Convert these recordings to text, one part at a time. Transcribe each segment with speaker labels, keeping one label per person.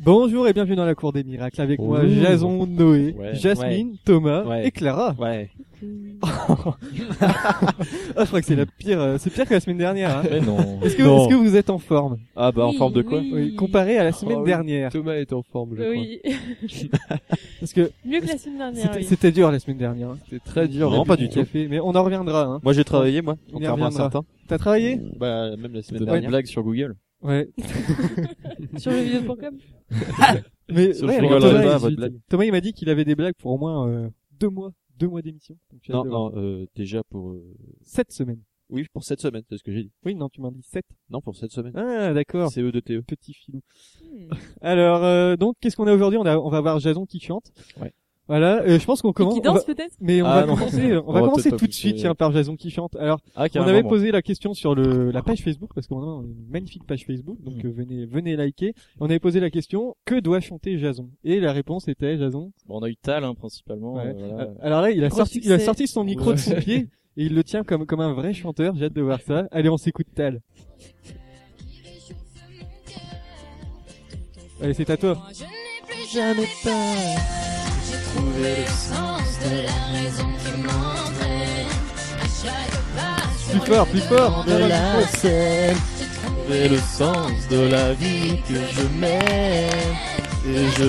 Speaker 1: Bonjour et bienvenue dans la cour des miracles avec moi
Speaker 2: Bonjour.
Speaker 1: Jason, Noé,
Speaker 2: Ouais.
Speaker 1: Jasmine, Thomas
Speaker 2: Ouais.
Speaker 1: et Clara.
Speaker 2: Ouais.
Speaker 1: Ah, je crois que c'est la pire, euh, c'est pire que la semaine dernière. hein.
Speaker 2: Mais non.
Speaker 1: Est-ce que, est-ce que vous êtes en forme
Speaker 2: Ah bah en
Speaker 3: Oui,
Speaker 2: forme de quoi
Speaker 3: oui.
Speaker 1: Oui, comparé à la semaine
Speaker 2: Oh oui.
Speaker 1: dernière.
Speaker 2: Thomas est en forme, je crois.
Speaker 3: Oui,
Speaker 1: Parce que
Speaker 3: mieux que la semaine dernière.
Speaker 1: c'était,
Speaker 3: oui.
Speaker 1: c'était dur la semaine dernière. hein.
Speaker 2: C'était très dur.
Speaker 4: Non,
Speaker 2: Depuis
Speaker 4: pas
Speaker 2: le
Speaker 4: du tout.
Speaker 2: café.
Speaker 1: Café, mais on en reviendra. Hein.
Speaker 4: Moi j'ai travaillé moi,
Speaker 1: On y
Speaker 4: contrairement à
Speaker 1: reviendra.
Speaker 4: certains.
Speaker 1: T'as travaillé
Speaker 4: Bah même la semaine
Speaker 2: C'était une
Speaker 4: dernière.
Speaker 2: blague sur Google.
Speaker 1: Ouais.
Speaker 3: Sur le vidéo.com
Speaker 1: Mais
Speaker 4: Sur-
Speaker 1: ouais,
Speaker 4: je rigole,
Speaker 1: Thomas,
Speaker 4: Thomas,
Speaker 1: il-
Speaker 4: votre
Speaker 1: il-
Speaker 4: blague.
Speaker 1: Thomas, il m'a dit qu'il avait des blagues pour au moins euh, deux mois, deux mois d'émission. Donc, j'ai hâte
Speaker 4: Non
Speaker 1: de voir.
Speaker 4: non, euh, déjà pour euh,
Speaker 1: Sept semaines.
Speaker 4: oui, pour cette semaine, c'est ce que j'ai dit.
Speaker 1: Oui, non, tu m'as dit sept.
Speaker 4: Non, pour cette semaine. E
Speaker 1: Ah, d'accord.
Speaker 4: CE de TE.
Speaker 1: Petit filou. Alors, euh, donc, qu'est-ce qu'on a aujourd'hui on, a- on va voir Jason qui chante.
Speaker 2: Ouais.
Speaker 1: Voilà, euh, je pense qu'on
Speaker 3: Et
Speaker 1: commence.
Speaker 3: qui
Speaker 1: on va-
Speaker 3: danse peut-être
Speaker 1: Mais on
Speaker 2: Ah,
Speaker 1: va
Speaker 2: non.
Speaker 1: commencer, on
Speaker 2: On
Speaker 1: va
Speaker 2: va
Speaker 1: commencer
Speaker 2: peut-être pas
Speaker 1: tout de suite
Speaker 2: pousser.
Speaker 1: tiens, par Jason qui chante. Alors,
Speaker 2: Ah
Speaker 1: on
Speaker 2: carrément.
Speaker 1: avait
Speaker 2: bon.
Speaker 1: posé la question sur le, la page Facebook parce que maintenant on a une magnifique page Facebook, donc
Speaker 2: Mm.
Speaker 1: euh, venez venez liker. On avait posé la question que doit chanter Jason Et la réponse était Jason.
Speaker 5: Bon, on a eu Tal hein,
Speaker 2: Oh
Speaker 5: principalement.
Speaker 1: Ouais.
Speaker 5: euh, voilà.
Speaker 1: Euh, Alors là, il a
Speaker 3: Gros
Speaker 1: sorti il a
Speaker 3: succès.
Speaker 1: sorti son micro de son pied et il le tient comme comme un vrai chanteur. J'ai hâte de voir ça. Allez, on s'écoute Tal. Allez, c'est à toi.
Speaker 6: Je n'ai plus jamais peur. J'ai trouvé le sens de la raison qui m'entraîne. À chaque pas
Speaker 1: Plus fort, plus fort.
Speaker 5: De la scène,
Speaker 6: j'ai trouvé
Speaker 5: et le sens de la vie que je mène, et je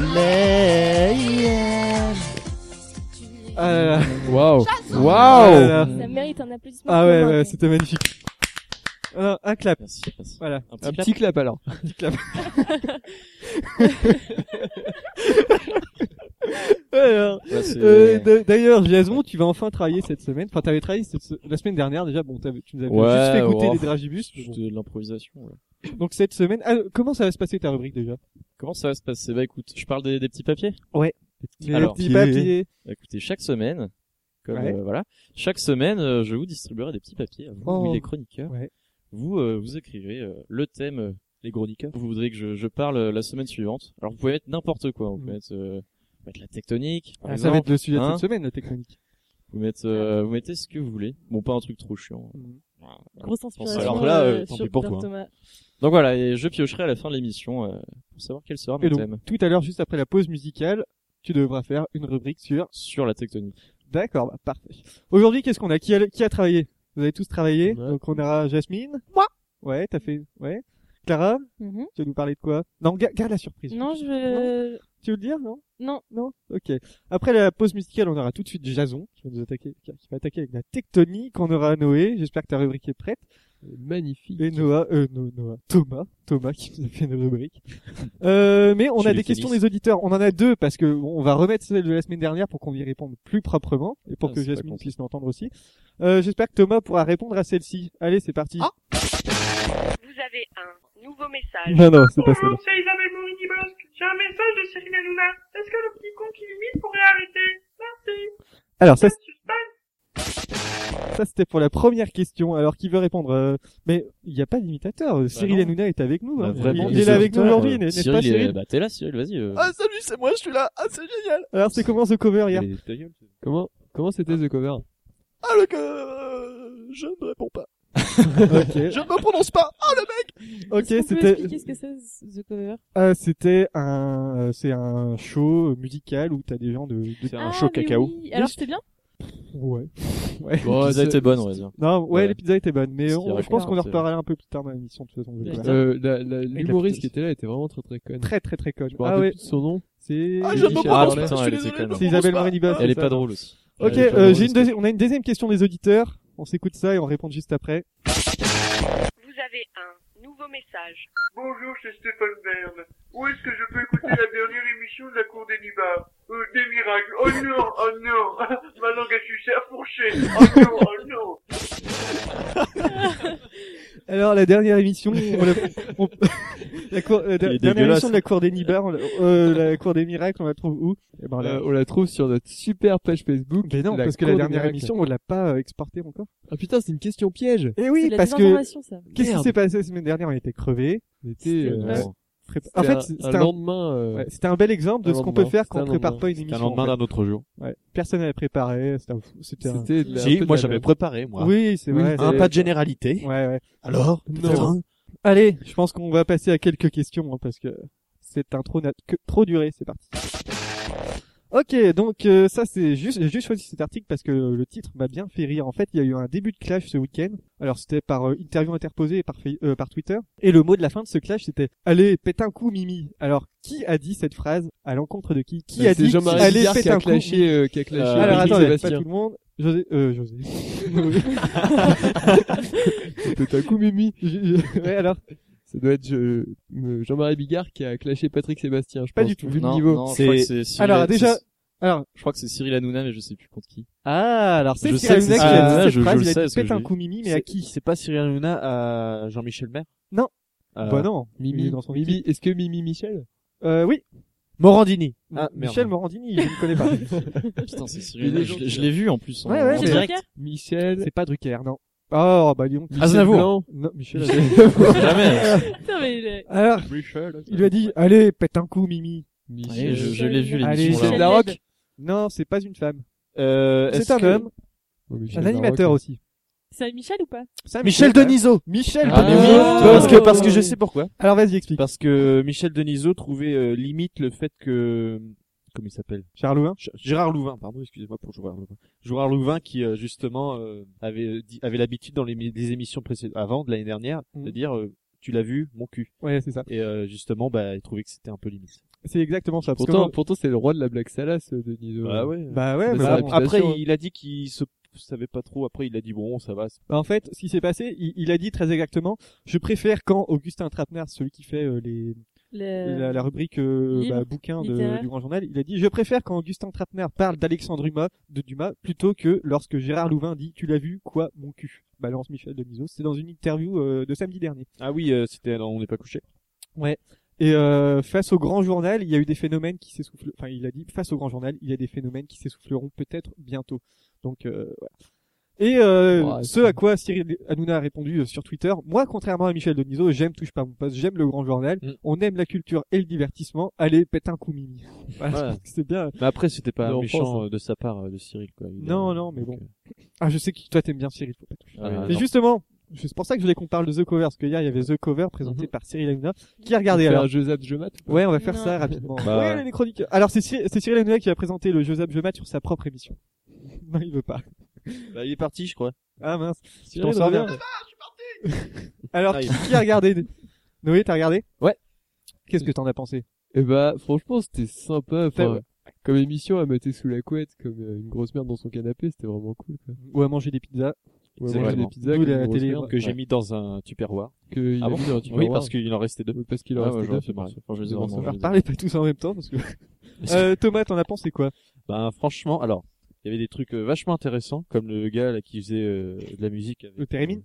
Speaker 5: l'aime.
Speaker 1: Ah là là.
Speaker 2: Waouh.
Speaker 1: Ah
Speaker 2: Waouh.
Speaker 1: là là.
Speaker 3: Ça mérite un applaudissement. hein,
Speaker 1: Ah ouais,
Speaker 3: pour moi.
Speaker 1: ouais, c'était magnifique. Alors, un clap.
Speaker 5: Merci, merci.
Speaker 1: Voilà.
Speaker 5: Un petit
Speaker 2: Un
Speaker 5: clap.
Speaker 2: petit clap alors.
Speaker 1: Alors,
Speaker 5: Ouais, c'est-
Speaker 1: euh, d- D'ailleurs, Jason, tu vas enfin travailler cette semaine. Enfin, t'avais travaillé cette se- la semaine dernière déjà. Bon, t'avais- tu nous avais
Speaker 2: Ouais,
Speaker 1: juste fait goûter
Speaker 5: oh.
Speaker 2: ouais.
Speaker 1: les dragibus. mais
Speaker 5: c'est
Speaker 1: bon.
Speaker 5: de l'improvisation. là.
Speaker 1: Donc cette semaine, ah, comment ça va se passer ta rubrique déjà
Speaker 5: Comment ça va se passer Bah écoute, je parle des, des petits papiers.
Speaker 1: Les
Speaker 5: Alors,
Speaker 1: petits
Speaker 5: qui-
Speaker 1: papiers.
Speaker 5: Bah, Écoutez, chaque semaine, comme
Speaker 1: Ouais.
Speaker 5: euh, voilà, chaque semaine, euh, je vous distribuerai des petits papiers à vous,
Speaker 1: Oh.
Speaker 5: oui, les chroniqueurs.
Speaker 1: Ouais.
Speaker 5: Vous, euh, vous écrivez euh, le thème, euh, les chroniqueurs. Vous voudrez que je, je parle euh, la semaine suivante. Alors vous pouvez mettre n'importe quoi. Vous
Speaker 1: Mhm.
Speaker 5: pouvez mettre, euh, mettre la tectonique, par
Speaker 1: Ah, ça
Speaker 5: exemple.
Speaker 1: va être le sujet de
Speaker 5: Hein
Speaker 1: cette semaine, la technique.
Speaker 5: Vous mettez, euh, vous mettez ce que vous voulez. Bon, pas un truc trop chiant.
Speaker 3: Grosse inspiration.
Speaker 5: Alors là,
Speaker 3: euh,
Speaker 5: euh, tant
Speaker 3: sur
Speaker 5: pis pour
Speaker 3: Dr.
Speaker 5: toi, hein.
Speaker 3: Thomas.
Speaker 5: Donc voilà, et je piocherai à la fin de l'émission euh, pour savoir quel sera
Speaker 1: Et
Speaker 5: mon thème
Speaker 1: donc, tout à l'heure, juste après la pause musicale, tu devras faire une rubrique sur.
Speaker 5: sur la tectonique.
Speaker 1: D'accord, bah, parfait. Aujourd'hui, qu'est-ce qu'on a qui, a qui a travaillé Vous avez tous travaillé.
Speaker 2: Ouais.
Speaker 1: Donc on aura Jasmine. Moi. Ouais, t'as fait. Ouais. Clara,
Speaker 3: Mhm.
Speaker 1: tu vas nous parler de quoi Non, ga- garde la surprise.
Speaker 3: Non, je veux...
Speaker 1: Tu veux le dire, non
Speaker 3: Non.
Speaker 1: Non Ok. Après la pause musicale, on aura tout de suite Jason, qui va nous attaquer, qui qui va attaquer avec la tectonique. On aura Noé, j'espère que ta rubrique est prête.
Speaker 2: Magnifique.
Speaker 1: Et Noah, euh, no- Noah, Thomas, Thomas qui nous a fait une rubrique. euh, mais on
Speaker 5: Chez
Speaker 1: a
Speaker 5: les
Speaker 1: des questions
Speaker 5: tennis.
Speaker 1: des auditeurs. On en a deux parce que on va remettre celle de la semaine dernière pour qu'on y réponde plus proprement et pour
Speaker 5: Ah,
Speaker 1: que
Speaker 5: c'est pas
Speaker 1: Jasmine
Speaker 5: con, ça.
Speaker 1: puisse l'entendre aussi. Euh, j'espère que Thomas pourra répondre à celle-ci. Allez, c'est parti.
Speaker 7: Ah. Vous avez un nouveau message.
Speaker 1: non, non, c'est pas celle-là.
Speaker 7: Bonjour, Euh, c'est Isabelle Morini Bosque. J'ai un message de Cyril Hanouna. Est-ce que le petit con qui l'imite pourrait arrêter Merci.
Speaker 1: Alors ça,
Speaker 7: Suspense.
Speaker 1: Ça, c'était pour la première question. Alors, qui veut répondre euh, Mais il n'y a pas d'imitateur. Cyril
Speaker 5: Bah non.
Speaker 1: Hanouna est avec nous. hein.
Speaker 5: Bah, vraiment,
Speaker 1: il, il est là avec nous
Speaker 5: auditeurs,
Speaker 1: aujourd'hui,
Speaker 5: euh,
Speaker 1: n'est- n'est-ce
Speaker 5: Cyril,
Speaker 1: pas,
Speaker 5: il est-
Speaker 1: Cyril Ah,
Speaker 5: bah, t'es là, Cyril, vas-y. euh.
Speaker 4: Ah, salut, c'est moi, je suis là. Ah c'est génial.
Speaker 1: Alors, c'est comment ce cover hier
Speaker 4: Mais ta gueule, c'est-
Speaker 2: Comment comment c'était The Cover
Speaker 4: Ah le que je ne réponds pas.
Speaker 1: Ok,
Speaker 4: Je ne me prononce pas.
Speaker 1: ok,
Speaker 3: Est-ce qu'on peut
Speaker 1: c'était
Speaker 3: expliquer ce que c'est, The Cover
Speaker 1: euh, c'était un euh, c'est un show musical où t'as des gens de, de-
Speaker 2: C'est
Speaker 3: ah,
Speaker 2: un show
Speaker 3: mais
Speaker 2: cacao.
Speaker 3: oui. Alors c'était bien
Speaker 1: ouais.
Speaker 5: Bon, ça a
Speaker 2: c'est-
Speaker 5: été bonne, on va dire.
Speaker 1: Non, ouais,
Speaker 5: Ouais.
Speaker 1: les pizzas étaient bonnes, mais
Speaker 5: Ce qui
Speaker 1: on- je
Speaker 5: raconte, euh,
Speaker 1: pense qu'on en
Speaker 5: c'est-
Speaker 1: reparlera un peu plus tard dans l'émission de toute façon. je vais
Speaker 3: Putain.
Speaker 1: pas-
Speaker 2: Euh, la- la-
Speaker 5: la
Speaker 2: L'humoriste
Speaker 5: putain.
Speaker 2: qui était là était vraiment très très conne.
Speaker 1: Très très très conne.
Speaker 2: Je me
Speaker 1: Ah
Speaker 2: rappelle
Speaker 1: ouais,
Speaker 2: plus de son nom.
Speaker 1: c'est
Speaker 4: Ah, je me
Speaker 2: Michel
Speaker 4: prononce
Speaker 2: Arnaud.
Speaker 4: pas. Je
Speaker 5: Putain,
Speaker 4: suis
Speaker 5: elle était Ah,
Speaker 4: désolé. je me
Speaker 5: conne.
Speaker 1: c'est
Speaker 4: prononce
Speaker 1: Isabelle
Speaker 4: pas.
Speaker 1: Morini Bosque.
Speaker 5: Elle est
Speaker 1: ça.
Speaker 5: pas drôle aussi.
Speaker 1: Ok,
Speaker 2: Elle est pas
Speaker 1: euh,
Speaker 2: drôle,
Speaker 1: j'ai une
Speaker 2: c'est-
Speaker 1: deuxi- on a une deuxième question des auditeurs. On s'écoute ça et on répond juste après.
Speaker 7: Vous avez un nouveau message. Bonjour, c'est Stéphane Bern. Où est-ce que je peux écouter la dernière émission de la Cour des Nibars euh, Des miracles. Oh non, oh non. Ma langue a sucé à fourcher. Oh non, oh non.
Speaker 1: Alors la dernière émission, on l'a- on- la, cour- euh,
Speaker 5: Il est
Speaker 1: dernière
Speaker 5: dégueulasse.
Speaker 1: émission de la cour des Nibars, on l'a- euh, la cour des miracles, on la trouve où Eh ben, la-
Speaker 2: Euh, on la trouve sur notre super page Facebook.
Speaker 1: Mais non, parce que
Speaker 2: Cour
Speaker 1: la
Speaker 2: des
Speaker 1: dernière
Speaker 2: miracles.
Speaker 1: émission, on l'a pas euh, exportée encore.
Speaker 2: Ah putain, c'est une question piège.
Speaker 1: Eh
Speaker 3: C'est
Speaker 1: oui,
Speaker 3: de la
Speaker 1: parce que
Speaker 3: désinformation, ça.
Speaker 1: qu'est-ce qui
Speaker 2: Merde.
Speaker 1: s'est passé la semaine dernière On était crevés.
Speaker 2: On était, euh,
Speaker 3: Ouais.
Speaker 1: prép-
Speaker 2: c'était
Speaker 1: En fait,
Speaker 2: un-
Speaker 1: c'était
Speaker 2: un,
Speaker 1: un,
Speaker 2: lendemain. euh,
Speaker 1: ouais, c'était un bel exemple de
Speaker 2: un
Speaker 1: ce qu'on
Speaker 2: lendemain.
Speaker 1: peut faire quand
Speaker 2: C'était
Speaker 1: on
Speaker 2: un
Speaker 1: prépare
Speaker 2: lendemain.
Speaker 1: pas une
Speaker 4: C'était un
Speaker 1: émission.
Speaker 4: lendemain
Speaker 1: en
Speaker 4: d'un autre jour.
Speaker 1: fait. Ouais. Personne n'avait préparé. C'était un, c'était un-
Speaker 2: C'était. de la- un
Speaker 4: Si,
Speaker 2: peu de
Speaker 4: moi
Speaker 2: la
Speaker 4: j'avais
Speaker 2: merde.
Speaker 4: préparé moi.
Speaker 1: Oui, c'est
Speaker 2: Oui,
Speaker 1: vrai.
Speaker 4: Un
Speaker 1: c'est-
Speaker 4: pas de généralité.
Speaker 1: Ouais, ouais.
Speaker 4: Alors
Speaker 2: Non.
Speaker 4: peut-être un
Speaker 1: Allez, je pense qu'on va passer à quelques questions hein, parce que cette intro n'a que trop duré. C'est parti. Ok, donc euh, ça c'est juste, j'ai juste choisi cet article parce que le titre m'a bien fait rire. En fait, il y a eu un début de clash ce week-end. Alors c'était par euh, interview interposée et par, fa- euh, par Twitter. Et le mot de la fin de ce clash c'était Allez, pète un coup, Mimi. Alors qui a dit cette phrase à l'encontre de qui Qui a dit
Speaker 2: Euh, Jean-Marie
Speaker 1: Allez,
Speaker 2: Bigard
Speaker 1: pète
Speaker 2: qui a
Speaker 1: un coup Mimi
Speaker 2: clashé, euh, qui a clashé.
Speaker 5: Euh,
Speaker 1: Alors
Speaker 2: Eric
Speaker 1: attendez, pas
Speaker 2: Sébastien.
Speaker 1: tout le monde. José, euh, José.
Speaker 2: Tout à coup, Mimi.
Speaker 1: ouais alors,
Speaker 2: Ça doit être euh, euh, Jean-Marie Bigard qui a clashé Patrick Sébastien, je
Speaker 1: Pas
Speaker 2: pense,
Speaker 1: du tout.
Speaker 2: Vu le
Speaker 5: Non,
Speaker 2: niveau.
Speaker 5: non, je
Speaker 4: C'est-
Speaker 5: crois que c'est Cyril-
Speaker 1: alors déjà,
Speaker 5: c'est-
Speaker 1: alors
Speaker 5: Je crois que c'est Cyril Hanouna, mais je sais plus contre qui.
Speaker 1: Ah, alors c'est
Speaker 5: Je
Speaker 1: Cyril
Speaker 5: sais
Speaker 1: Hanouna qui
Speaker 5: que c'est Cyril
Speaker 1: a dit
Speaker 5: Hanouna,
Speaker 1: cette
Speaker 5: je- je
Speaker 1: phrase,
Speaker 5: le
Speaker 1: il
Speaker 5: sais,
Speaker 1: a dit
Speaker 5: parce que
Speaker 1: pète
Speaker 5: je
Speaker 1: un
Speaker 5: l'ai
Speaker 1: coup Mimi, mais
Speaker 8: C'est-
Speaker 1: à qui
Speaker 8: C'est pas Cyril Hanouna à Jean-Michel Maire
Speaker 1: Non.
Speaker 8: Euh,
Speaker 1: Bah non, Mimi
Speaker 2: Mimi,
Speaker 1: dans son
Speaker 2: Mimi,
Speaker 1: Mimi.
Speaker 2: est-ce que Mimi Michel
Speaker 1: Euh, oui,
Speaker 8: Morandini. Ah, merde.
Speaker 1: Michel Morandini, je ne connais pas.
Speaker 5: Putain, c'est Cyril
Speaker 2: Il est
Speaker 5: Hanouna. Je
Speaker 2: gentil,
Speaker 5: l'ai- Je l'ai vu en plus. en-
Speaker 1: Ouais, ouais,
Speaker 5: en
Speaker 1: mais-
Speaker 5: direct.
Speaker 2: Michel,
Speaker 1: c'est pas Drucker, non. Oh, bah dis donc. Michel
Speaker 5: Aznavour.
Speaker 1: Blanc. Non, Michel Aznavour.
Speaker 5: Jamais.
Speaker 3: Putain, mais il est...
Speaker 1: Alors, il lui a dit, allez, pète un coup, Mimi.
Speaker 5: Allez,
Speaker 2: Michel,
Speaker 5: je, je l'ai vu
Speaker 1: Allez,
Speaker 5: l'émission
Speaker 1: Michel
Speaker 5: là.
Speaker 1: Larocque. Non, c'est pas une femme.
Speaker 8: Euh,
Speaker 1: C'est
Speaker 8: est-ce
Speaker 1: un
Speaker 8: que-
Speaker 1: homme,
Speaker 2: Oh, Michel
Speaker 1: un
Speaker 2: Larocque.
Speaker 1: animateur aussi.
Speaker 3: C'est Michel ou pas
Speaker 1: C'est un
Speaker 8: Michel Denisot.
Speaker 1: Michel
Speaker 5: Ah,
Speaker 1: Ah, Denisot.
Speaker 5: mais oui.
Speaker 1: Oh.
Speaker 8: Parce que parce que je sais pourquoi.
Speaker 1: Alors vas-y, explique.
Speaker 8: Parce que Michel Denisot trouvait euh, limite le fait que comment il s'appelle
Speaker 1: Charlouin.
Speaker 8: Ch- Gérard Louvain, pardon, excusez-moi pour Gérard Louvain. Gérard Louvain qui euh, justement euh, avait dit- avait l'habitude dans les, mi- les émissions précédentes avant de l'année dernière
Speaker 1: Mhm.
Speaker 8: de dire euh, tu l'as vu mon cul
Speaker 1: Ouais, c'est ça.
Speaker 8: et euh, justement bah il trouvait que c'était un peu limite.
Speaker 1: C'est exactement ça. Parce que
Speaker 2: Pourtant,
Speaker 1: moi-
Speaker 2: pourtant c'est le roi de la blague salace, euh, Denis. Dolan.
Speaker 8: Bah ouais.
Speaker 1: bah ouais,
Speaker 2: Mais
Speaker 1: mais
Speaker 2: ça-
Speaker 1: bon.
Speaker 8: après
Speaker 2: réputation, hein.
Speaker 8: il a dit qu'il se savait pas trop après il a dit bon ça va. c'est-
Speaker 1: Bah, en fait, ce qui s'est passé, il, il a dit très exactement, je préfère quand Augustin Trapenard, celui qui fait euh, les
Speaker 3: Le-
Speaker 1: la, la rubrique euh,
Speaker 3: livre,
Speaker 1: bah, bouquin de-
Speaker 3: littéraire.
Speaker 1: du Grand Journal, il a dit Je préfère quand Augustin Trapenard parle d'Alexandre Dumas, de Dumas plutôt que lorsque Gérard Louvain dit Tu l'as vu, quoi, mon cul Balance Michel Denisot. C'est dans une interview euh, de samedi dernier.
Speaker 8: Ah oui euh, c'était non, on n'est pas couché.
Speaker 1: Et euh, face au Grand Journal, il y a eu des phénomènes qui s'essouffleront. Enfin, il a dit Face au Grand Journal, il y a des phénomènes qui s'essouffleront peut-être bientôt. Donc, euh, voilà. Et euh,
Speaker 2: Ouais,
Speaker 1: ce
Speaker 2: c'est-
Speaker 1: à quoi Cyril Hanouna a répondu euh, sur Twitter, moi contrairement à Michel Denisot, j'aime touche pas mon poste, j'aime le grand journal,
Speaker 8: Mm.
Speaker 1: on aime la culture et le divertissement, allez pète un coup mimi. Voilà,
Speaker 8: Voilà.
Speaker 1: c'est bien.
Speaker 8: Mais après c'était pas
Speaker 2: Mais en
Speaker 8: méchant
Speaker 2: France,
Speaker 8: euh, de sa part euh, de Cyril quoi. Il,
Speaker 1: Non,
Speaker 8: euh,
Speaker 1: non, mais
Speaker 8: donc,
Speaker 1: bon. Ah, je sais que toi t'aimes bien Cyril. faut pas toucher.
Speaker 5: Ah,
Speaker 8: ouais.
Speaker 5: non.
Speaker 1: Et justement, c'est pour ça que je voulais qu'on parle de The Cover, parce que hier il y avait The Cover présenté par Cyril Hanouna, qui a regardé
Speaker 2: Faire
Speaker 1: alors.
Speaker 2: un jeu zap, jeu mat.
Speaker 1: Ouais, on va faire
Speaker 3: Non.
Speaker 1: ça rapidement.
Speaker 8: Bah
Speaker 1: Ouais,
Speaker 8: ouais.
Speaker 1: les chroniques. Alors c'est Cyril, c'est Cyril Hanouna qui a présenté le Joseph Jomat sur sa propre émission. non, il veut pas. hein.
Speaker 8: euh, bah, il est parti je crois.
Speaker 1: Ah mince, tu
Speaker 2: Cyril
Speaker 1: t'en sors bien.
Speaker 2: Hanouna.
Speaker 1: Alors,
Speaker 8: Ah,
Speaker 1: qui
Speaker 8: il-
Speaker 1: qui a regardé Noé, t'as regardé
Speaker 8: Ouais.
Speaker 1: Qu'est-ce que t'en as pensé
Speaker 2: Et bah, franchement, c'était sympa.
Speaker 1: T'as-
Speaker 2: Enfin, comme émission à mater sous la couette, comme euh, une grosse merde dans son canapé, c'était vraiment cool. Quoi.
Speaker 1: Ou à manger des pizzas
Speaker 2: Ouais,
Speaker 8: C'est
Speaker 2: manger
Speaker 8: vraiment.
Speaker 2: des pizzas,
Speaker 1: D'où
Speaker 2: comme
Speaker 1: la
Speaker 2: une grosse
Speaker 1: télé,
Speaker 2: merde,
Speaker 8: Que j'ai mis dans un tupperware.
Speaker 2: que il a
Speaker 8: Ah bon
Speaker 2: mis dans un
Speaker 8: Oui
Speaker 2: tupperware.
Speaker 8: parce qu'il en restait deux.
Speaker 2: Oui, parce qu'il en
Speaker 5: Ah ouais,
Speaker 2: restait
Speaker 5: j'aurais
Speaker 2: deux.
Speaker 5: fait pareil. Enfin, je les
Speaker 2: de
Speaker 5: ai
Speaker 2: Vincent.
Speaker 5: remangés.
Speaker 1: Alors parlez pas tous en même temps parce que. euh, Thomas, t'en as pensé quoi
Speaker 8: Ben franchement, alors il y avait des trucs euh, vachement intéressants, comme le gars là qui faisait euh, de la musique. Avec,
Speaker 1: Le Térémine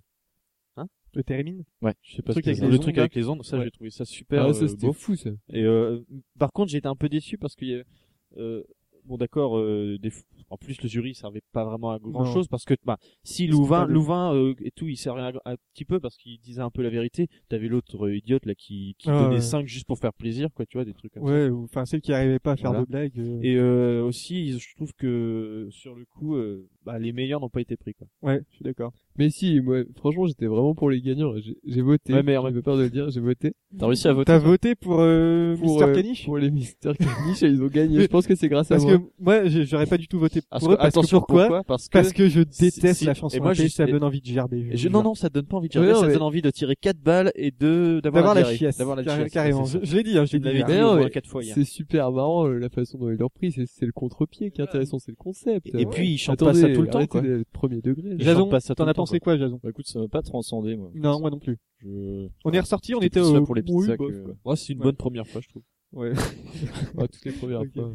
Speaker 8: Hein
Speaker 1: Le Térémine
Speaker 8: Ouais, je sais pas.
Speaker 1: Le truc
Speaker 8: ce que
Speaker 1: avec
Speaker 8: c'est.
Speaker 1: les
Speaker 8: le
Speaker 1: ondes,
Speaker 8: truc
Speaker 1: là.
Speaker 8: avec les ondes, ça
Speaker 1: Ouais.
Speaker 8: j'ai trouvé ça super.
Speaker 2: Ah, ça,
Speaker 8: euh,
Speaker 2: c'était
Speaker 8: beau.
Speaker 2: fou, ça.
Speaker 8: Et euh, par contre, j'étais un peu déçu parce qu'il y avait euh, bon d'accord, euh, des f- en plus le jury servait pas vraiment à grand chose parce que bah si
Speaker 1: Parce que
Speaker 8: Louvain,
Speaker 1: t'as des-
Speaker 8: Louvain euh, et tout, il servait à, un petit peu parce qu'il disait un peu la vérité. T'avais l'autre euh, idiote là qui, qui
Speaker 1: Ah, ouais.
Speaker 8: donnait 5 juste pour faire plaisir, quoi, tu vois, des trucs. Comme ça.
Speaker 1: Ouais, ou- enfin celle qui arrivait pas à faire
Speaker 8: Voilà.
Speaker 1: de blagues. euh,
Speaker 8: Et euh, aussi, je trouve que sur le coup, euh, bah, les meilleurs n'ont pas été pris. Quoi.
Speaker 1: Ouais, je suis d'accord.
Speaker 2: Mais si, moi, franchement, j'étais vraiment pour les gagnants. J'ai- J'ai voté.
Speaker 8: Ouais, mais en
Speaker 2: J'avais peur de le dire, j'ai voté
Speaker 5: T'as réussi à voter
Speaker 1: T'as voté pour euh,
Speaker 2: Pour,
Speaker 1: Mister
Speaker 2: euh,
Speaker 1: Caniche
Speaker 2: pour les Mister Caniche et ils ont gagné.
Speaker 1: Mais-
Speaker 2: Je pense que c'est grâce à
Speaker 1: Parce
Speaker 2: moi.
Speaker 1: que moi, j'ai- j'aurais pas du tout voté
Speaker 8: Parce
Speaker 1: pour eux.
Speaker 8: que-
Speaker 1: Parce que
Speaker 8: attention,
Speaker 1: pourquoi
Speaker 8: Parce que,
Speaker 1: Parce que je déteste
Speaker 8: si-
Speaker 1: la chanson.
Speaker 8: et moi,
Speaker 1: rap,
Speaker 8: je-
Speaker 1: ça
Speaker 8: et-
Speaker 1: donne envie de gerber. je
Speaker 8: Je-
Speaker 1: vous
Speaker 8: non
Speaker 1: jure.
Speaker 8: non, ça donne pas envie de
Speaker 2: Ouais,
Speaker 8: gerber,
Speaker 2: non,
Speaker 8: ça
Speaker 2: mais-
Speaker 8: donne envie de tirer quatre balles et de d'avoir
Speaker 1: D'avoir
Speaker 8: la,
Speaker 1: la
Speaker 8: diarrhée,
Speaker 1: chiasse.
Speaker 8: d'avoir la
Speaker 1: carré-
Speaker 8: chiasse,
Speaker 1: Carrément.
Speaker 8: ouais, c'est
Speaker 1: Je
Speaker 8: ça.
Speaker 1: je l'ai dit, hein, je
Speaker 8: Je l'avais
Speaker 1: l'ai
Speaker 8: dit
Speaker 1: dit.
Speaker 2: Mais non,
Speaker 8: au moins
Speaker 2: mais
Speaker 8: quatre fois hier.
Speaker 2: C'est super marrant euh, la façon dont ils l'ont pris. C'est c'est le contre-pied qui est intéressant, c'est le concept.
Speaker 8: Et puis il chante
Speaker 2: Attendez,
Speaker 8: pas ça tout le temps
Speaker 2: arrêtez
Speaker 8: quoi.
Speaker 2: d'être Premier degré. là.
Speaker 8: J'avoue,
Speaker 1: Jason,
Speaker 8: pas ça tout
Speaker 1: t'en
Speaker 8: le
Speaker 1: as
Speaker 8: temps,
Speaker 1: pensé quoi, Jason
Speaker 5: Bah écoute, ça m'a pas transcendé moi.
Speaker 1: Non, moi non plus.
Speaker 5: Bah, Je...
Speaker 1: On est ressorti, on
Speaker 5: J'étais
Speaker 1: était
Speaker 5: plus là
Speaker 1: au.
Speaker 5: pour les euh,
Speaker 1: oui, bah,
Speaker 5: pizzas
Speaker 1: bof,
Speaker 5: que-
Speaker 1: quoi.
Speaker 8: Ouais, c'est une
Speaker 1: Ouais.
Speaker 8: bonne première fois, je trouve.
Speaker 1: Ouais.
Speaker 2: Ah, toutes les premières
Speaker 1: Ok.
Speaker 2: fois.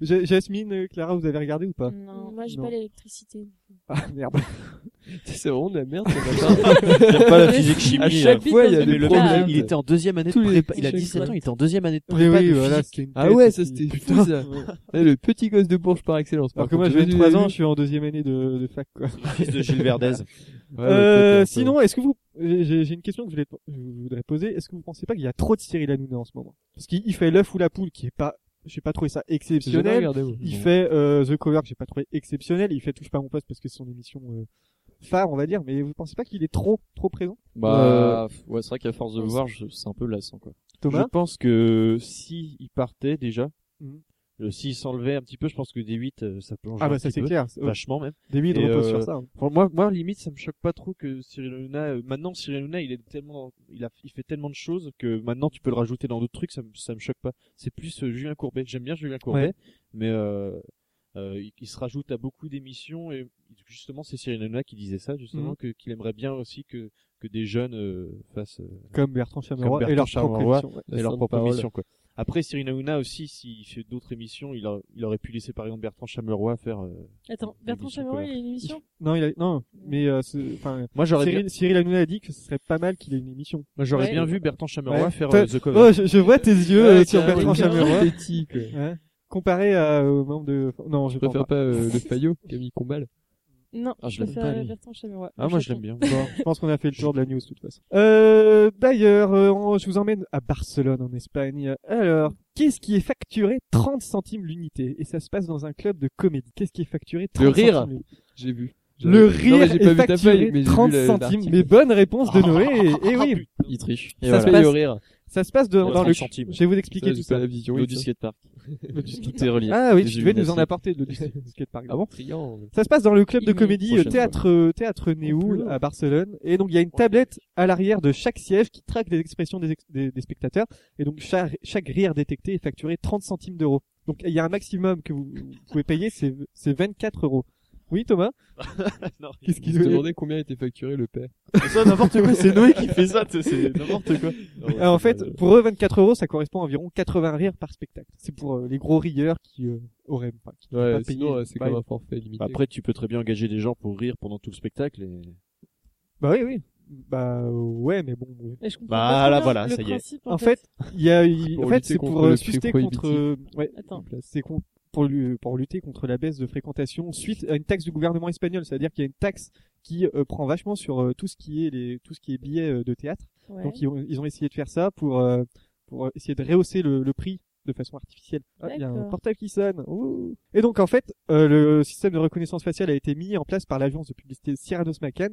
Speaker 1: Ja- Jasmine, euh, Clara, vous avez regardé ou pas
Speaker 3: Non.
Speaker 9: Moi, j'ai
Speaker 1: Non.
Speaker 9: pas l'électricité.
Speaker 1: Ah merde.
Speaker 2: C'est vraiment de la merde. ce matin.
Speaker 5: pas la physique chimie.
Speaker 2: à chaque fois,
Speaker 3: Ah,
Speaker 2: il y a des
Speaker 8: hein. Mais le
Speaker 2: problèmes.
Speaker 8: mec, il était en deuxième année de
Speaker 2: Tous les-
Speaker 8: prépa, il a
Speaker 2: chaque
Speaker 8: 17
Speaker 2: fois.
Speaker 8: ans, il était en deuxième année de
Speaker 1: Oui,
Speaker 8: prépa.
Speaker 1: oui,
Speaker 8: de
Speaker 1: voilà,
Speaker 8: physique.
Speaker 1: c'était une
Speaker 2: Ah
Speaker 1: tête
Speaker 2: ouais, ça
Speaker 1: qui-
Speaker 2: c'était fou ça. Eh, Le petit gosse de Bourges par excellence. par
Speaker 1: Alors que moi,
Speaker 2: contre.
Speaker 1: j'ai 23 ans,
Speaker 2: Ouais,
Speaker 1: je suis en deuxième année de, de fac, quoi.
Speaker 8: fils de Gilles Verdez.
Speaker 2: ouais,
Speaker 1: Euh,
Speaker 2: peut-être,
Speaker 1: sinon, est-ce que vous, j'ai j'ai une question que je voulais- je voudrais poser. Est-ce que vous pensez pas qu'il y a trop de Cyril Hanouna en ce moment? Parce qu'il il fait l'œuf ou la poule, qui est pas, j'ai pas trouvé ça
Speaker 2: J'ai jamais
Speaker 1: exceptionnel.
Speaker 2: regardé, moi.
Speaker 1: Il fait, euh, The Cover, que j'ai pas trouvé exceptionnel. Il fait Touche pas à mon poste parce que c'est son émission, euh, phare, on va dire, mais vous pensez pas qu'il est trop, trop présent
Speaker 5: Bah, ouais, c'est vrai qu'à force de le voir, je- c'est un peu lassant, quoi.
Speaker 1: Thomas
Speaker 8: euh, Je pense que si il partait déjà,
Speaker 1: Mhm.
Speaker 8: euh, s'il s'enlevait un petit peu, je pense que des 8 euh, ça plonge
Speaker 1: Ah
Speaker 8: un
Speaker 1: bah ça
Speaker 8: petit
Speaker 1: c'est
Speaker 8: peu,
Speaker 1: clair.
Speaker 8: vachement même.
Speaker 1: Des milliers de
Speaker 8: Et,
Speaker 1: repos
Speaker 8: euh,
Speaker 1: sur ça. hein.
Speaker 8: Enfin, moi, moi limite ça me choque pas trop que Cyril Hanouna. euh, maintenant Cyril Hanouna, il est tellement, il a, il fait tellement de choses que maintenant tu peux le rajouter dans d'autres trucs, ça me, ça me choque pas. C'est plus euh, Julien Courbet. J'aime bien Julien Courbet, mais euh, euh, il, il se rajoute à beaucoup d'émissions et justement c'est Cyril Hanouna qui disait ça justement que qu'il aimerait bien aussi que que des jeunes euh, fassent. euh,
Speaker 1: Comme Bertrand Chameroy
Speaker 8: Bertrand
Speaker 1: et leur
Speaker 8: Chameroy.
Speaker 1: propre émission, ouais.
Speaker 2: La
Speaker 8: et leur
Speaker 2: sainte
Speaker 8: propre
Speaker 2: parole.
Speaker 8: émission quoi. Après Cyril Hanouna aussi s'il fait d'autres émissions, il, a- il aurait pu laisser par exemple Bertrand Chameroy faire euh,
Speaker 3: Attends, Bertrand
Speaker 8: L'émission
Speaker 3: Chameroy,
Speaker 8: colère.
Speaker 3: il y a une émission
Speaker 1: Non, il a... non, mais euh, ce- enfin,
Speaker 8: Moi j'aurais bien,
Speaker 1: Cyril, Cyril Hanouna a dit que ce serait pas mal qu'il ait une émission.
Speaker 8: moi, j'aurais
Speaker 3: Ouais.
Speaker 8: bien vu Bertrand Chameroy
Speaker 1: Ouais.
Speaker 8: faire
Speaker 1: T'as-
Speaker 8: euh, The Cover.
Speaker 1: Oh, je, je vois tes yeux
Speaker 2: Ouais,
Speaker 1: euh, sur
Speaker 2: c'est
Speaker 1: Bertrand
Speaker 2: un
Speaker 1: Chameroy.
Speaker 2: Petit, quoi.
Speaker 1: Hein Comparé à, au membre de... Non, je
Speaker 2: Je
Speaker 1: pense
Speaker 8: bah.
Speaker 2: préfère
Speaker 1: pas.
Speaker 2: pas euh, le Fayot, Camille Combal.
Speaker 3: Non,
Speaker 5: Ah, je
Speaker 3: je
Speaker 5: l'aime
Speaker 3: préfère
Speaker 5: pas, lui.
Speaker 3: Bertrand Chameroy.
Speaker 8: Ah moi je l'aime bien.
Speaker 1: Bon, je pense qu'on a fait le tour de la news de toute façon. Euh, D'ailleurs, euh, on- je vous emmène à Barcelone en Espagne. Alors, qu'est-ce qui est facturé 30 centimes l'unité Et ça se passe dans un club de comédie. Qu'est-ce qui est facturé 30
Speaker 2: rire.
Speaker 1: centimes l'unité
Speaker 2: J'ai vu.
Speaker 1: Le
Speaker 2: Non, mais
Speaker 1: rire
Speaker 2: j'ai
Speaker 1: est
Speaker 2: pas vu ta feuille, mais
Speaker 1: facturé
Speaker 2: j'ai vu
Speaker 1: 30
Speaker 2: le-
Speaker 1: centimes.
Speaker 2: l'article. Oh,
Speaker 1: Mais bonne réponse de Noé. Et, et oui,
Speaker 5: Il triche.
Speaker 1: Et
Speaker 5: Et
Speaker 1: Ça voilà. se
Speaker 5: voilà.
Speaker 1: passe-
Speaker 5: au rire.
Speaker 1: ça se passe de- dans
Speaker 5: 30
Speaker 1: le.
Speaker 5: centimes.
Speaker 1: Je vais vous expliquer
Speaker 2: Ça,
Speaker 1: tout
Speaker 2: j'ai
Speaker 1: ça.
Speaker 2: pas la vision.
Speaker 5: L'eau
Speaker 2: oui,
Speaker 5: du
Speaker 2: ça.
Speaker 5: skatepark. Tout est relié.
Speaker 1: Ah oui,
Speaker 5: Des
Speaker 1: tu devais nous en
Speaker 5: illuminations.
Speaker 1: apporter de l'eau du skatepark.
Speaker 5: Ah bon
Speaker 2: Triangle.
Speaker 1: Ça se passe dans le club de
Speaker 5: Une
Speaker 1: comédie euh,
Speaker 5: prochaine
Speaker 1: théâtre euh, théâtre Néoul à Barcelone et donc il y a une tablette à l'arrière de chaque siège qui traque les expressions des, ex- des, des spectateurs et donc chaque, chaque rire détecté est facturé 30 centimes d'euros. Donc il y a un maximum que vous vous pouvez payer c'est c'est 24 euros. Oui Thomas
Speaker 8: Non,
Speaker 1: Qu'est-ce
Speaker 2: Je
Speaker 1: qu'il
Speaker 2: me
Speaker 1: veut
Speaker 2: demandais combien était facturé le père.
Speaker 8: ça n'importe quoi, c'est Noé qui fait ça, c'est n'importe quoi.
Speaker 1: Ah, En
Speaker 8: Euh,
Speaker 1: fait pour eux 24 euros ça correspond à environ 80 rires par spectacle. C'est pour euh, les gros rieurs qui euh, auraient enfin, qui peuvent
Speaker 2: Ouais,
Speaker 1: pas payer.
Speaker 2: sinon, euh, c'est
Speaker 1: Bah,
Speaker 2: comme un forfait limité.
Speaker 8: après tu peux très bien engager des gens pour rire pendant tout le spectacle et
Speaker 1: Bah oui oui. Bah euh, ouais mais bon ouais.
Speaker 3: Mais je
Speaker 8: Bah,
Speaker 3: comprends pas très
Speaker 8: là,
Speaker 3: bien
Speaker 8: voilà,
Speaker 3: le
Speaker 8: ça y est.
Speaker 3: principe,
Speaker 1: En fait, il y a
Speaker 2: Pour
Speaker 1: en fait
Speaker 2: lutter
Speaker 1: c'est pour
Speaker 2: contre
Speaker 1: euh,
Speaker 2: le
Speaker 1: susciter
Speaker 2: prohibitif.
Speaker 1: contre euh, ouais
Speaker 3: Attends.
Speaker 1: c'est con- pour, lu- pour lutter contre la baisse de fréquentation suite à une taxe du gouvernement espagnol, c'est-à-dire qu'il y a une taxe qui euh, prend vachement sur euh, tout ce qui est les tout ce qui est billets euh, de théâtre.
Speaker 3: Ouais.
Speaker 1: Donc ils ont, ils ont essayé de faire ça pour euh, pour essayer de rehausser le, le prix de façon artificielle. Ah, il y a un
Speaker 3: D'accord.
Speaker 1: portable qui sonne. Ouh. Et donc en fait, euh, le système de reconnaissance faciale a été mis en place par l'agence de publicité Cyrano's Macan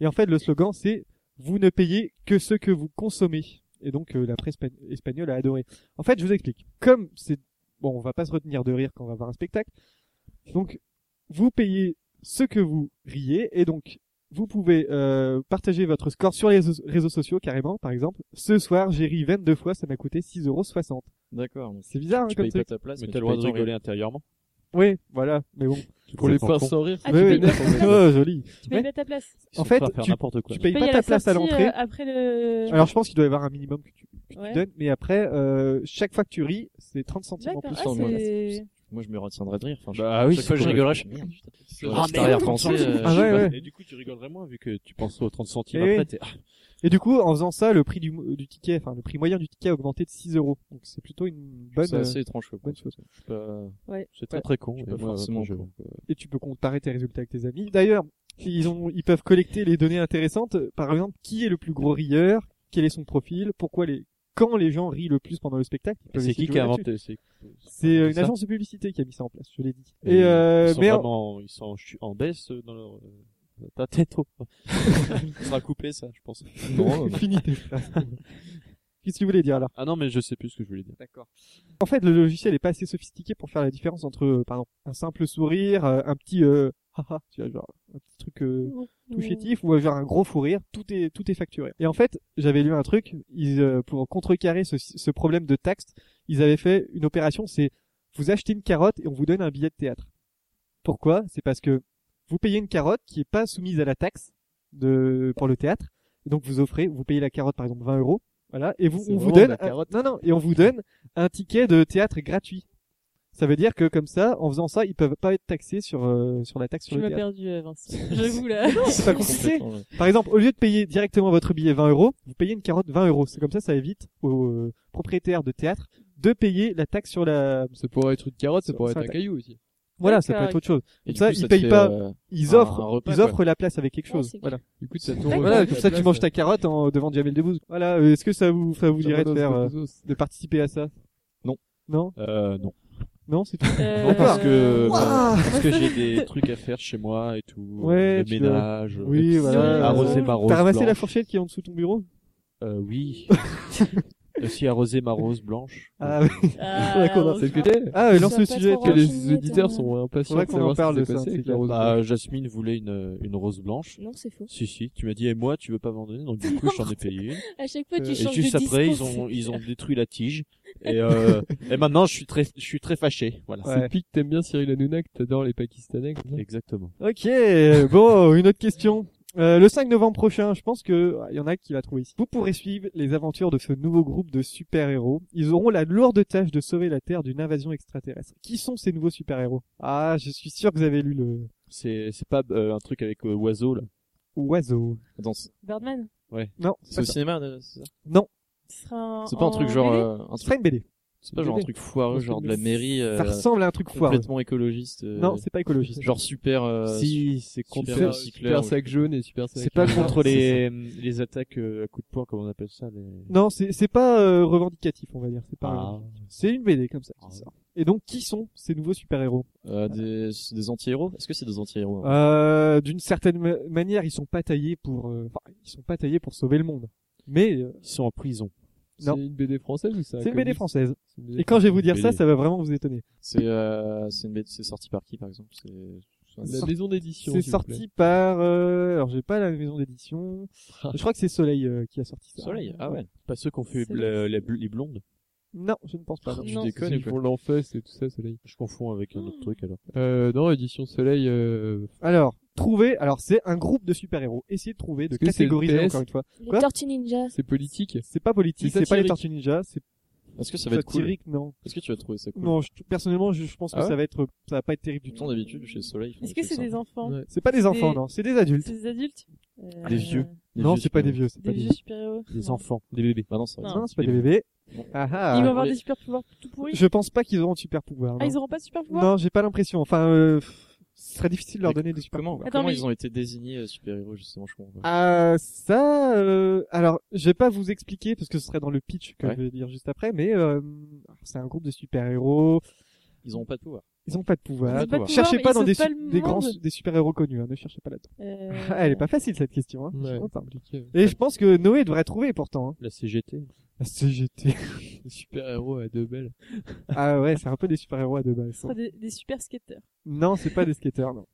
Speaker 1: et en fait le slogan c'est vous ne payez que ce que vous consommez. Et donc euh, la presse espa- espagnole a adoré. En fait, je vous explique. Comme c'est bon, on va pas se retenir de rire quand on va voir un spectacle. Donc, vous payez ce que vous riez et donc vous pouvez euh, partager votre score sur les réseaux- réseaux sociaux carrément, par exemple. Ce soir, j'ai ri 22 fois, ça m'a coûté 6,60€.
Speaker 5: D'accord. donc
Speaker 1: C'est bizarre hein,
Speaker 5: Tu
Speaker 1: comme
Speaker 5: payes pas
Speaker 1: truc.
Speaker 5: ta place,
Speaker 8: mais
Speaker 5: mais
Speaker 8: t'as le
Speaker 5: tu
Speaker 8: droit de
Speaker 5: payes ton
Speaker 8: rigoler intérieurement.
Speaker 1: Oui, voilà, mais bon.
Speaker 2: Pour les faire sans rire,
Speaker 3: Ah,
Speaker 1: Oui,
Speaker 3: tu
Speaker 1: oui.
Speaker 3: payes pas ta place.
Speaker 1: Oh, joli.
Speaker 3: Tu payes pas ta place.
Speaker 1: En fait,
Speaker 8: faire
Speaker 1: tu,
Speaker 8: n'importe quoi.
Speaker 1: tu payes
Speaker 3: Tu
Speaker 1: pas
Speaker 3: payes
Speaker 1: ta
Speaker 3: la
Speaker 1: place à
Speaker 3: sortie,
Speaker 1: l'entrée.
Speaker 3: euh, Après le.
Speaker 1: Alors, je pense qu'il doit y avoir un minimum que tu, que tu
Speaker 3: Ouais.
Speaker 1: donnes, mais après, euh, chaque fois que tu ris, c'est 30 centimes en
Speaker 3: D'accord.
Speaker 1: plus.
Speaker 3: Ah,
Speaker 5: sur moi, là,
Speaker 3: c'est.
Speaker 5: Moi, je me retiendrai de rire. Enfin, je-
Speaker 8: Bah oui,
Speaker 5: chaque fois que je rigolerai, je fais merde. putain. Je
Speaker 2: Ah,
Speaker 5: reste
Speaker 2: mais
Speaker 5: arrière
Speaker 2: oui,
Speaker 5: pensée, euh,
Speaker 1: Ah ouais, ouais.
Speaker 8: Et du coup, tu rigolerais moins vu que tu penses aux 30 centimes
Speaker 1: Eh
Speaker 8: après.
Speaker 1: oui.
Speaker 8: t'es- Ah,
Speaker 1: Et du coup, en faisant ça, le prix du, du ticket, enfin le prix moyen du ticket a augmenté de 6 euros. Donc c'est plutôt une bonne,
Speaker 5: C'est assez étrange, quoi.
Speaker 1: bonne chose.
Speaker 5: Je suis pas-
Speaker 8: C'est très très con.
Speaker 5: je suis
Speaker 8: et
Speaker 5: pas
Speaker 8: moi,
Speaker 5: forcément.
Speaker 8: je-
Speaker 5: pour, quoi.
Speaker 1: Et tu peux comparer tes résultats avec tes amis. D'ailleurs, ils ont, ils peuvent collecter les données intéressantes. Par exemple, qui est le plus gros rieur, quel est son profil, pourquoi les, quand les gens rient le plus pendant le spectacle. ils peuvent
Speaker 8: C'est
Speaker 1: essayer
Speaker 8: qui
Speaker 1: de
Speaker 8: qui a
Speaker 1: jouer là-dessus.
Speaker 8: inventé c'est-
Speaker 1: C'est euh, une
Speaker 8: ça
Speaker 1: agence de publicité qui a mis ça en place. Je l'ai dit.
Speaker 8: Et
Speaker 1: Et euh,
Speaker 8: ils sont
Speaker 1: mais en-
Speaker 8: vraiment, ils sont en, chu- en baisse euh, dans leur euh, ta tête. oh. Ça sera coupé ça, je pense.
Speaker 1: Fini tes phrases. Qu'est-ce que tu voulais dire alors
Speaker 8: Ah non, mais je sais plus ce que je voulais dire.
Speaker 1: D'accord. En fait, le logiciel est pas assez sophistiqué pour faire la différence entre, euh, par exemple, un simple sourire, euh, un petit, euh, haha, tu vois, genre, un petit truc euh, tout chétif, ou euh, genre un gros fou rire. Tout est, tout est facturé. Et en fait, j'avais lu un truc, ils, euh, pour contrecarrer ce, ce problème de taxe, ils avaient fait une opération, c'est vous achetez une carotte et on vous donne un billet de théâtre. Pourquoi C'est parce que vous payez une carotte qui est pas soumise à la taxe de pour le théâtre, et donc vous offrez, vous payez la carotte par exemple 20 euros, voilà, et vous
Speaker 2: C'est
Speaker 1: on vous
Speaker 2: vraiment de
Speaker 1: donne
Speaker 2: la
Speaker 1: un-
Speaker 2: carotte.
Speaker 1: non non et on vous donne un ticket de théâtre gratuit. Ça veut dire que comme ça, en faisant ça, ils peuvent pas être taxés sur euh, sur la taxe sur
Speaker 3: Tu
Speaker 1: le
Speaker 3: m'as
Speaker 1: théâtre.
Speaker 3: perdu, euh, Vincent. J'avoue là.
Speaker 1: C'est pas compliqué.
Speaker 5: Complètement, ouais.
Speaker 1: Par exemple, au lieu de payer directement votre billet 20 euros, vous payez une carotte 20 euros. C'est comme ça, ça évite aux euh, propriétaires de théâtre de payer la taxe sur la.
Speaker 2: ça pourrait être une carotte, ça
Speaker 1: Ça-
Speaker 2: pourrait
Speaker 1: ça
Speaker 2: être un
Speaker 1: attaque.
Speaker 2: caillou aussi.
Speaker 1: Voilà, ça peut
Speaker 3: D'accord,
Speaker 1: être autre chose.
Speaker 5: Et du
Speaker 1: Ça,
Speaker 5: coup,
Speaker 1: ils
Speaker 5: te
Speaker 1: payent
Speaker 5: fait,
Speaker 1: pas.
Speaker 5: euh,
Speaker 1: Ils
Speaker 5: un-
Speaker 1: offrent,
Speaker 5: un repas,
Speaker 1: ils
Speaker 5: quoi.
Speaker 1: offrent la place avec quelque chose.
Speaker 3: Oh, c'est
Speaker 1: voilà.
Speaker 2: Du coup, ça tourne.
Speaker 1: Voilà, comme ça, tu manges ta carotte en, devant Jamel Debbouze. Voilà. euh, Est-ce que ça vous, ça vous dirait de faire, euh, de participer à ça
Speaker 5: Non.
Speaker 1: Non.
Speaker 8: Euh, non.
Speaker 1: Non, c'est tout.
Speaker 3: Euh,
Speaker 5: Non, parce que,
Speaker 1: Ouah
Speaker 5: parce que j'ai des trucs à faire chez moi et tout.
Speaker 1: Ouais,
Speaker 5: le
Speaker 1: tu
Speaker 5: ménage.
Speaker 1: Oui, voilà.
Speaker 5: Arroser
Speaker 1: Euh,
Speaker 5: ma rose
Speaker 1: T'as ramassé la
Speaker 5: blanche.
Speaker 1: fourchette qui est en dessous de ton bureau
Speaker 5: Euh, oui. Aussi arroser ma rose blanche. Euh,
Speaker 1: Ah, oui.
Speaker 3: Ah,
Speaker 1: D'accord, non,
Speaker 3: on-
Speaker 2: C'est ce que t'es
Speaker 1: ah, lance
Speaker 3: Ça
Speaker 1: le
Speaker 3: va pas
Speaker 1: sujet.
Speaker 3: trop hein.
Speaker 2: que les
Speaker 3: Franchement,
Speaker 2: auditeurs
Speaker 3: t'as-
Speaker 2: sont impatients
Speaker 1: Faudrait
Speaker 2: de
Speaker 1: qu'on en
Speaker 2: savoir ce
Speaker 1: parle
Speaker 2: qui
Speaker 1: de
Speaker 2: s'est
Speaker 1: ça,
Speaker 2: passé
Speaker 1: c'est
Speaker 2: avec la
Speaker 1: clair.
Speaker 2: rose blanche.
Speaker 5: Bah, Jasmine voulait une, une rose blanche.
Speaker 3: Non, c'est faux.
Speaker 5: Si, si, tu m'as dit, et moi, tu veux pas m'en donner, donc du coup, j'en ai payé une.
Speaker 3: À chaque fois, tu
Speaker 5: Et
Speaker 3: changes
Speaker 5: Euh, juste
Speaker 3: de
Speaker 5: après, ils
Speaker 3: discours.
Speaker 5: ont, ils ont détruit la tige. Et, euh, et maintenant, je suis très, je suis très fâché. Voilà.
Speaker 1: Ouais.
Speaker 2: Pique, t'aimes bien Cyril Hanouna, que t'adores les Pakistanais. comme ça.
Speaker 5: Exactement.
Speaker 1: Ok, bon, une autre question. Euh, le 5 novembre prochain, je pense que ouais, il y en a qui va trouver ici. Vous pourrez suivre les aventures de ce nouveau groupe de super-héros. Ils auront la lourde tâche de sauver la Terre d'une invasion extraterrestre. Qui sont ces nouveaux super-héros Ah, je suis sûr que vous avez lu le
Speaker 5: C'est, c'est pas euh, un truc avec euh, oiseau, là.
Speaker 1: oiseau.
Speaker 5: Attends, c'est
Speaker 3: Birdman.
Speaker 1: Non, c'est
Speaker 5: c'est
Speaker 1: pas,
Speaker 5: au
Speaker 1: ça.
Speaker 5: cinéma, euh, c'est ça
Speaker 3: Ce sera en-
Speaker 5: C'est pas un truc
Speaker 3: en
Speaker 5: genre,
Speaker 3: BD?
Speaker 5: euh, un
Speaker 1: C'est pas
Speaker 5: truc,
Speaker 1: une BD.
Speaker 5: c'est pas genre un truc foireux, genre de la mairie, euh,
Speaker 1: Ça ressemble à un truc foireux.
Speaker 5: complètement écologiste. euh,
Speaker 1: hein. Non, c'est pas écologiste.
Speaker 5: Genre super, euh,
Speaker 2: Si, c'est
Speaker 5: contre-
Speaker 2: super,
Speaker 5: cycleur,
Speaker 2: super sac jaune et super sac.
Speaker 8: C'est pas
Speaker 2: jaune.
Speaker 8: contre les, les attaques euh, à coups de poing, comme on appelle ça. Les...
Speaker 1: Non, c'est c'est pas euh, revendicatif, on va dire. C'est pas.
Speaker 8: Ah.
Speaker 1: C'est une BD comme ça. qui sort. Et donc, qui sont ces nouveaux super-héros
Speaker 5: euh, des, c'est des anti-héros. Est-ce que c'est des anti-héros? hein
Speaker 1: Euh, d'une certaine ma- manière, ils sont pas taillés pour, euh, enfin, ils sont pas taillés pour sauver le monde. Mais euh,
Speaker 8: Ils sont en prison.
Speaker 1: non.
Speaker 2: C'est une BD française ou ça
Speaker 1: c'est une BD française.
Speaker 2: C'est une BD
Speaker 1: Et quand je vais vous
Speaker 5: une
Speaker 1: dire ça,
Speaker 5: BD.
Speaker 1: ça va vraiment vous étonner.
Speaker 5: C'est, euh, c'est une bête- c'est sorti par qui, par exemple? C'est, c'est un-
Speaker 2: La maison d'édition.
Speaker 1: C'est
Speaker 2: s'il vous plaît.
Speaker 1: sorti par, euh, alors j'ai pas la maison d'édition. je crois que c'est Soleil euh, qui a sorti ça.
Speaker 5: Soleil. Ah ouais.
Speaker 8: Pas ceux qu'on fait
Speaker 3: C'est la-
Speaker 8: les blondes.
Speaker 1: Non, je ne pense pas. non.
Speaker 5: Tu
Speaker 3: Non.
Speaker 5: déconnes
Speaker 2: Ils
Speaker 5: ou quoi
Speaker 2: font l'enfest et tout ça, Soleil.
Speaker 8: Je confonds avec un autre truc alors.
Speaker 2: Euh, non, édition Soleil. Euh...
Speaker 1: Alors trouver, alors c'est un groupe de super-héros. Essayez de trouver, de
Speaker 2: Est-ce que c'est le
Speaker 1: catégoriser
Speaker 2: PS?
Speaker 1: encore une fois.
Speaker 3: Les
Speaker 1: Quoi
Speaker 3: Tortues Ninja.
Speaker 2: C'est politique.
Speaker 1: C'est pas politique,
Speaker 2: C'est
Speaker 1: c'est pas les
Speaker 2: satirique.
Speaker 1: Tortues Ninja, c'est
Speaker 5: Est-ce que ça va être cool?
Speaker 1: satirique, non.
Speaker 5: Est-ce que tu vas trouver ça cool?
Speaker 1: Non, je- personnellement, je, je pense que
Speaker 2: Ah ouais
Speaker 1: ça va être, ça va pas être terrible du
Speaker 5: Du
Speaker 1: tout.
Speaker 5: temps d'habitude, chez Soleil. ils font
Speaker 3: Est-ce que
Speaker 5: trucs
Speaker 3: c'est des
Speaker 5: sympas.
Speaker 3: enfants
Speaker 2: Ouais.
Speaker 1: C'est pas des enfants,
Speaker 3: Des-
Speaker 1: non, c'est des adultes.
Speaker 3: C'est des adultes Euh,
Speaker 5: Des vieux. Des
Speaker 1: Non,
Speaker 5: vieux
Speaker 1: c'est pas des
Speaker 5: super-héros.
Speaker 1: vieux, c'est pas
Speaker 3: Des
Speaker 1: des
Speaker 3: vieux super-héros.
Speaker 8: Des
Speaker 3: Non.
Speaker 8: enfants.
Speaker 5: Des bébés. Bah non, c'est vrai.
Speaker 1: Non, c'est pas
Speaker 5: Des
Speaker 1: des bébés. Ah
Speaker 3: Ils
Speaker 1: ah.
Speaker 3: vont avoir
Speaker 5: les-
Speaker 3: des super pouvoirs tout pourris.
Speaker 1: Je pense pas qu'ils auront de super pouvoir.
Speaker 3: Ah, ils auront pas de super pouvoirs
Speaker 1: Non, j'ai pas l'impression. Enfin, euh, pff, ce serait difficile de leur
Speaker 5: Mais
Speaker 1: donner des super
Speaker 5: Comment,
Speaker 1: pouvoirs.
Speaker 3: Attends,
Speaker 5: comment
Speaker 3: mais-
Speaker 5: ils ont été désignés euh, super-héros, justement, je comprends pas.
Speaker 1: Ah, ça. euh, alors, je vais pas vous expliquer parce que ce serait dans le pitch que
Speaker 5: Ouais.
Speaker 1: je vais dire juste après. Mais euh, c'est un groupe de super héros.
Speaker 5: Ils ont pas de pouvoir.
Speaker 1: Ils ont pas de pouvoir.
Speaker 3: Ils ont pas de
Speaker 1: cherchez
Speaker 3: pouvoir,
Speaker 1: pas
Speaker 3: mais
Speaker 1: dans
Speaker 3: ils
Speaker 1: des,
Speaker 3: sauvent
Speaker 1: su-
Speaker 3: pas le
Speaker 1: des grands
Speaker 3: monde.
Speaker 1: su- des super héros connus. hein, ne cherchez pas là-dedans.
Speaker 3: Euh,
Speaker 1: Ah, elle est pas facile cette question. Hein. Je suis
Speaker 2: Ouais.
Speaker 1: content.
Speaker 2: Compliqué.
Speaker 1: Et je pense que Noé devrait trouver pourtant. Hein.
Speaker 8: La CGT.
Speaker 1: La CGT.
Speaker 2: Super héros à deux belles.
Speaker 1: ah ouais, c'est un peu des super héros à deux balles.
Speaker 3: ce sera des, des super skateurs.
Speaker 1: Non, c'est pas des skateurs. Non.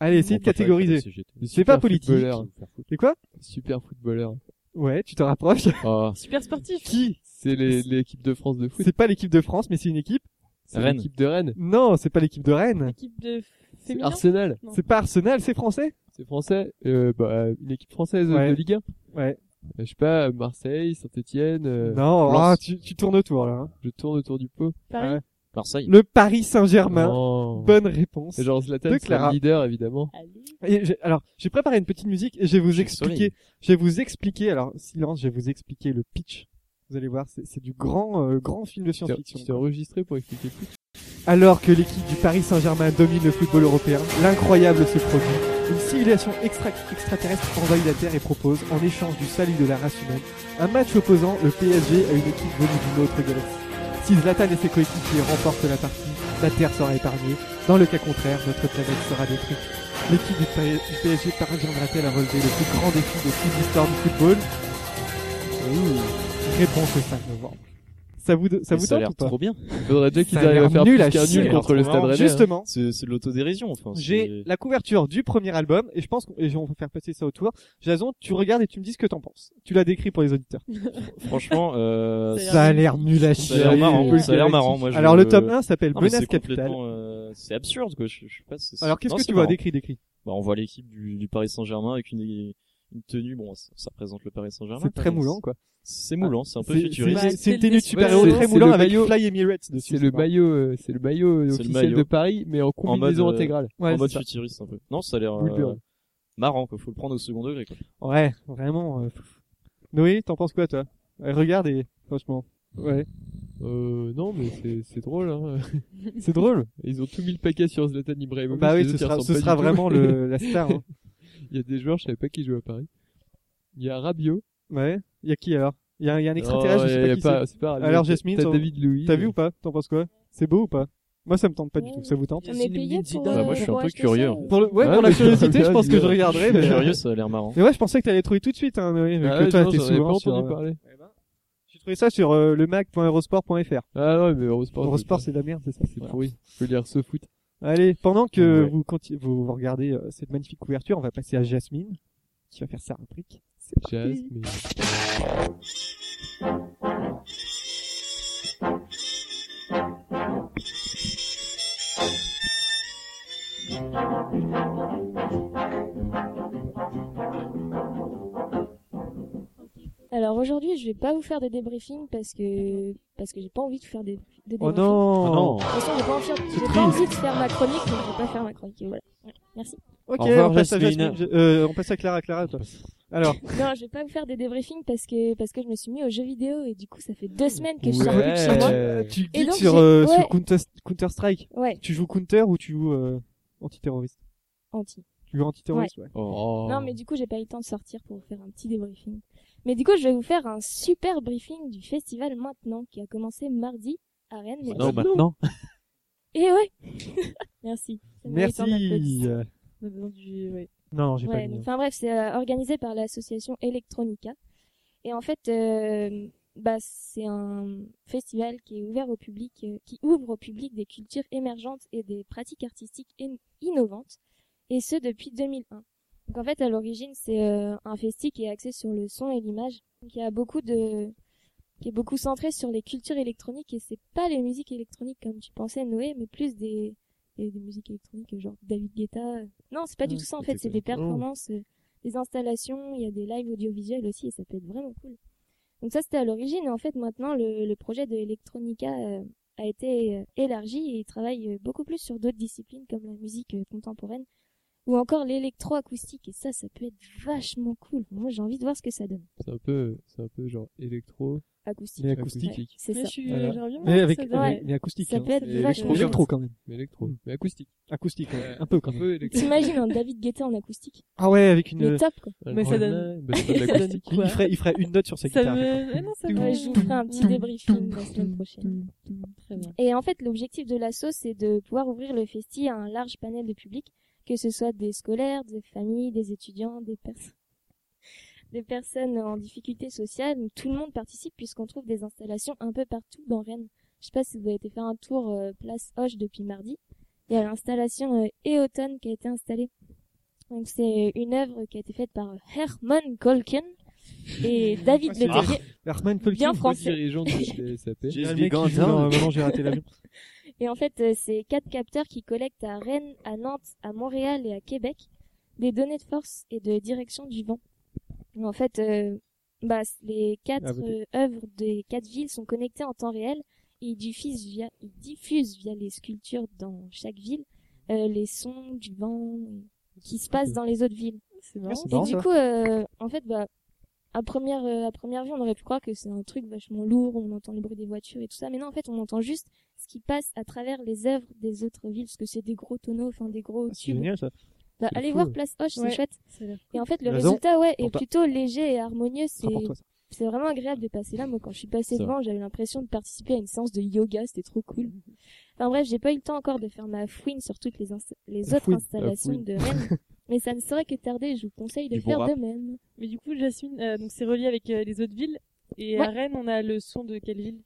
Speaker 1: Allez, essayez de
Speaker 8: On peut pas bah, être la
Speaker 1: catégoriser.
Speaker 8: CGT.
Speaker 2: Des
Speaker 1: C'est pas
Speaker 2: super
Speaker 1: politique.
Speaker 2: footballeurs.
Speaker 1: C'est quoi
Speaker 2: Super footballeur.
Speaker 1: Ouais, tu te rapproches.
Speaker 5: Ah,
Speaker 3: Super sportifs.
Speaker 1: Qui
Speaker 2: C'est les- l'équipe de France de foot.
Speaker 1: C'est pas l'équipe de France, mais c'est une équipe.
Speaker 2: C'est
Speaker 5: Rennes.
Speaker 2: l'équipe de Rennes.
Speaker 1: Non, c'est pas l'équipe de Rennes.
Speaker 3: Équipe de
Speaker 2: C'est
Speaker 3: féminin.
Speaker 2: Arsenal.
Speaker 3: Non.
Speaker 1: C'est pas Arsenal, c'est français.
Speaker 2: C'est français. Euh, bah, une équipe française
Speaker 1: Ouais.
Speaker 2: de Ligue 1.
Speaker 1: Ouais.
Speaker 2: Je sais pas, Marseille, Saint-Etienne.
Speaker 1: non,
Speaker 2: Euh, Lens.
Speaker 1: ah, tu, tu tournes autour là. hein.
Speaker 2: Je tourne autour du pot.
Speaker 3: Paris.
Speaker 1: Ouais.
Speaker 5: Marseille.
Speaker 1: Le Paris Saint-Germain.
Speaker 2: Non.
Speaker 1: Bonne réponse.
Speaker 2: C'est genre Zlatan,
Speaker 1: Bah, De
Speaker 2: c'est le
Speaker 1: Clara.
Speaker 2: leader, évidemment.
Speaker 3: Allez.
Speaker 1: Et j'ai- alors, j'ai préparé une petite musique et je vais vous expliquer.
Speaker 5: Soleil.
Speaker 1: Je vais vous expliquer. Alors, silence, je vais vous expliquer le pitch. Vous allez voir, c'est c'est du grand, euh, grand film de
Speaker 2: T'es
Speaker 1: science-fiction.
Speaker 2: t'es enregistré pour expliquer tout.
Speaker 1: Alors que l'équipe du Paris Saint-Germain domine le football européen, l'incroyable se produit. Une civilisation extra- extraterrestre envahit la Terre et propose, en échange du salut de la race humaine, un match opposant le PSG à une équipe venue d'une autre galaxie. Si Zlatan et ses coéquipiers remportent la partie, la Terre sera épargnée. Dans le cas contraire, notre planète sera détruite. L'équipe du, Pa- du PSG parviendra-t-elle à relever le plus grand défi de toute l'histoire du football Ouh. Réponse au 5 novembre. Ça vous, ça
Speaker 5: Mais
Speaker 1: vous
Speaker 5: ça a
Speaker 1: tente
Speaker 5: l'air
Speaker 1: ou pas
Speaker 5: trop bien.
Speaker 2: Faudrait déjà qu'ils
Speaker 1: Ça a
Speaker 2: arrivent à
Speaker 1: l'air
Speaker 2: faire
Speaker 1: nul
Speaker 2: plus
Speaker 1: à
Speaker 2: qu'un
Speaker 1: chier.
Speaker 2: nul contre le
Speaker 5: Ça a l'air trop
Speaker 2: Stade Rennais. hein.
Speaker 1: Justement,
Speaker 5: C'est c'est de l'autodérision, enfin.
Speaker 1: j'ai
Speaker 5: c'est-
Speaker 1: la couverture du premier album et je pense qu'on et on va faire passer ça autour. Jason, tu regardes et tu me dis ce que t'en penses. Tu l'as décrit pour les auditeurs.
Speaker 5: Franchement, euh,
Speaker 3: Ça a
Speaker 1: Ça a l'air nul à
Speaker 5: ça
Speaker 1: chier.
Speaker 5: a l'air marrant.
Speaker 3: peu
Speaker 5: Ça a l'air marrant. Moi, je-
Speaker 1: Alors le tome 1 s'appelle
Speaker 5: Non, mais
Speaker 1: Menace
Speaker 5: c'est
Speaker 1: Capitale.
Speaker 5: complètement, euh, c'est absurde, quoi. Je, je sais pas. c'est- c'est-
Speaker 1: Alors qu'est-ce
Speaker 5: non,
Speaker 1: que
Speaker 5: c'est
Speaker 1: tu vois
Speaker 5: marrant.
Speaker 1: Décris, décris.
Speaker 5: Bah, on voit l'équipe du, du Paris Saint-Germain avec une, une tenue. Bon, ça, ça représente le Paris Saint-Germain.
Speaker 1: C'est très
Speaker 5: mais
Speaker 1: moulant quoi. Ah,
Speaker 5: C'est moulant, c'est un peu
Speaker 1: C'est-
Speaker 5: futuriste.
Speaker 1: c'est- C'est une
Speaker 3: Bah, c'est
Speaker 1: tenue
Speaker 3: le-
Speaker 1: de super-héros
Speaker 2: ouais,
Speaker 1: très
Speaker 2: c'est
Speaker 1: moulant
Speaker 2: le
Speaker 1: avec
Speaker 2: maillot.
Speaker 1: Fly Emirates dessus.
Speaker 2: C'est le
Speaker 1: je crois.
Speaker 2: maillot, euh, c'est le maillot euh,
Speaker 5: C'est le
Speaker 2: officiel
Speaker 5: maillot.
Speaker 2: de Paris, mais en combinaison
Speaker 5: mode, euh,
Speaker 2: intégrale.
Speaker 1: Ouais,
Speaker 5: en mode
Speaker 1: c'est ça.
Speaker 5: futuriste un peu. Non, ça a l'air euh,
Speaker 2: Boule de rêve.
Speaker 5: marrant quoi. Faut le prendre au second degré quoi.
Speaker 1: Ouais, vraiment. euh, pff. Noé, t'en penses quoi toi Euh, Regarde et franchement. Ouais.
Speaker 2: Euh, non, mais c'est, c'est drôle, hein.
Speaker 1: C'est drôle.
Speaker 2: Ils ont tout mis le paquet sur Zlatan Ibrahimovic.
Speaker 1: Bah oui,
Speaker 2: les
Speaker 1: ce
Speaker 2: autres, ils
Speaker 1: sera,
Speaker 2: ressemblent
Speaker 1: ce
Speaker 2: pas
Speaker 1: sera
Speaker 2: du tout.
Speaker 1: vraiment le, la star. hein.
Speaker 2: Il y a des joueurs, je savais pas qui jouaient à Paris. Il y a Rabiot.
Speaker 1: Ouais. Y a qui alors Y a, y a un extraterrestre,
Speaker 2: Oh,
Speaker 1: je
Speaker 2: il y
Speaker 1: sais
Speaker 2: a
Speaker 1: pas qui c'est.
Speaker 2: c'est pas Rabiot.
Speaker 1: Alors,
Speaker 2: T'as-
Speaker 1: Jasmine,
Speaker 2: T'as
Speaker 1: t'en-
Speaker 2: David Louis.
Speaker 1: T'as vu ou pas T'en penses quoi C'est beau ou pas Moi, ça me tente pas du
Speaker 3: Ouais.
Speaker 1: tout. Ça vous tente
Speaker 3: On est payé pour.
Speaker 5: Bah, moi, je
Speaker 3: euh,
Speaker 5: suis
Speaker 3: pour
Speaker 5: un peu
Speaker 3: acheter
Speaker 5: curieux,
Speaker 3: ça,
Speaker 5: hein.
Speaker 3: ou-
Speaker 1: Pour le- Ouais,
Speaker 2: Ouais,
Speaker 1: pour la
Speaker 2: mais-
Speaker 1: curiosité, je pense que je regarderai.
Speaker 5: Je
Speaker 1: Mais, euh,
Speaker 5: suis curieux, ça a l'air marrant.
Speaker 1: mais ouais, je pensais que t'allais trouver tout de suite, hein, Noé, vu
Speaker 2: Ah
Speaker 1: que
Speaker 2: ouais,
Speaker 1: toi,
Speaker 2: non,
Speaker 1: t'es
Speaker 2: j'en avais
Speaker 1: souvent
Speaker 2: pas
Speaker 1: sur,
Speaker 2: entendu
Speaker 1: euh,
Speaker 2: parler.
Speaker 1: J'ai trouvé ça sur euh, le mac.eurosport.fr.
Speaker 2: Ah ouais, mais Eurosport.
Speaker 1: Eurosport, c'est de la merde, c'est ça.
Speaker 2: c'est pourri. Je peux lire ce
Speaker 3: Ah,
Speaker 2: foot.
Speaker 1: Allez, pendant que
Speaker 2: Ouais.
Speaker 1: vous, conti- vous, vous regardez euh, cette magnifique couverture, on va passer à Jasmine, qui va faire sa rubrique. C'est parti.
Speaker 2: Jazz, mais.
Speaker 9: Alors aujourd'hui, je vais pas vous faire des débriefings parce que parce que j'ai pas envie de vous faire des, des
Speaker 1: Oh
Speaker 9: débriefings.
Speaker 5: Ah
Speaker 1: non,
Speaker 8: non.
Speaker 9: De toute façon, j'ai pas, envie, j'ai pas envie de faire ma chronique, donc je vais pas faire ma chronique. et voilà. Ouais, Merci.
Speaker 1: Ok,
Speaker 8: Au revoir,
Speaker 1: on passe à
Speaker 8: Jasmine.
Speaker 1: Jasmine. Je- euh, on passe à Clara, Clara. Toi. Alors,
Speaker 9: Non, je vais pas vous faire des débriefings parce que parce que je me suis mis aux jeux vidéo et du coup, ça fait deux semaines que je sors plus de chez moi.
Speaker 2: Ouais.
Speaker 1: tu
Speaker 9: Et
Speaker 1: geeks
Speaker 9: donc,
Speaker 1: sur,
Speaker 9: j'ai-
Speaker 1: euh, sur
Speaker 9: ouais.
Speaker 1: Counter, Counter Strike.
Speaker 9: Ouais,
Speaker 1: Tu joues Counter ou tu joues euh, antiterroriste
Speaker 9: anti.
Speaker 1: Tu joues antiterroriste, ouais.
Speaker 5: Oh.
Speaker 9: Non, mais du coup, j'ai pas eu le temps de sortir pour vous faire un petit débriefing. Mais du coup, je vais vous faire un super briefing du festival maintenant qui a commencé mardi à Rennes.
Speaker 5: Ah
Speaker 9: Mais-
Speaker 8: Non, maintenant.
Speaker 9: Et ouais. Merci. Ça mérite un
Speaker 1: Merci.
Speaker 9: applaudissement.
Speaker 1: Euh,
Speaker 3: On a besoin du- ouais.
Speaker 1: Non, j'ai
Speaker 9: Ouais,
Speaker 1: pas
Speaker 9: donc,
Speaker 1: mis.
Speaker 9: enfin bref, c'est euh, organisé par l'association Electronica. Et en fait, euh, bah, c'est un festival qui est ouvert au public, euh, qui ouvre au public des cultures émergentes et des pratiques artistiques in- innovantes, et ce depuis 2001. Donc en fait, à l'origine, c'est euh, un festi qui est axé sur le son et l'image, qui a beaucoup de qui est beaucoup centré sur les cultures électroniques et c'est pas les musiques électroniques comme tu pensais Noé mais plus des des, des musiques électroniques genre David Guetta non c'est pas du
Speaker 1: Ouais,
Speaker 9: tout ça en
Speaker 2: c'est
Speaker 9: fait c'est
Speaker 2: quoi.
Speaker 9: des performances euh, des installations il y a des lives audiovisuels aussi et ça peut être vraiment cool donc ça c'était à l'origine et en fait maintenant le, le projet de Electronica euh, a été euh, élargi et il travaille euh, beaucoup plus sur d'autres disciplines comme la musique euh, contemporaine ou encore l'électroacoustique et ça ça peut être vachement cool moi j'ai envie de voir ce que ça donne
Speaker 2: C'est un peu, c'est un peu genre électro.
Speaker 9: acoustique
Speaker 1: Mais
Speaker 2: Ouais,
Speaker 1: acoustique.
Speaker 9: Ouais, c'est
Speaker 3: Mais
Speaker 9: ça
Speaker 3: je suis
Speaker 1: Voilà.
Speaker 3: j'aimerais bien voir
Speaker 1: Mais
Speaker 3: ça
Speaker 1: avec,
Speaker 3: dans-
Speaker 9: Ouais.
Speaker 1: mais acoustique.
Speaker 9: ça
Speaker 1: hein.
Speaker 9: peut être
Speaker 2: Et électro-
Speaker 9: vachement cool
Speaker 1: Électro quand même.
Speaker 2: Mais électro.
Speaker 1: Mm.
Speaker 2: Mais acoustique.
Speaker 1: Acoustique, ouais.
Speaker 2: Ouais.
Speaker 1: un peu quand
Speaker 2: Un
Speaker 1: même.
Speaker 2: peu électro.
Speaker 9: T'imagines un David Guetta en acoustique
Speaker 1: Ah ouais, avec une.
Speaker 9: Mais top quoi.
Speaker 2: Un
Speaker 3: Mais ça
Speaker 2: grand
Speaker 3: donne-
Speaker 2: nain, bah, c'est pas de
Speaker 3: Ça
Speaker 2: l'acoustique.
Speaker 3: donne
Speaker 1: Il-
Speaker 3: quoi
Speaker 1: Il ferait, il ferait une note sur ses
Speaker 3: Ça
Speaker 1: guitares.
Speaker 3: me... eh non, ça
Speaker 9: Ouais,
Speaker 3: me...
Speaker 9: je vous ferai un petit débriefing la semaine prochaine.
Speaker 3: Très bien.
Speaker 9: Et en fait, l'objectif de l'asso, c'est de pouvoir ouvrir le festi à un large panel de public, que ce soit des scolaires, des familles, des étudiants, des personnes des personnes en difficulté sociale, Donc, tout le monde participe puisqu'on trouve des installations un peu partout dans Rennes. Je sais pas si vous avez été faire un tour euh, place Hoche depuis mardi. Il y a l'installation euh, Eoton qui a été installée. Donc c'est une œuvre qui a été faite par Herman Kolken et David
Speaker 1: c'est
Speaker 9: Bedecker.
Speaker 1: Herman
Speaker 9: Bien
Speaker 1: Tolkien.
Speaker 9: français.
Speaker 2: dirigeant
Speaker 1: Eh,
Speaker 2: de SAP.
Speaker 1: Il y a
Speaker 8: J'ai
Speaker 1: le
Speaker 8: dit
Speaker 1: mec qui joue
Speaker 8: Gandin.
Speaker 1: dans- Maintenant, j'ai raté l'avion.
Speaker 9: Et en fait, euh, c'est quatre capteurs qui collectent à Rennes, à Nantes, à Montréal et à Québec des données de force et de direction du vent. Et en fait, euh, bah, c- les quatre
Speaker 1: Ah, voter.
Speaker 9: euh, œuvres des quatre villes sont connectées en temps réel et ils diffusent via, ils diffusent via les sculptures dans chaque ville euh, les sons du vent qui se passent dans les autres villes.
Speaker 3: C'est marrant.
Speaker 1: C'est
Speaker 9: Et
Speaker 1: marrant,
Speaker 9: du
Speaker 1: ça.
Speaker 9: coup, euh, en fait, bah, à première, euh, à première vue, on aurait pu croire que c'est un truc vachement lourd, on entend les bruits des voitures et tout ça, mais non, en fait, on entend juste ce qui passe à travers les œuvres des autres villes, parce que c'est des gros tonneaux, enfin des gros
Speaker 1: Ah, C'est
Speaker 9: tubes.
Speaker 1: génial ça.
Speaker 9: Bah,
Speaker 1: c'est
Speaker 9: allez
Speaker 1: fou,
Speaker 9: voir
Speaker 1: ouais.
Speaker 9: Place Hoche,
Speaker 3: Ouais.
Speaker 9: c'est chouette.
Speaker 3: Ça a l'air-
Speaker 9: Et en fait, le
Speaker 1: Raison.
Speaker 9: résultat, ouais, est
Speaker 1: Pour toi.
Speaker 9: plutôt léger et harmonieux. C'est,
Speaker 1: C'est pour toi ça.
Speaker 9: c'est vraiment agréable de passer là. Moi, quand je suis passée
Speaker 5: Ça.
Speaker 9: devant, j'avais l'impression de participer à une séance de yoga. C'était trop cool. Enfin bref, j'ai pas eu le temps encore de faire ma fouine sur toutes les, insta- les
Speaker 1: La
Speaker 9: autres
Speaker 1: fouine, la
Speaker 9: installations
Speaker 1: fouine.
Speaker 9: de Rennes. Mais ça ne saurait que tarder. Je vous conseille de
Speaker 5: Du bon
Speaker 9: faire
Speaker 5: rap.
Speaker 9: de même.
Speaker 3: Mais du coup, Jasmine, euh, donc c'est relié avec euh, les autres villes. Et à Rennes, on a le son de quelle ville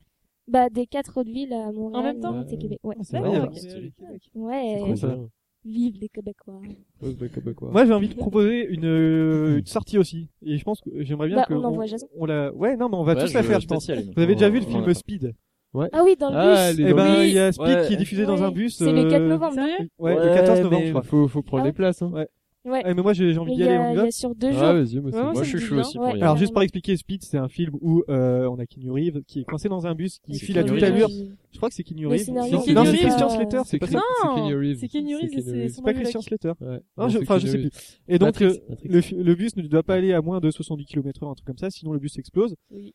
Speaker 9: Bah, des quatre autres villes à Montréal,
Speaker 3: même temps
Speaker 9: Nantes et Québec. Ouais.
Speaker 1: C'est vrai,
Speaker 3: Ah,
Speaker 1: il y a-
Speaker 3: ok.
Speaker 9: Ouais.
Speaker 1: cool, ça.
Speaker 9: Vive les Québécois.
Speaker 2: Ouais, c'est pas comme quoi.
Speaker 1: Moi, j'ai envie de proposer une, euh, une sortie aussi. Et je pense que j'aimerais bien
Speaker 9: Bah,
Speaker 1: que.
Speaker 9: on envoie Jason.
Speaker 1: on la. Ouais, non, mais on va
Speaker 5: Ouais,
Speaker 1: tous la faire, je pense.
Speaker 5: peut-être y aller.
Speaker 1: Vous avez déjà vu le
Speaker 5: On
Speaker 1: film
Speaker 5: a-
Speaker 1: Speed
Speaker 9: Ah oui, dans le
Speaker 2: Ah,
Speaker 9: bus.
Speaker 2: les
Speaker 1: Eh ben, il y a Speed
Speaker 2: Ouais.
Speaker 1: qui est diffusé dans
Speaker 9: Ouais.
Speaker 1: un bus.
Speaker 9: C'est le 4
Speaker 1: euh,
Speaker 9: novembre. hein.
Speaker 3: Sérieux
Speaker 1: Ouais, le 14 novembre,
Speaker 2: mais
Speaker 1: je crois.
Speaker 2: Faut, faut prendre
Speaker 9: Ah
Speaker 2: les places, hein.
Speaker 9: Ouais.
Speaker 1: Ouais, mais moi, j'ai j'ai
Speaker 9: Mais
Speaker 1: envie
Speaker 9: il
Speaker 1: d'y
Speaker 9: y,
Speaker 1: aller,
Speaker 9: a,
Speaker 1: on y
Speaker 9: il
Speaker 1: va.
Speaker 9: y a sur deux
Speaker 2: Ah,
Speaker 9: jours.
Speaker 2: vas-y, moi, c'est
Speaker 3: Vraiment,
Speaker 2: bon.
Speaker 5: Moi,
Speaker 3: ça
Speaker 5: je
Speaker 3: me
Speaker 5: suis
Speaker 3: dit
Speaker 5: chaud
Speaker 3: bien.
Speaker 5: aussi
Speaker 9: Ouais.
Speaker 5: pour y aller.
Speaker 1: Alors juste pour expliquer, Speed, c'est un film où euh, on a Keanu Reeves qui est coincé dans un bus qui
Speaker 5: C'est
Speaker 1: file à
Speaker 5: Keanu
Speaker 1: toute
Speaker 5: Reeves.
Speaker 1: allure. Je crois que c'est Keanu
Speaker 9: Le
Speaker 1: Reeves.
Speaker 9: scénario,
Speaker 1: Non,
Speaker 3: c'est
Speaker 1: non,
Speaker 3: Keanu
Speaker 1: c'est Christian
Speaker 9: Reeves.
Speaker 1: Slater, c'est pas
Speaker 2: Keanu-
Speaker 1: ça.
Speaker 3: Non,
Speaker 2: c'est Keanu Reeves.
Speaker 3: C'est Kenny Reeves et c'est son
Speaker 1: C'est pas
Speaker 3: nom de
Speaker 1: Christian
Speaker 3: lac.
Speaker 1: Slater.
Speaker 2: Ouais.
Speaker 1: Non, Oh, je-
Speaker 2: c'est
Speaker 1: enfin, je
Speaker 2: Keanu
Speaker 1: sais
Speaker 2: Reeves.
Speaker 1: plus. Et donc euh,
Speaker 2: Matrix,
Speaker 1: le,
Speaker 2: Matrix.
Speaker 1: le, fi- le bus ne doit pas aller à moins de 70 km/h, un truc comme ça, sinon le bus explose.
Speaker 3: Oui.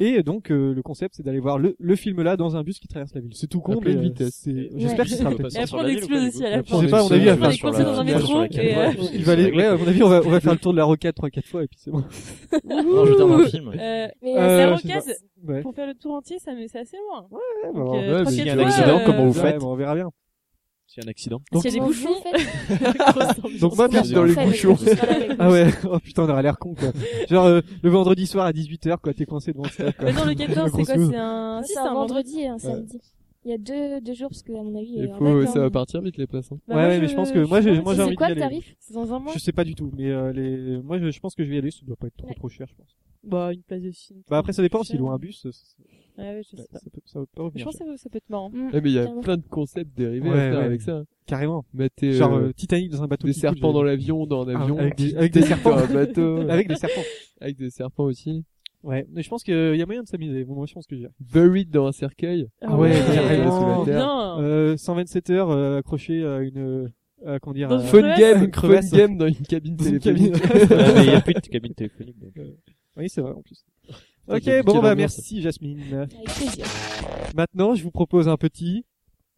Speaker 1: Et donc euh, le concept c'est d'aller voir le, le film là dans un bus qui traverse la ville. C'est tout con,
Speaker 2: À
Speaker 1: mais
Speaker 2: pleine
Speaker 1: euh,
Speaker 2: vitesse.
Speaker 1: c'est- j'espère qu'il sera
Speaker 5: On va
Speaker 1: peut-être.
Speaker 5: passer
Speaker 3: Et après,
Speaker 5: sur
Speaker 3: on
Speaker 5: la ville
Speaker 3: explose
Speaker 5: ou pas,
Speaker 3: aussi à
Speaker 5: du
Speaker 3: la
Speaker 5: coup
Speaker 1: Je sais pas, on a vu à
Speaker 5: On va
Speaker 1: faire
Speaker 5: sur
Speaker 3: explosé
Speaker 5: la-
Speaker 3: dans un
Speaker 5: sur
Speaker 3: métro,
Speaker 5: la carte.
Speaker 3: et, euh,
Speaker 1: Il va aller, ouais, à mon avis, on va, on va faire le tour de la rocade 3-4 fois et puis c'est bon.
Speaker 5: Non, je veux dire dans un film.
Speaker 3: Euh,
Speaker 1: Euh,
Speaker 9: Mais
Speaker 3: la
Speaker 1: je sais
Speaker 3: rocade,
Speaker 1: pas. Ouais.
Speaker 3: pour faire le tour entier, ça me- c'est assez loin.
Speaker 1: Ouais, bah,
Speaker 3: Donc,
Speaker 1: ouais,
Speaker 3: euh,
Speaker 2: ouais,
Speaker 3: trois,
Speaker 2: mais
Speaker 3: quatre
Speaker 8: s'il y a un
Speaker 3: fois,
Speaker 8: accident,
Speaker 3: euh,
Speaker 8: comment vous faites
Speaker 1: bah, on verra bien.
Speaker 8: S'il y a un accident.
Speaker 9: Donc,
Speaker 3: S'il y a des
Speaker 9: comment
Speaker 3: bouchons,
Speaker 9: vous faites
Speaker 3: grosse ambiance.
Speaker 1: Donc bah, moi, perso-
Speaker 9: Comment
Speaker 2: dans les
Speaker 9: vous faites
Speaker 2: bouchons.
Speaker 9: quand tu seras dans les
Speaker 1: ah ouais, oh putain, on aura l'air con quoi. Genre euh, le vendredi soir à 18h quoi, t'es coincé devant le stade quoi.
Speaker 3: Mais non, le 14, c'est
Speaker 1: Grosse
Speaker 3: quoi
Speaker 1: news.
Speaker 3: C'est un...
Speaker 9: bouchons
Speaker 3: si,
Speaker 9: C'est un vendredi et un samedi. Il y a deux, deux jours, parce que, à mon avis, il y
Speaker 2: Il
Speaker 9: a
Speaker 2: faut,
Speaker 9: un
Speaker 2: ça va partir vite les places. Hein.
Speaker 3: Bah,
Speaker 1: ouais,
Speaker 3: moi,
Speaker 1: ouais, mais je pense que moi, j'ai- moi, j'ai
Speaker 3: pense que
Speaker 9: C'est
Speaker 1: envie
Speaker 9: quoi
Speaker 1: d'y
Speaker 9: le
Speaker 1: aller.
Speaker 9: tarif
Speaker 3: C'est dans un mois
Speaker 1: Je sais pas du tout, mais euh, les... moi je, je pense que je vais y aller, ça doit pas être trop
Speaker 9: Ouais.
Speaker 1: trop cher je pense.
Speaker 3: Bah, une place de film.
Speaker 1: Bah après ça dépend s'ils ont un bus, ça, ça-
Speaker 3: Ouais, ouais, je sais pas.
Speaker 1: ça peut, ça peut pas
Speaker 3: Je
Speaker 1: revenir.
Speaker 3: pense que ça peut- ça peut être marrant.
Speaker 9: Mm,
Speaker 2: Eh, mais il y a
Speaker 9: clairement.
Speaker 2: plein de concepts dérivés
Speaker 1: Ouais,
Speaker 2: à faire
Speaker 1: ouais.
Speaker 2: avec ça. hein.
Speaker 1: Carrément.
Speaker 2: Mater
Speaker 1: Genre
Speaker 2: euh,
Speaker 1: euh, Titanic dans un bateau.
Speaker 2: des
Speaker 1: qui coule,
Speaker 2: serpents dans
Speaker 1: j'avais-
Speaker 2: l'avion, dans un
Speaker 1: Ah,
Speaker 2: avion,
Speaker 1: avec des- avec des
Speaker 2: Titanic dans
Speaker 1: serpents.
Speaker 2: un bateau,
Speaker 1: Avec des serpents.
Speaker 2: avec des serpents aussi.
Speaker 1: Ouais, mais je pense qu'il y a moyen de s'amuser. Bon, moi je pense que j'ai.
Speaker 2: Buried dans un cercueil.
Speaker 1: Ah ouais,
Speaker 2: ouais,
Speaker 3: carrément.
Speaker 2: sous la terre.
Speaker 3: Bien.
Speaker 1: Euh, 127 heures euh, accroché à une euh, à, comment dire
Speaker 3: Dans
Speaker 1: à-
Speaker 3: une
Speaker 2: Fun
Speaker 3: crevasse.
Speaker 2: game,
Speaker 1: Une
Speaker 2: fun
Speaker 1: crevasse.
Speaker 2: game dans une cabine
Speaker 1: Dans une
Speaker 2: téléphonique.
Speaker 5: Ouais, mais il n'y a plus de cabine téléphonique. donc.
Speaker 1: Oui, c'est vrai en plus.
Speaker 5: Putain, quelle-
Speaker 1: OK, bon
Speaker 5: quelle
Speaker 1: bah
Speaker 5: ambiance.
Speaker 1: merci Jasmine.
Speaker 9: Avec plaisir.
Speaker 1: Maintenant, je vous propose un petit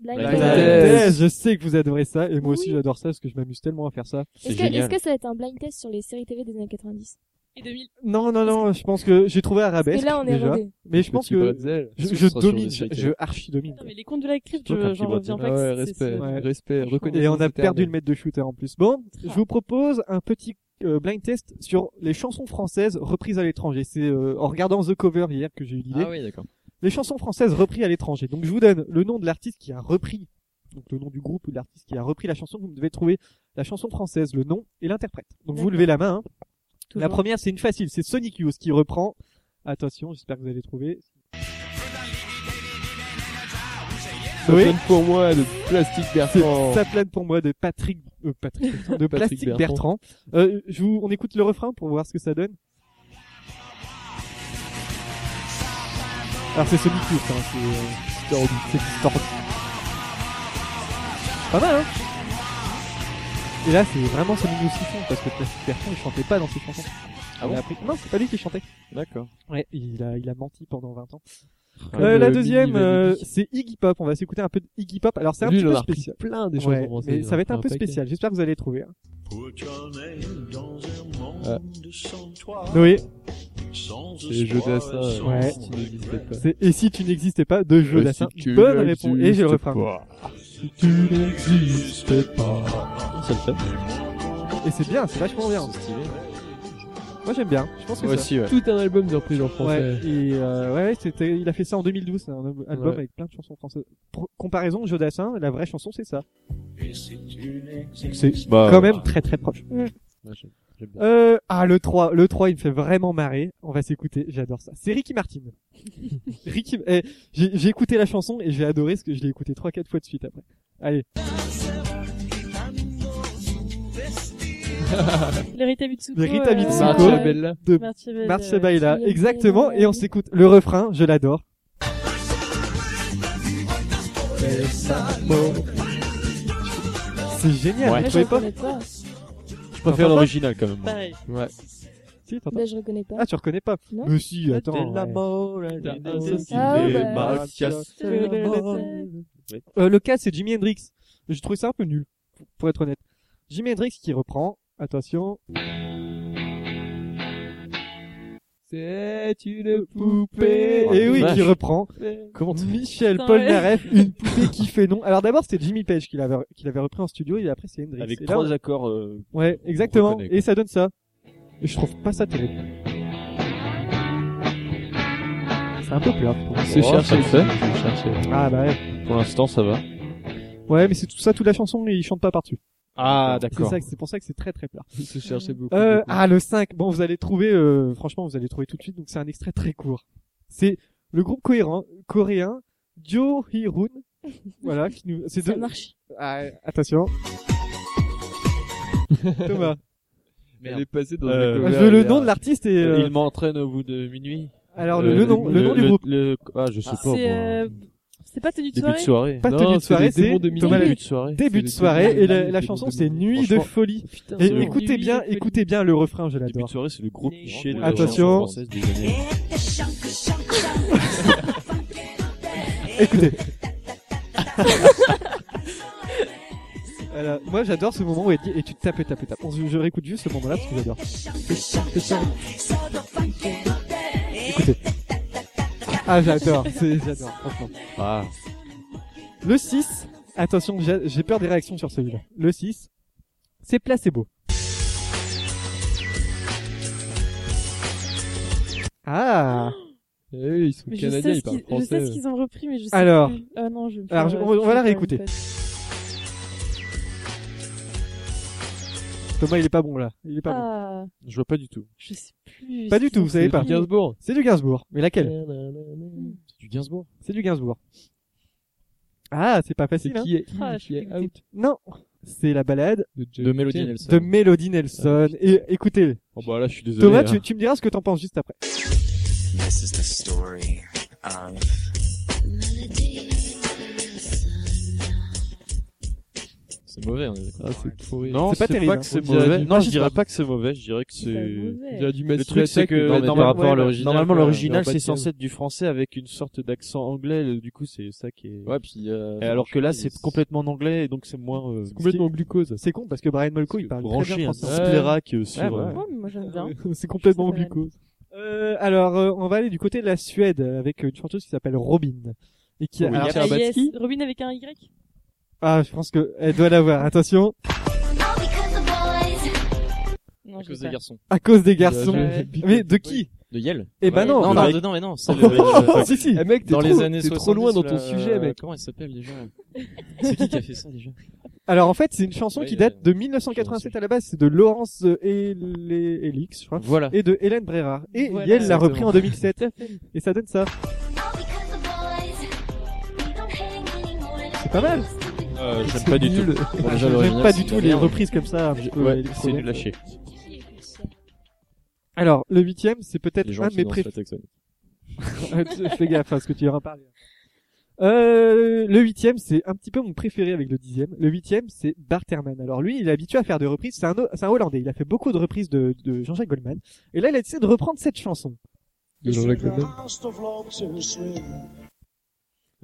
Speaker 9: Blind
Speaker 5: Blind
Speaker 9: test.
Speaker 5: test.
Speaker 1: test. Je sais que vous adorez ça et moi aussi j'adore ça parce que je m'amuse tellement à faire ça.
Speaker 9: Est-ce que, est-ce que ça va être un blind test sur les séries TV des années 90
Speaker 3: Et 2000.
Speaker 1: Non, non, non, je pense que j'ai trouvé
Speaker 9: Parce
Speaker 1: Arabesque
Speaker 9: que là, on est
Speaker 1: déjà. Ah,
Speaker 9: rodé.
Speaker 1: Mais je pense
Speaker 2: Petit
Speaker 1: que
Speaker 2: bretzel.
Speaker 1: je,
Speaker 5: que
Speaker 1: je
Speaker 5: ce sera sur
Speaker 1: domine,
Speaker 5: des
Speaker 1: je,
Speaker 5: séries
Speaker 1: je archi domine.
Speaker 3: Non, mais les contes de la crypte,
Speaker 5: Toi, t'as
Speaker 3: je-
Speaker 5: un
Speaker 3: j'en
Speaker 5: petit
Speaker 3: reviens
Speaker 2: Ah
Speaker 3: pas.
Speaker 2: ouais,
Speaker 3: que c'est- c'est-
Speaker 2: respect,
Speaker 1: Ouais.
Speaker 2: respect,
Speaker 3: Franchement.
Speaker 2: reconnaissance.
Speaker 1: Et on a
Speaker 2: éternelle.
Speaker 1: perdu le maître de shooter en plus. Bon,
Speaker 9: Ah.
Speaker 1: je vous propose un petit euh, blind test sur les chansons françaises reprises à l'étranger. C'est euh, en regardant The Cover hier que j'ai eu l'idée.
Speaker 5: Ah oui, d'accord.
Speaker 1: Les chansons françaises reprises à l'étranger. Donc je vous donne le nom de l'artiste qui a repris, donc le nom du groupe ou de l'artiste qui a repris la chanson. Vous devez trouver la chanson française, le nom et l'interprète. Donc vous
Speaker 9: D'accord.
Speaker 1: levez la main. hein. La
Speaker 3: Toujours.
Speaker 1: première, c'est une facile. C'est Sonic Youth qui reprend. Attention, j'espère que vous allez trouver. Oui,
Speaker 2: Donne pour moi le plastique
Speaker 1: c'est
Speaker 2: Bertrand.
Speaker 1: ça plane pour moi de Patrick, euh, Patrick, de
Speaker 2: Patrick
Speaker 1: Plastic Bertrand. Euh, je vous, on écoute le refrain pour voir ce que ça donne. Alors c'est Sonic Youth, hein, c'est euh, distordu, c'est distordu. Pas mal, hein Et là, c'est vraiment Sonic Youth qui chante parce que Plastic Bertrand, il chantait pas dans ses chansons.
Speaker 5: Ah
Speaker 1: Il
Speaker 5: bon
Speaker 1: a appris- Non, c'est pas lui qui chantait.
Speaker 5: D'accord.
Speaker 1: Ouais, il a, il a menti pendant 20 ans.
Speaker 2: Comme
Speaker 1: Euh,
Speaker 2: le
Speaker 1: la
Speaker 2: Billy
Speaker 1: deuxième,
Speaker 2: Van
Speaker 1: euh,
Speaker 2: Dee.
Speaker 1: c'est Iggy Pop. On va s'écouter un peu de Iggy Pop. Alors c'est un
Speaker 2: Lui,
Speaker 1: petit
Speaker 2: il en
Speaker 1: peu
Speaker 2: a repris
Speaker 1: spécial.
Speaker 2: plein des
Speaker 1: Ouais,
Speaker 2: chansons françaises,
Speaker 1: mais
Speaker 2: il en
Speaker 1: ça
Speaker 2: a
Speaker 1: va être un
Speaker 2: repris
Speaker 1: peu
Speaker 2: paquet.
Speaker 1: spécial. J'espère que vous allez trouver. hein.
Speaker 7: Put your name dans un
Speaker 2: Ah.
Speaker 7: monde sans toi.
Speaker 1: Noé,
Speaker 7: Sans
Speaker 2: C'est les jeux
Speaker 7: espoir
Speaker 2: d'assin,
Speaker 7: et
Speaker 2: euh,
Speaker 7: sans
Speaker 1: Ouais.
Speaker 2: qui n'existait pas.
Speaker 1: c'est et si tu n'existais pas de jeu
Speaker 2: Et
Speaker 1: d'assin.
Speaker 2: si tu
Speaker 1: Bonne réponse. Et j'ai le
Speaker 2: n'existes
Speaker 1: refrain.
Speaker 2: pas.
Speaker 7: Tu n'existais pas.
Speaker 5: Ça le fait.
Speaker 1: Et c'est bien, c'est vachement bien.
Speaker 5: C'est stylé.
Speaker 1: Moi j'aime bien. Je pense que
Speaker 5: Moi
Speaker 1: ça.
Speaker 5: aussi, ouais.
Speaker 2: Tout un album de reprises en
Speaker 1: Ouais,
Speaker 2: français.
Speaker 1: et euh, ouais, ouais, c'était, il a fait ça en 2012, c'est un album
Speaker 2: Ouais.
Speaker 1: avec plein de chansons françaises. Pro- comparaison, Jeu d'assin, la vraie chanson c'est ça.
Speaker 7: Et si tu
Speaker 1: C'est
Speaker 7: n'existais
Speaker 5: Bah,
Speaker 1: quand même très très proche.
Speaker 2: Oh. Ouais, j'aime- j'aime bien.
Speaker 1: Euh, ah, le 3, le 3, il me fait vraiment marrer. On va s'écouter, j'adore ça. C'est Ricky Martin. Ricky, eh, j'ai j'ai écouté la chanson et j'ai adoré ce que je l'ai écouté 3-4 fois de suite après. Allez,
Speaker 3: Les Rita Mitsuko.
Speaker 1: Les Rita
Speaker 3: euh,
Speaker 1: Mitsuko.
Speaker 2: Marcia
Speaker 1: euh,
Speaker 2: Bella.
Speaker 1: de
Speaker 3: Marcia Bella,
Speaker 1: Marcia
Speaker 3: ouais.
Speaker 1: Baila,
Speaker 9: Marcia
Speaker 1: exactement,
Speaker 9: Baila.
Speaker 1: et on s'écoute le refrain, je l'adore. C'est génial, vous
Speaker 5: Ouais.
Speaker 9: Moi, je
Speaker 1: trouvez pas
Speaker 9: reconnais pas.
Speaker 5: Je
Speaker 1: préfère
Speaker 5: l'original quand même.
Speaker 3: Pareil.
Speaker 2: Ouais.
Speaker 1: Si, t'entends.
Speaker 9: Bah, je reconnais pas.
Speaker 1: Ah, tu reconnais pas
Speaker 9: Non.
Speaker 1: Mais si, attends. ouais.
Speaker 9: Ah, bah.
Speaker 1: Euh, le cas, c'est Jimi Hendrix. Je trouve ça un peu nul, pour être honnête. Jimi Hendrix qui reprend. Attention.
Speaker 2: C'est une poupée.
Speaker 1: Et oui, qui
Speaker 5: Oh, Vache.
Speaker 1: reprend.
Speaker 5: Comment tu
Speaker 1: Michel
Speaker 3: Putain,
Speaker 1: Polnareff, une poupée qui fait non. Alors d'abord, c'était Jimmy Page qui l'avait, qui l'avait repris en studio et après c'est Hendrix.
Speaker 5: Avec
Speaker 1: Et là,
Speaker 5: trois accords. euh,
Speaker 1: Ouais, exactement.
Speaker 5: reconnaît, quoi.
Speaker 1: Et ça donne ça. Et je trouve pas ça terrible. C'est un peu plat.
Speaker 2: Se
Speaker 5: Oh, ça
Speaker 2: chercher.
Speaker 5: le fait.
Speaker 2: Se chercher.
Speaker 1: Ah bah ouais.
Speaker 5: Pour l'instant, ça va.
Speaker 1: Ouais, mais c'est tout ça, toute la chanson, et il chante pas par-dessus.
Speaker 5: Ah,
Speaker 1: C'est
Speaker 5: d'accord.
Speaker 1: ça, c'est pour ça que c'est très très plat.
Speaker 2: Se chercher beaucoup.
Speaker 1: Euh,
Speaker 2: beaucoup.
Speaker 1: ah, le 5. Bon, vous allez trouver, euh, franchement, vous allez trouver tout de suite, donc c'est un extrait très court. C'est le groupe cohérent, coréen, Jo Hirun. voilà, qui nous, c'est
Speaker 9: Ça
Speaker 1: deux.
Speaker 9: marche.
Speaker 1: Ah, attention. Thomas.
Speaker 2: Elle est passée dans
Speaker 5: Euh,
Speaker 2: des
Speaker 1: Je
Speaker 2: covers
Speaker 1: veux le
Speaker 2: hier.
Speaker 1: nom de l'artiste et, euh,
Speaker 8: Il euh, m'entraîne au bout de minuit.
Speaker 1: alors le, le nom, le, nom du groupe.
Speaker 5: le- Ah, je sais pas.
Speaker 3: C'est, euh,
Speaker 5: moi.
Speaker 3: c'est pas tenue de
Speaker 5: Début de
Speaker 3: soirée.
Speaker 5: soirée.
Speaker 1: Pas
Speaker 2: Non,
Speaker 1: tenue de
Speaker 2: c'est
Speaker 1: soirée,
Speaker 2: les démons
Speaker 1: c'est
Speaker 2: de minuit.
Speaker 1: Thomas
Speaker 2: Début
Speaker 1: Lamy.
Speaker 5: de soirée.
Speaker 1: Début de
Speaker 2: C'est
Speaker 1: soirée
Speaker 2: le
Speaker 1: et la,
Speaker 2: début
Speaker 1: la
Speaker 2: de
Speaker 1: chanson
Speaker 2: minuit.
Speaker 1: c'est Nuit de
Speaker 5: Franchement.
Speaker 1: folie.
Speaker 3: Putain,
Speaker 1: Et
Speaker 3: c'est
Speaker 1: écoutez
Speaker 3: nul,
Speaker 1: bien,
Speaker 3: c'est
Speaker 1: écoutez bien le refrain, je
Speaker 5: Début de
Speaker 1: l'adore.
Speaker 5: soirée, c'est le gros cliché de la
Speaker 1: Attention.
Speaker 5: chanson française des années.
Speaker 1: Écoutez. Voilà. Moi j'adore ce moment où elle dit et tu tapes et tapes et tapes. On se- Je réécoute juste ce moment-là parce que j'adore. Écoutez. Ah j'adore, C'est- j'adore, franchement.
Speaker 5: Ah.
Speaker 1: Le 6, attention, j'ai j'ai peur des réactions sur celui-là. Le 6, c'est placebo. Ah
Speaker 2: Eh oui, ils sont
Speaker 3: Mais je sais
Speaker 2: canadiens,
Speaker 3: ce
Speaker 2: ils parlent
Speaker 3: qu'ils- je sais
Speaker 2: français.
Speaker 3: ce qu'ils ont repris, mais je sais
Speaker 1: Alors.
Speaker 3: plus. Ah non, je vais me
Speaker 1: Alors,
Speaker 3: faire,
Speaker 1: je-
Speaker 3: euh,
Speaker 1: on- on va
Speaker 3: je vais
Speaker 1: la
Speaker 3: faire une
Speaker 1: réécouter.
Speaker 3: faute.
Speaker 1: Thomas il est pas bon là. Il est pas bon.
Speaker 3: Ah,
Speaker 8: Je vois pas du tout.
Speaker 3: je sais plus.
Speaker 1: Pas
Speaker 3: ce
Speaker 1: du
Speaker 3: qu'ils
Speaker 1: tout,
Speaker 3: ont
Speaker 1: vous savez pas.
Speaker 3: repris.
Speaker 2: Gainsbourg.
Speaker 1: C'est du Gainsbourg. Mais
Speaker 5: Euh.
Speaker 1: laquelle
Speaker 5: C'est du Gainsbourg.
Speaker 1: C'est du Gainsbourg. Ah, c'est pas
Speaker 2: C'est
Speaker 1: facile. hein.
Speaker 2: qui est
Speaker 3: Ah,
Speaker 2: in,
Speaker 3: je
Speaker 2: qui est
Speaker 3: suis
Speaker 2: out
Speaker 1: Non, c'est la balade
Speaker 2: de,
Speaker 5: De
Speaker 2: John
Speaker 5: Mélodie
Speaker 2: Cage.
Speaker 5: Nelson.
Speaker 1: de Mélodie Nelson. Et écoutez,
Speaker 5: Oh bah là, je suis désolé.
Speaker 1: Thomas,
Speaker 5: hein.
Speaker 1: tu, tu me diras ce que t'en penses juste après.
Speaker 10: This is the story of
Speaker 5: C'est mauvais, on est d'accord.
Speaker 2: Ah, c'est pourri.
Speaker 8: Non,
Speaker 1: C'est pas terrible, hein.
Speaker 8: que c'est
Speaker 1: On dirait
Speaker 8: mauvais.
Speaker 1: du
Speaker 8: Non, je
Speaker 1: Magic
Speaker 8: dirais
Speaker 1: Mike.
Speaker 8: pas que c'est mauvais. Je dirais que
Speaker 3: C'est pas
Speaker 8: c'est.
Speaker 3: mauvais.
Speaker 2: Il y a du
Speaker 8: Le truc, c'est que
Speaker 5: mais par rapport à l'original,
Speaker 8: normalement
Speaker 5: quoi,
Speaker 8: l'original
Speaker 5: genre,
Speaker 8: c'est
Speaker 5: pas de
Speaker 8: censé
Speaker 5: thème.
Speaker 8: être du français avec une sorte d'accent anglais. le- Du coup, c'est ça qui est.
Speaker 5: Ouais, puis. euh,
Speaker 8: Et alors que là, c'est
Speaker 5: c'est-
Speaker 8: complètement en anglais et donc c'est moins. euh,
Speaker 2: C'est complètement glucose.
Speaker 1: C'est con parce que Brian Molko il parle très
Speaker 8: branché,
Speaker 1: bien
Speaker 8: hein,
Speaker 1: français.
Speaker 8: ça se plaira que
Speaker 1: Ouais,
Speaker 8: sur.
Speaker 1: bah
Speaker 8: euh,
Speaker 1: ouais.
Speaker 3: Ah Ouais, mais moi j'aime bien.
Speaker 1: C'est complètement
Speaker 3: Ça, ça va.
Speaker 1: glucose. Euh, alors, euh, on va aller du côté de la Suède avec euh, une chanteuse qui s'appelle Robin. Et
Speaker 5: Oh
Speaker 1: qui a,
Speaker 2: Robin
Speaker 1: alors,
Speaker 3: Ah, yes.
Speaker 2: Karabatsky.
Speaker 3: Robin avec un Y
Speaker 1: ah, je pense que elle doit l'avoir. Attention,
Speaker 3: Non,
Speaker 5: À cause
Speaker 3: je sais
Speaker 5: des
Speaker 3: pas.
Speaker 5: garçons.
Speaker 1: à cause des garçons.
Speaker 3: Ouais.
Speaker 1: Mais de qui
Speaker 5: De Yale
Speaker 1: Eh ben non.
Speaker 5: Non,
Speaker 1: bah-
Speaker 5: non, non, mais non, c'est le.
Speaker 1: Oh, si si.
Speaker 2: Eh mec, t'es
Speaker 5: Dans
Speaker 2: trop,
Speaker 5: les années euh,
Speaker 2: t'es
Speaker 5: 60.
Speaker 2: trop loin dans ton
Speaker 5: la-
Speaker 2: sujet, mec.
Speaker 5: Comment elle s'appelle déjà C'est qui qui a fait ça déjà
Speaker 1: Alors en fait, c'est une chanson
Speaker 5: Ouais,
Speaker 1: qui
Speaker 5: euh,
Speaker 1: date de 1987 à la base. C'est de Laurence euh, Ele- Elix, je crois.
Speaker 5: Voilà.
Speaker 1: Et de Hélène Brérard. Et
Speaker 3: Voilà,
Speaker 1: Yel l'a repris
Speaker 5: exactement.
Speaker 1: en 2007. Et ça donne ça. C'est pas mal.
Speaker 5: Euh, j'aime
Speaker 2: C'est
Speaker 5: pas du tout.
Speaker 2: nul.
Speaker 5: Bon, déjà,
Speaker 1: J'aime
Speaker 5: l'original,
Speaker 1: pas
Speaker 5: c'est
Speaker 1: du
Speaker 5: de
Speaker 1: tout
Speaker 5: la
Speaker 1: les
Speaker 5: merde.
Speaker 1: reprises comme ça. un peu
Speaker 5: Ouais,
Speaker 1: électroniques.
Speaker 5: c'est du lâcher.
Speaker 1: Alors, le huitième, c'est peut-être
Speaker 5: Les gens
Speaker 1: un de
Speaker 5: qui
Speaker 1: mes
Speaker 5: dansent
Speaker 1: préférés.
Speaker 5: la taxonomie.
Speaker 1: Fais gaffe à ce que tu iras parler. Euh, le huitième, c'est un petit peu mon préféré avec le dixième. Le huitième, c'est Barterman. Alors lui, il est habitué à faire des reprises. C'est un, O- c'est un Hollandais. Il a fait beaucoup de reprises de, de Jean-Jacques Goldman. Et là, il a décidé de reprendre cette chanson.
Speaker 2: De Jean-Jacques Goldman.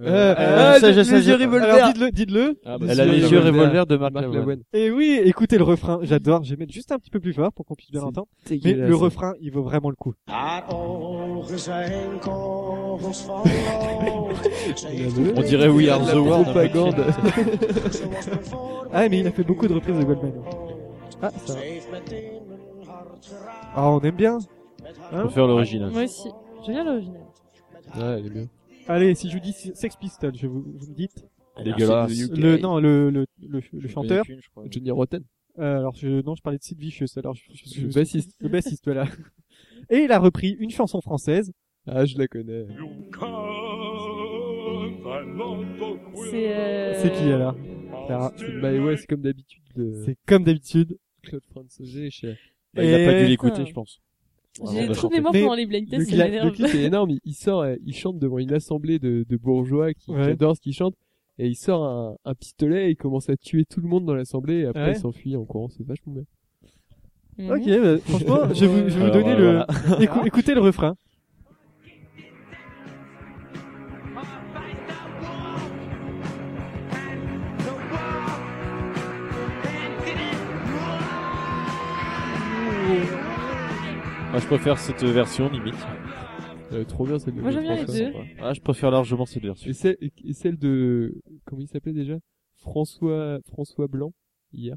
Speaker 1: Euh,
Speaker 2: ah,
Speaker 8: euh, ça, je- ça, je-
Speaker 1: Alors dites-le, dites-le.
Speaker 5: Ah, bah,
Speaker 2: Elle
Speaker 8: Elle
Speaker 5: c'est
Speaker 8: a les
Speaker 5: la
Speaker 8: yeux
Speaker 5: bonne.
Speaker 8: revolver de Marc
Speaker 2: Marc
Speaker 8: Lavoine.
Speaker 2: Lavoine.
Speaker 1: Et oui, écoutez le refrain. J'adore. Je vais mettre juste un petit peu plus fort pour qu'on puisse bien
Speaker 2: C'est
Speaker 1: l'entendre. Mais le refrain, il vaut vraiment le coup.
Speaker 5: On dirait We Are the World. un peu.
Speaker 2: Propagande.
Speaker 1: Ah, mais il a fait beaucoup de reprises de Goldman. Ah, ça. Ah, on aime bien.
Speaker 8: Je préfère l'original.
Speaker 3: Moi aussi. J'aime bien l'original.
Speaker 2: Ouais, Ah, elle est bien.
Speaker 1: Allez, si je vous dis Sex Pistols, je vous, vous me dites.
Speaker 5: Dégueulasse.
Speaker 1: Le, non, le, le, le, le
Speaker 5: Je connais
Speaker 1: chanteur.
Speaker 5: qu'une, je crois.
Speaker 2: Johnny Rotten.
Speaker 1: Euh, alors, je, non, je parlais de Sid Vicious. Alors, je, je- je-
Speaker 2: Le bassiste.
Speaker 1: le bassiste, voilà. Et il a repris une chanson française.
Speaker 2: Ah, je la connais.
Speaker 3: C'est euh...
Speaker 1: C'est qui, hein alors? Clara
Speaker 2: Ah, C'est bah My Way, c'est comme d'habitude. le-
Speaker 1: C'est comme d'habitude.
Speaker 2: Claude Franzosé, je sais.
Speaker 8: Bah, Il a pas
Speaker 1: Et-
Speaker 8: dû l'écouter, je pense.
Speaker 1: Ah,
Speaker 3: J'ai
Speaker 8: bah,
Speaker 3: trop de mémoire
Speaker 1: Mais-
Speaker 3: pendant les blind tests, ça
Speaker 2: Le, cla- le
Speaker 3: m'énerve.
Speaker 2: clip est énorme. Il, il sort, euh, il chante devant une assemblée de, de bourgeois qui, qui
Speaker 1: Ouais.
Speaker 2: adorent ce qu'il chante. Et il sort un, un pistolet et il commence à tuer tout le monde dans l'assemblée. Et après,
Speaker 1: Ouais.
Speaker 2: il s'enfuit en courant. C'est vachement bien.
Speaker 3: Mhm.
Speaker 1: Ok,
Speaker 2: Euh,
Speaker 1: bah, franchement, je vais vous, je vais vous
Speaker 5: Alors,
Speaker 1: donner
Speaker 5: voilà,
Speaker 1: le, écou- écoutez le refrain.
Speaker 8: Moi, je préfère cette version limite.
Speaker 2: Euh, trop bien celle de
Speaker 3: Moi,
Speaker 2: Claude
Speaker 3: j'aime bien les
Speaker 2: François.
Speaker 3: deux.
Speaker 8: Ah, je préfère largement cette version.
Speaker 2: Et celle, et celle de. Comment il s'appelait déjà François, François Blanc, hier.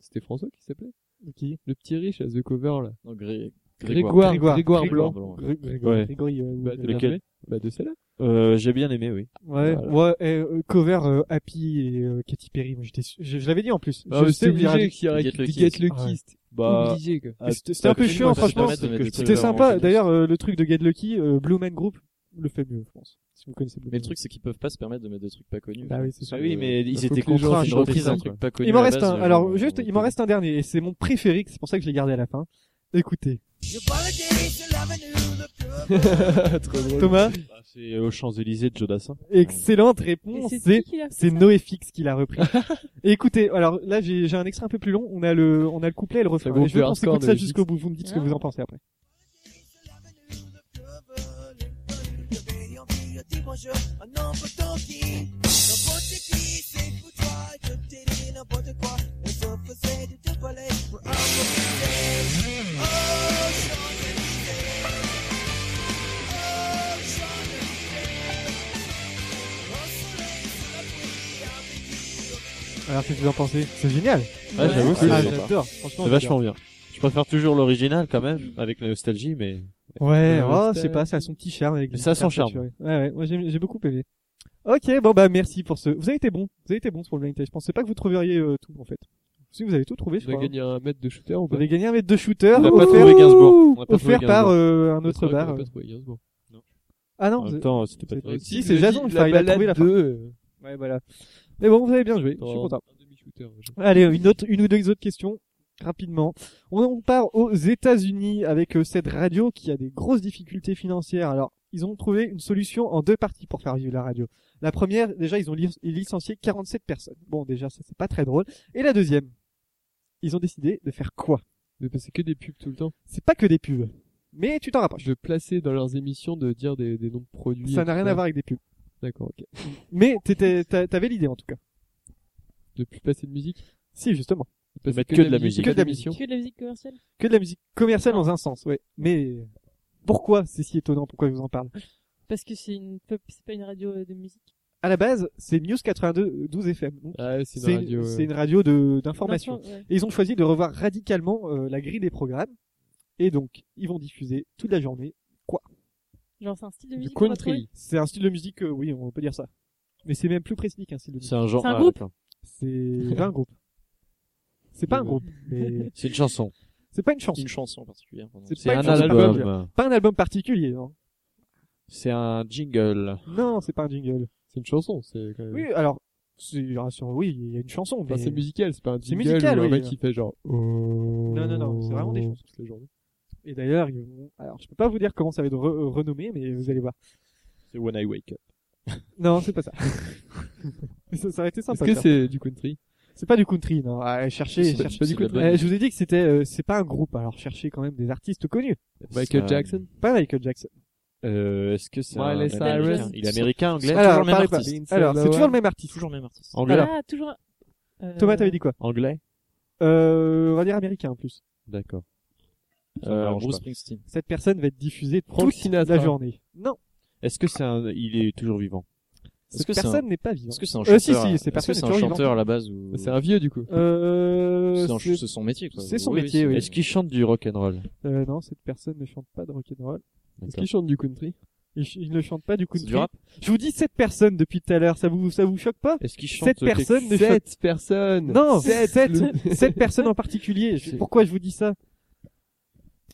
Speaker 2: C'était François qui s'appelait Qui Le petit riche à The Cover, là.
Speaker 5: Non, Gré-
Speaker 2: Grégoire,
Speaker 1: Grégoire.
Speaker 2: Grégoire,
Speaker 1: Grégoire.
Speaker 2: Blanc.
Speaker 5: Blanc.
Speaker 8: Ouais.
Speaker 1: Grégory, euh,
Speaker 2: Bah,
Speaker 1: euh,
Speaker 2: de
Speaker 8: lequel
Speaker 2: laquelle Bah, de celle-là.
Speaker 8: Euh, j'ai bien aimé, oui.
Speaker 1: Ouais,
Speaker 2: Voilà.
Speaker 1: ouais, et, euh, cover euh, Happy et euh, Katy Perry. Moi, j'étais, su- je, je l'avais dit en plus.
Speaker 2: Ah,
Speaker 1: je
Speaker 2: c'est
Speaker 1: vous dira-
Speaker 2: obligé qu'il y aurait
Speaker 5: Get
Speaker 2: du
Speaker 5: le
Speaker 2: Get
Speaker 5: Kiss.
Speaker 2: le
Speaker 1: Ah ouais.
Speaker 2: Kiss.
Speaker 8: Bah,
Speaker 2: Obligé, quoi.
Speaker 1: Mais C'était c'était un peu
Speaker 5: Absolument,
Speaker 1: chiant,
Speaker 5: ça peut
Speaker 1: franchement.
Speaker 5: permettre de mettre des
Speaker 1: C'était
Speaker 5: trucs
Speaker 1: sympa.
Speaker 5: vraiment
Speaker 1: D'ailleurs, euh, le truc de Get Lucky, euh, Blue Man Group le fait mieux, je pense. Si vous connaissez Blue
Speaker 5: Mais
Speaker 1: Man
Speaker 5: le truc, c'est qu'ils peuvent pas se permettre de mettre des trucs pas connus.
Speaker 1: Group. Bah oui, c'est sûr.
Speaker 8: Ah oui, mais
Speaker 2: faut
Speaker 8: ils
Speaker 2: que les
Speaker 8: étaient
Speaker 2: gens
Speaker 8: contraints à une
Speaker 2: chantent
Speaker 8: reprise d'un
Speaker 2: ça,
Speaker 8: truc.
Speaker 5: pas connu.
Speaker 1: Il m'en
Speaker 5: à la
Speaker 1: reste
Speaker 5: base,
Speaker 1: un.
Speaker 5: euh,
Speaker 1: Alors,
Speaker 5: on-
Speaker 1: juste,
Speaker 5: on
Speaker 1: il m'en
Speaker 5: peut-
Speaker 1: reste un dernier. Et c'est mon préféré, c'est pour ça que je l'ai gardé à la fin. Écoutez,
Speaker 2: Trop drôle.
Speaker 1: Thomas,
Speaker 8: Bah, C'est aux Champs-Élysées de Jodassin.
Speaker 1: excellente
Speaker 3: Et
Speaker 1: réponse.
Speaker 3: c'est
Speaker 1: C'est,
Speaker 3: qui qui l'a fait
Speaker 1: c'est
Speaker 3: ça
Speaker 1: NoFX qui l'a repris. Et écoutez, alors là, j'ai, j'ai un extrait un peu plus long. On a le, on a le couplet et le refrain.
Speaker 2: groupe
Speaker 1: Et je veux
Speaker 2: de
Speaker 1: qu'on
Speaker 2: hardcore
Speaker 1: s'écoute
Speaker 2: de
Speaker 1: ça
Speaker 2: NoFX.
Speaker 1: jusqu'au bout. Vous me dites ce que
Speaker 3: Ah.
Speaker 1: vous en pensez après.
Speaker 11: bonjour à n'importe qui. N'importe qui, c'est pour toi, je t'ai dit n'importe quoi. On se faisait de te parler pour improviser. Oh, Champs-Élysées. Oh, Champs-Élysées. Au soleil, sous la pluie, avec
Speaker 1: Alors, qu'est-ce que vous en pensez C'est génial.
Speaker 5: Ouais, j'avoue, c'est
Speaker 1: Ah,
Speaker 5: sympa.
Speaker 1: j'adore. Franchement,
Speaker 5: C'est vachement bien. Je préfère toujours l'original quand même, avec la nostalgie, mais.
Speaker 1: Ouais,
Speaker 5: Euh,
Speaker 1: oh,
Speaker 5: c'était-
Speaker 1: c'est pas, ça a son petit charme. Avec
Speaker 5: Mais
Speaker 1: les
Speaker 5: ça a son
Speaker 1: guitares
Speaker 5: charme.
Speaker 1: saturées. Ouais, ouais, moi j'ai j'ai beaucoup aimé. Ok, bon bah merci pour ce. Vous avez été bon, vous avez été bon pour le blind test. Je pensais pas que vous trouveriez euh, tout en fait. Si vous avez tout trouvé, je
Speaker 2: On a
Speaker 1: crois.
Speaker 2: gagné un mètre de shooter ou
Speaker 1: Vous
Speaker 2: pas
Speaker 1: avez gagné un mètre de shooter.
Speaker 2: On n'a pas
Speaker 1: offert-
Speaker 2: trouvé Gainsbourg. On n'a pas trouvé
Speaker 1: Offert par
Speaker 2: Gainsbourg.
Speaker 1: euh, un
Speaker 2: C'est
Speaker 1: autre
Speaker 2: vrai qu'on
Speaker 1: bar.
Speaker 2: n'a pas trouvé Gainsbourg.
Speaker 1: Ah non.
Speaker 5: En
Speaker 1: vous-
Speaker 5: même temps, c'était pas
Speaker 1: c'est-
Speaker 5: terrible.
Speaker 1: Si, c'est Jason. enfin, il a trouvé la fin. Ouais, voilà. Mais bon, vous avez bien joué. Je suis
Speaker 2: Attends,
Speaker 1: content.
Speaker 2: un demi-shooter, je-
Speaker 1: Allez, une autre, une ou deux autres questions rapidement. On, on part aux États-Unis avec euh, cette radio qui a des grosses difficultés financières. Alors, ils ont trouvé une solution en deux parties pour faire vivre la radio. La première, déjà, ils ont li- licencié 47 personnes. Bon, déjà, ça c'est pas très drôle. Et la deuxième, ils ont décidé de faire quoi
Speaker 2: Mais parce que c'est que des pubs tout le temps.
Speaker 1: C'est pas que des pubs, mais tu t'en rapproches.
Speaker 2: De placer dans leurs émissions, de dire des, des noms de produits.
Speaker 1: Ça
Speaker 2: et
Speaker 1: n'a
Speaker 2: tout
Speaker 1: rien à voir avec des pubs.
Speaker 2: D'accord, ok.
Speaker 1: Mais t'étais- t'a- t'avais l'idée en tout cas.
Speaker 2: De plus passer de musique.
Speaker 1: Si, justement.
Speaker 2: De passer
Speaker 5: mettre que de la musique.
Speaker 1: Que de la
Speaker 2: d'émission.
Speaker 1: musique.
Speaker 3: Que de la musique commerciale
Speaker 1: Que de la musique commerciale dans un sens, ouais. Mais pourquoi c'est si étonnant Pourquoi je vous en parle
Speaker 3: Parce que c'est une pop- c'est pas une radio euh, de musique.
Speaker 1: à la base, c'est News euh, 92 12 FM. Donc,
Speaker 2: Ah, c'est
Speaker 1: c'est
Speaker 2: une radio. euh,
Speaker 1: c'est une radio de d'information.
Speaker 3: D'info- ouais.
Speaker 1: Et ils ont choisi de revoir radicalement euh, la grille des programmes. Et donc, ils vont diffuser toute la journée.
Speaker 3: Genre, c'est un style de
Speaker 2: Du
Speaker 3: musique. qu'on va trouver.
Speaker 2: country.
Speaker 1: C'est un style de musique, euh, oui, on peut dire ça. Mais c'est même plus précis qu'un style de musique.
Speaker 5: C'est un genre.
Speaker 3: C'est un
Speaker 5: ah,
Speaker 3: groupe
Speaker 5: d'accord.
Speaker 1: C'est pas un groupe. C'est pas un
Speaker 2: Ouais.
Speaker 1: groupe, mais
Speaker 8: C'est une chanson.
Speaker 1: c'est pas une chanson.
Speaker 5: Une chanson particulière. pardon.
Speaker 1: C'est
Speaker 5: C'est
Speaker 1: pas
Speaker 5: un
Speaker 1: une chanson.
Speaker 5: album.
Speaker 1: Pas un album particulier, non.
Speaker 5: C'est un jingle.
Speaker 1: Non, c'est pas un jingle.
Speaker 2: C'est une chanson, c'est quand même.
Speaker 1: Oui, alors, c'est- rassure- oui, il y a une chanson, mais
Speaker 2: Enfin, c'est musical, c'est pas un
Speaker 1: C'est
Speaker 2: jingle
Speaker 1: musical,
Speaker 2: ou un
Speaker 1: oui.
Speaker 2: mec qui fait genre. Non,
Speaker 1: non, non, c'est vraiment des chansons.
Speaker 2: toute la journée.
Speaker 1: Oh. et d'ailleurs, ils vont- alors je peux pas vous dire comment ça va être re- euh, renommé, mais vous allez voir.
Speaker 5: C'est When I Wake Up.
Speaker 1: Non, c'est pas ça. Mais ça, ça aurait été
Speaker 2: Est-ce
Speaker 1: sympa.
Speaker 2: que
Speaker 1: ça.
Speaker 2: c'est du country
Speaker 1: C'est pas du country, non. Ah, cherchez,
Speaker 5: C'est pas-
Speaker 1: cherchez
Speaker 5: c'est pas du
Speaker 1: Euh,
Speaker 5: country.
Speaker 1: je vous ai dit que c'était, euh, c'est pas un groupe. Alors cherchez quand même des artistes connus.
Speaker 2: Michael
Speaker 5: Euh,
Speaker 2: Jackson
Speaker 1: Pas Michael Jackson.
Speaker 5: Euh, est-ce que c'est un
Speaker 2: Miley
Speaker 5: américain
Speaker 2: Cyrus.
Speaker 5: Il est américain, anglais,
Speaker 1: Alors,
Speaker 5: toujours le même
Speaker 1: parlez pas.
Speaker 5: artiste.
Speaker 2: Lindsay
Speaker 1: Alors, c'est
Speaker 2: Lohan.
Speaker 1: toujours le même artiste.
Speaker 5: Toujours le même artiste.
Speaker 1: Anglais.
Speaker 3: Ah, toujours. un- Euh,
Speaker 1: Thomas, t'avais dit quoi
Speaker 5: Anglais
Speaker 1: Euh, on va dire américain en plus.
Speaker 5: D'accord.
Speaker 2: me
Speaker 5: Euh,
Speaker 2: dérange
Speaker 5: Bruce
Speaker 2: pas.
Speaker 5: Springsteen.
Speaker 1: Cette personne va être diffusée
Speaker 2: Frank
Speaker 1: toute
Speaker 2: Sinatra.
Speaker 1: la journée. Non,
Speaker 5: Est-ce que c'est un... Il est toujours vivant Est-ce
Speaker 1: cette
Speaker 5: que c'est
Speaker 1: personne n'est pas vivante.
Speaker 5: Est-ce que c'est un chanteur
Speaker 1: Euh, si, si, c'est
Speaker 5: Est-ce que
Speaker 1: personne
Speaker 5: c'est
Speaker 1: est
Speaker 5: un
Speaker 1: toujours
Speaker 5: chanteur à la base ou...
Speaker 2: C'est un vieux du coup.
Speaker 1: Euh,
Speaker 5: C'est un-
Speaker 1: c'est-
Speaker 5: c'est son métier, quoi.
Speaker 1: c'est son métier,
Speaker 5: c'est-
Speaker 1: oui.
Speaker 5: Est-ce qu'il chante du rock'n'roll
Speaker 1: euh, non, cette personne ne chante pas de rock'n'roll.
Speaker 2: Est-ce qu'il chante du country
Speaker 1: Il, ch- il ne chante pas du
Speaker 5: C'est
Speaker 1: country.
Speaker 5: du rap
Speaker 1: Je vous dis cette personne depuis tout à l'heure. Ça vous, ça vous choque pas
Speaker 5: Est-ce qu'il chante
Speaker 1: Cette
Speaker 5: quelque-
Speaker 1: personne ne chante
Speaker 2: Sept personnes
Speaker 1: non,
Speaker 2: Sept
Speaker 1: cette,
Speaker 2: le-
Speaker 1: cette personne en particulier. Je-
Speaker 2: C'est-
Speaker 1: Pourquoi je vous dis ça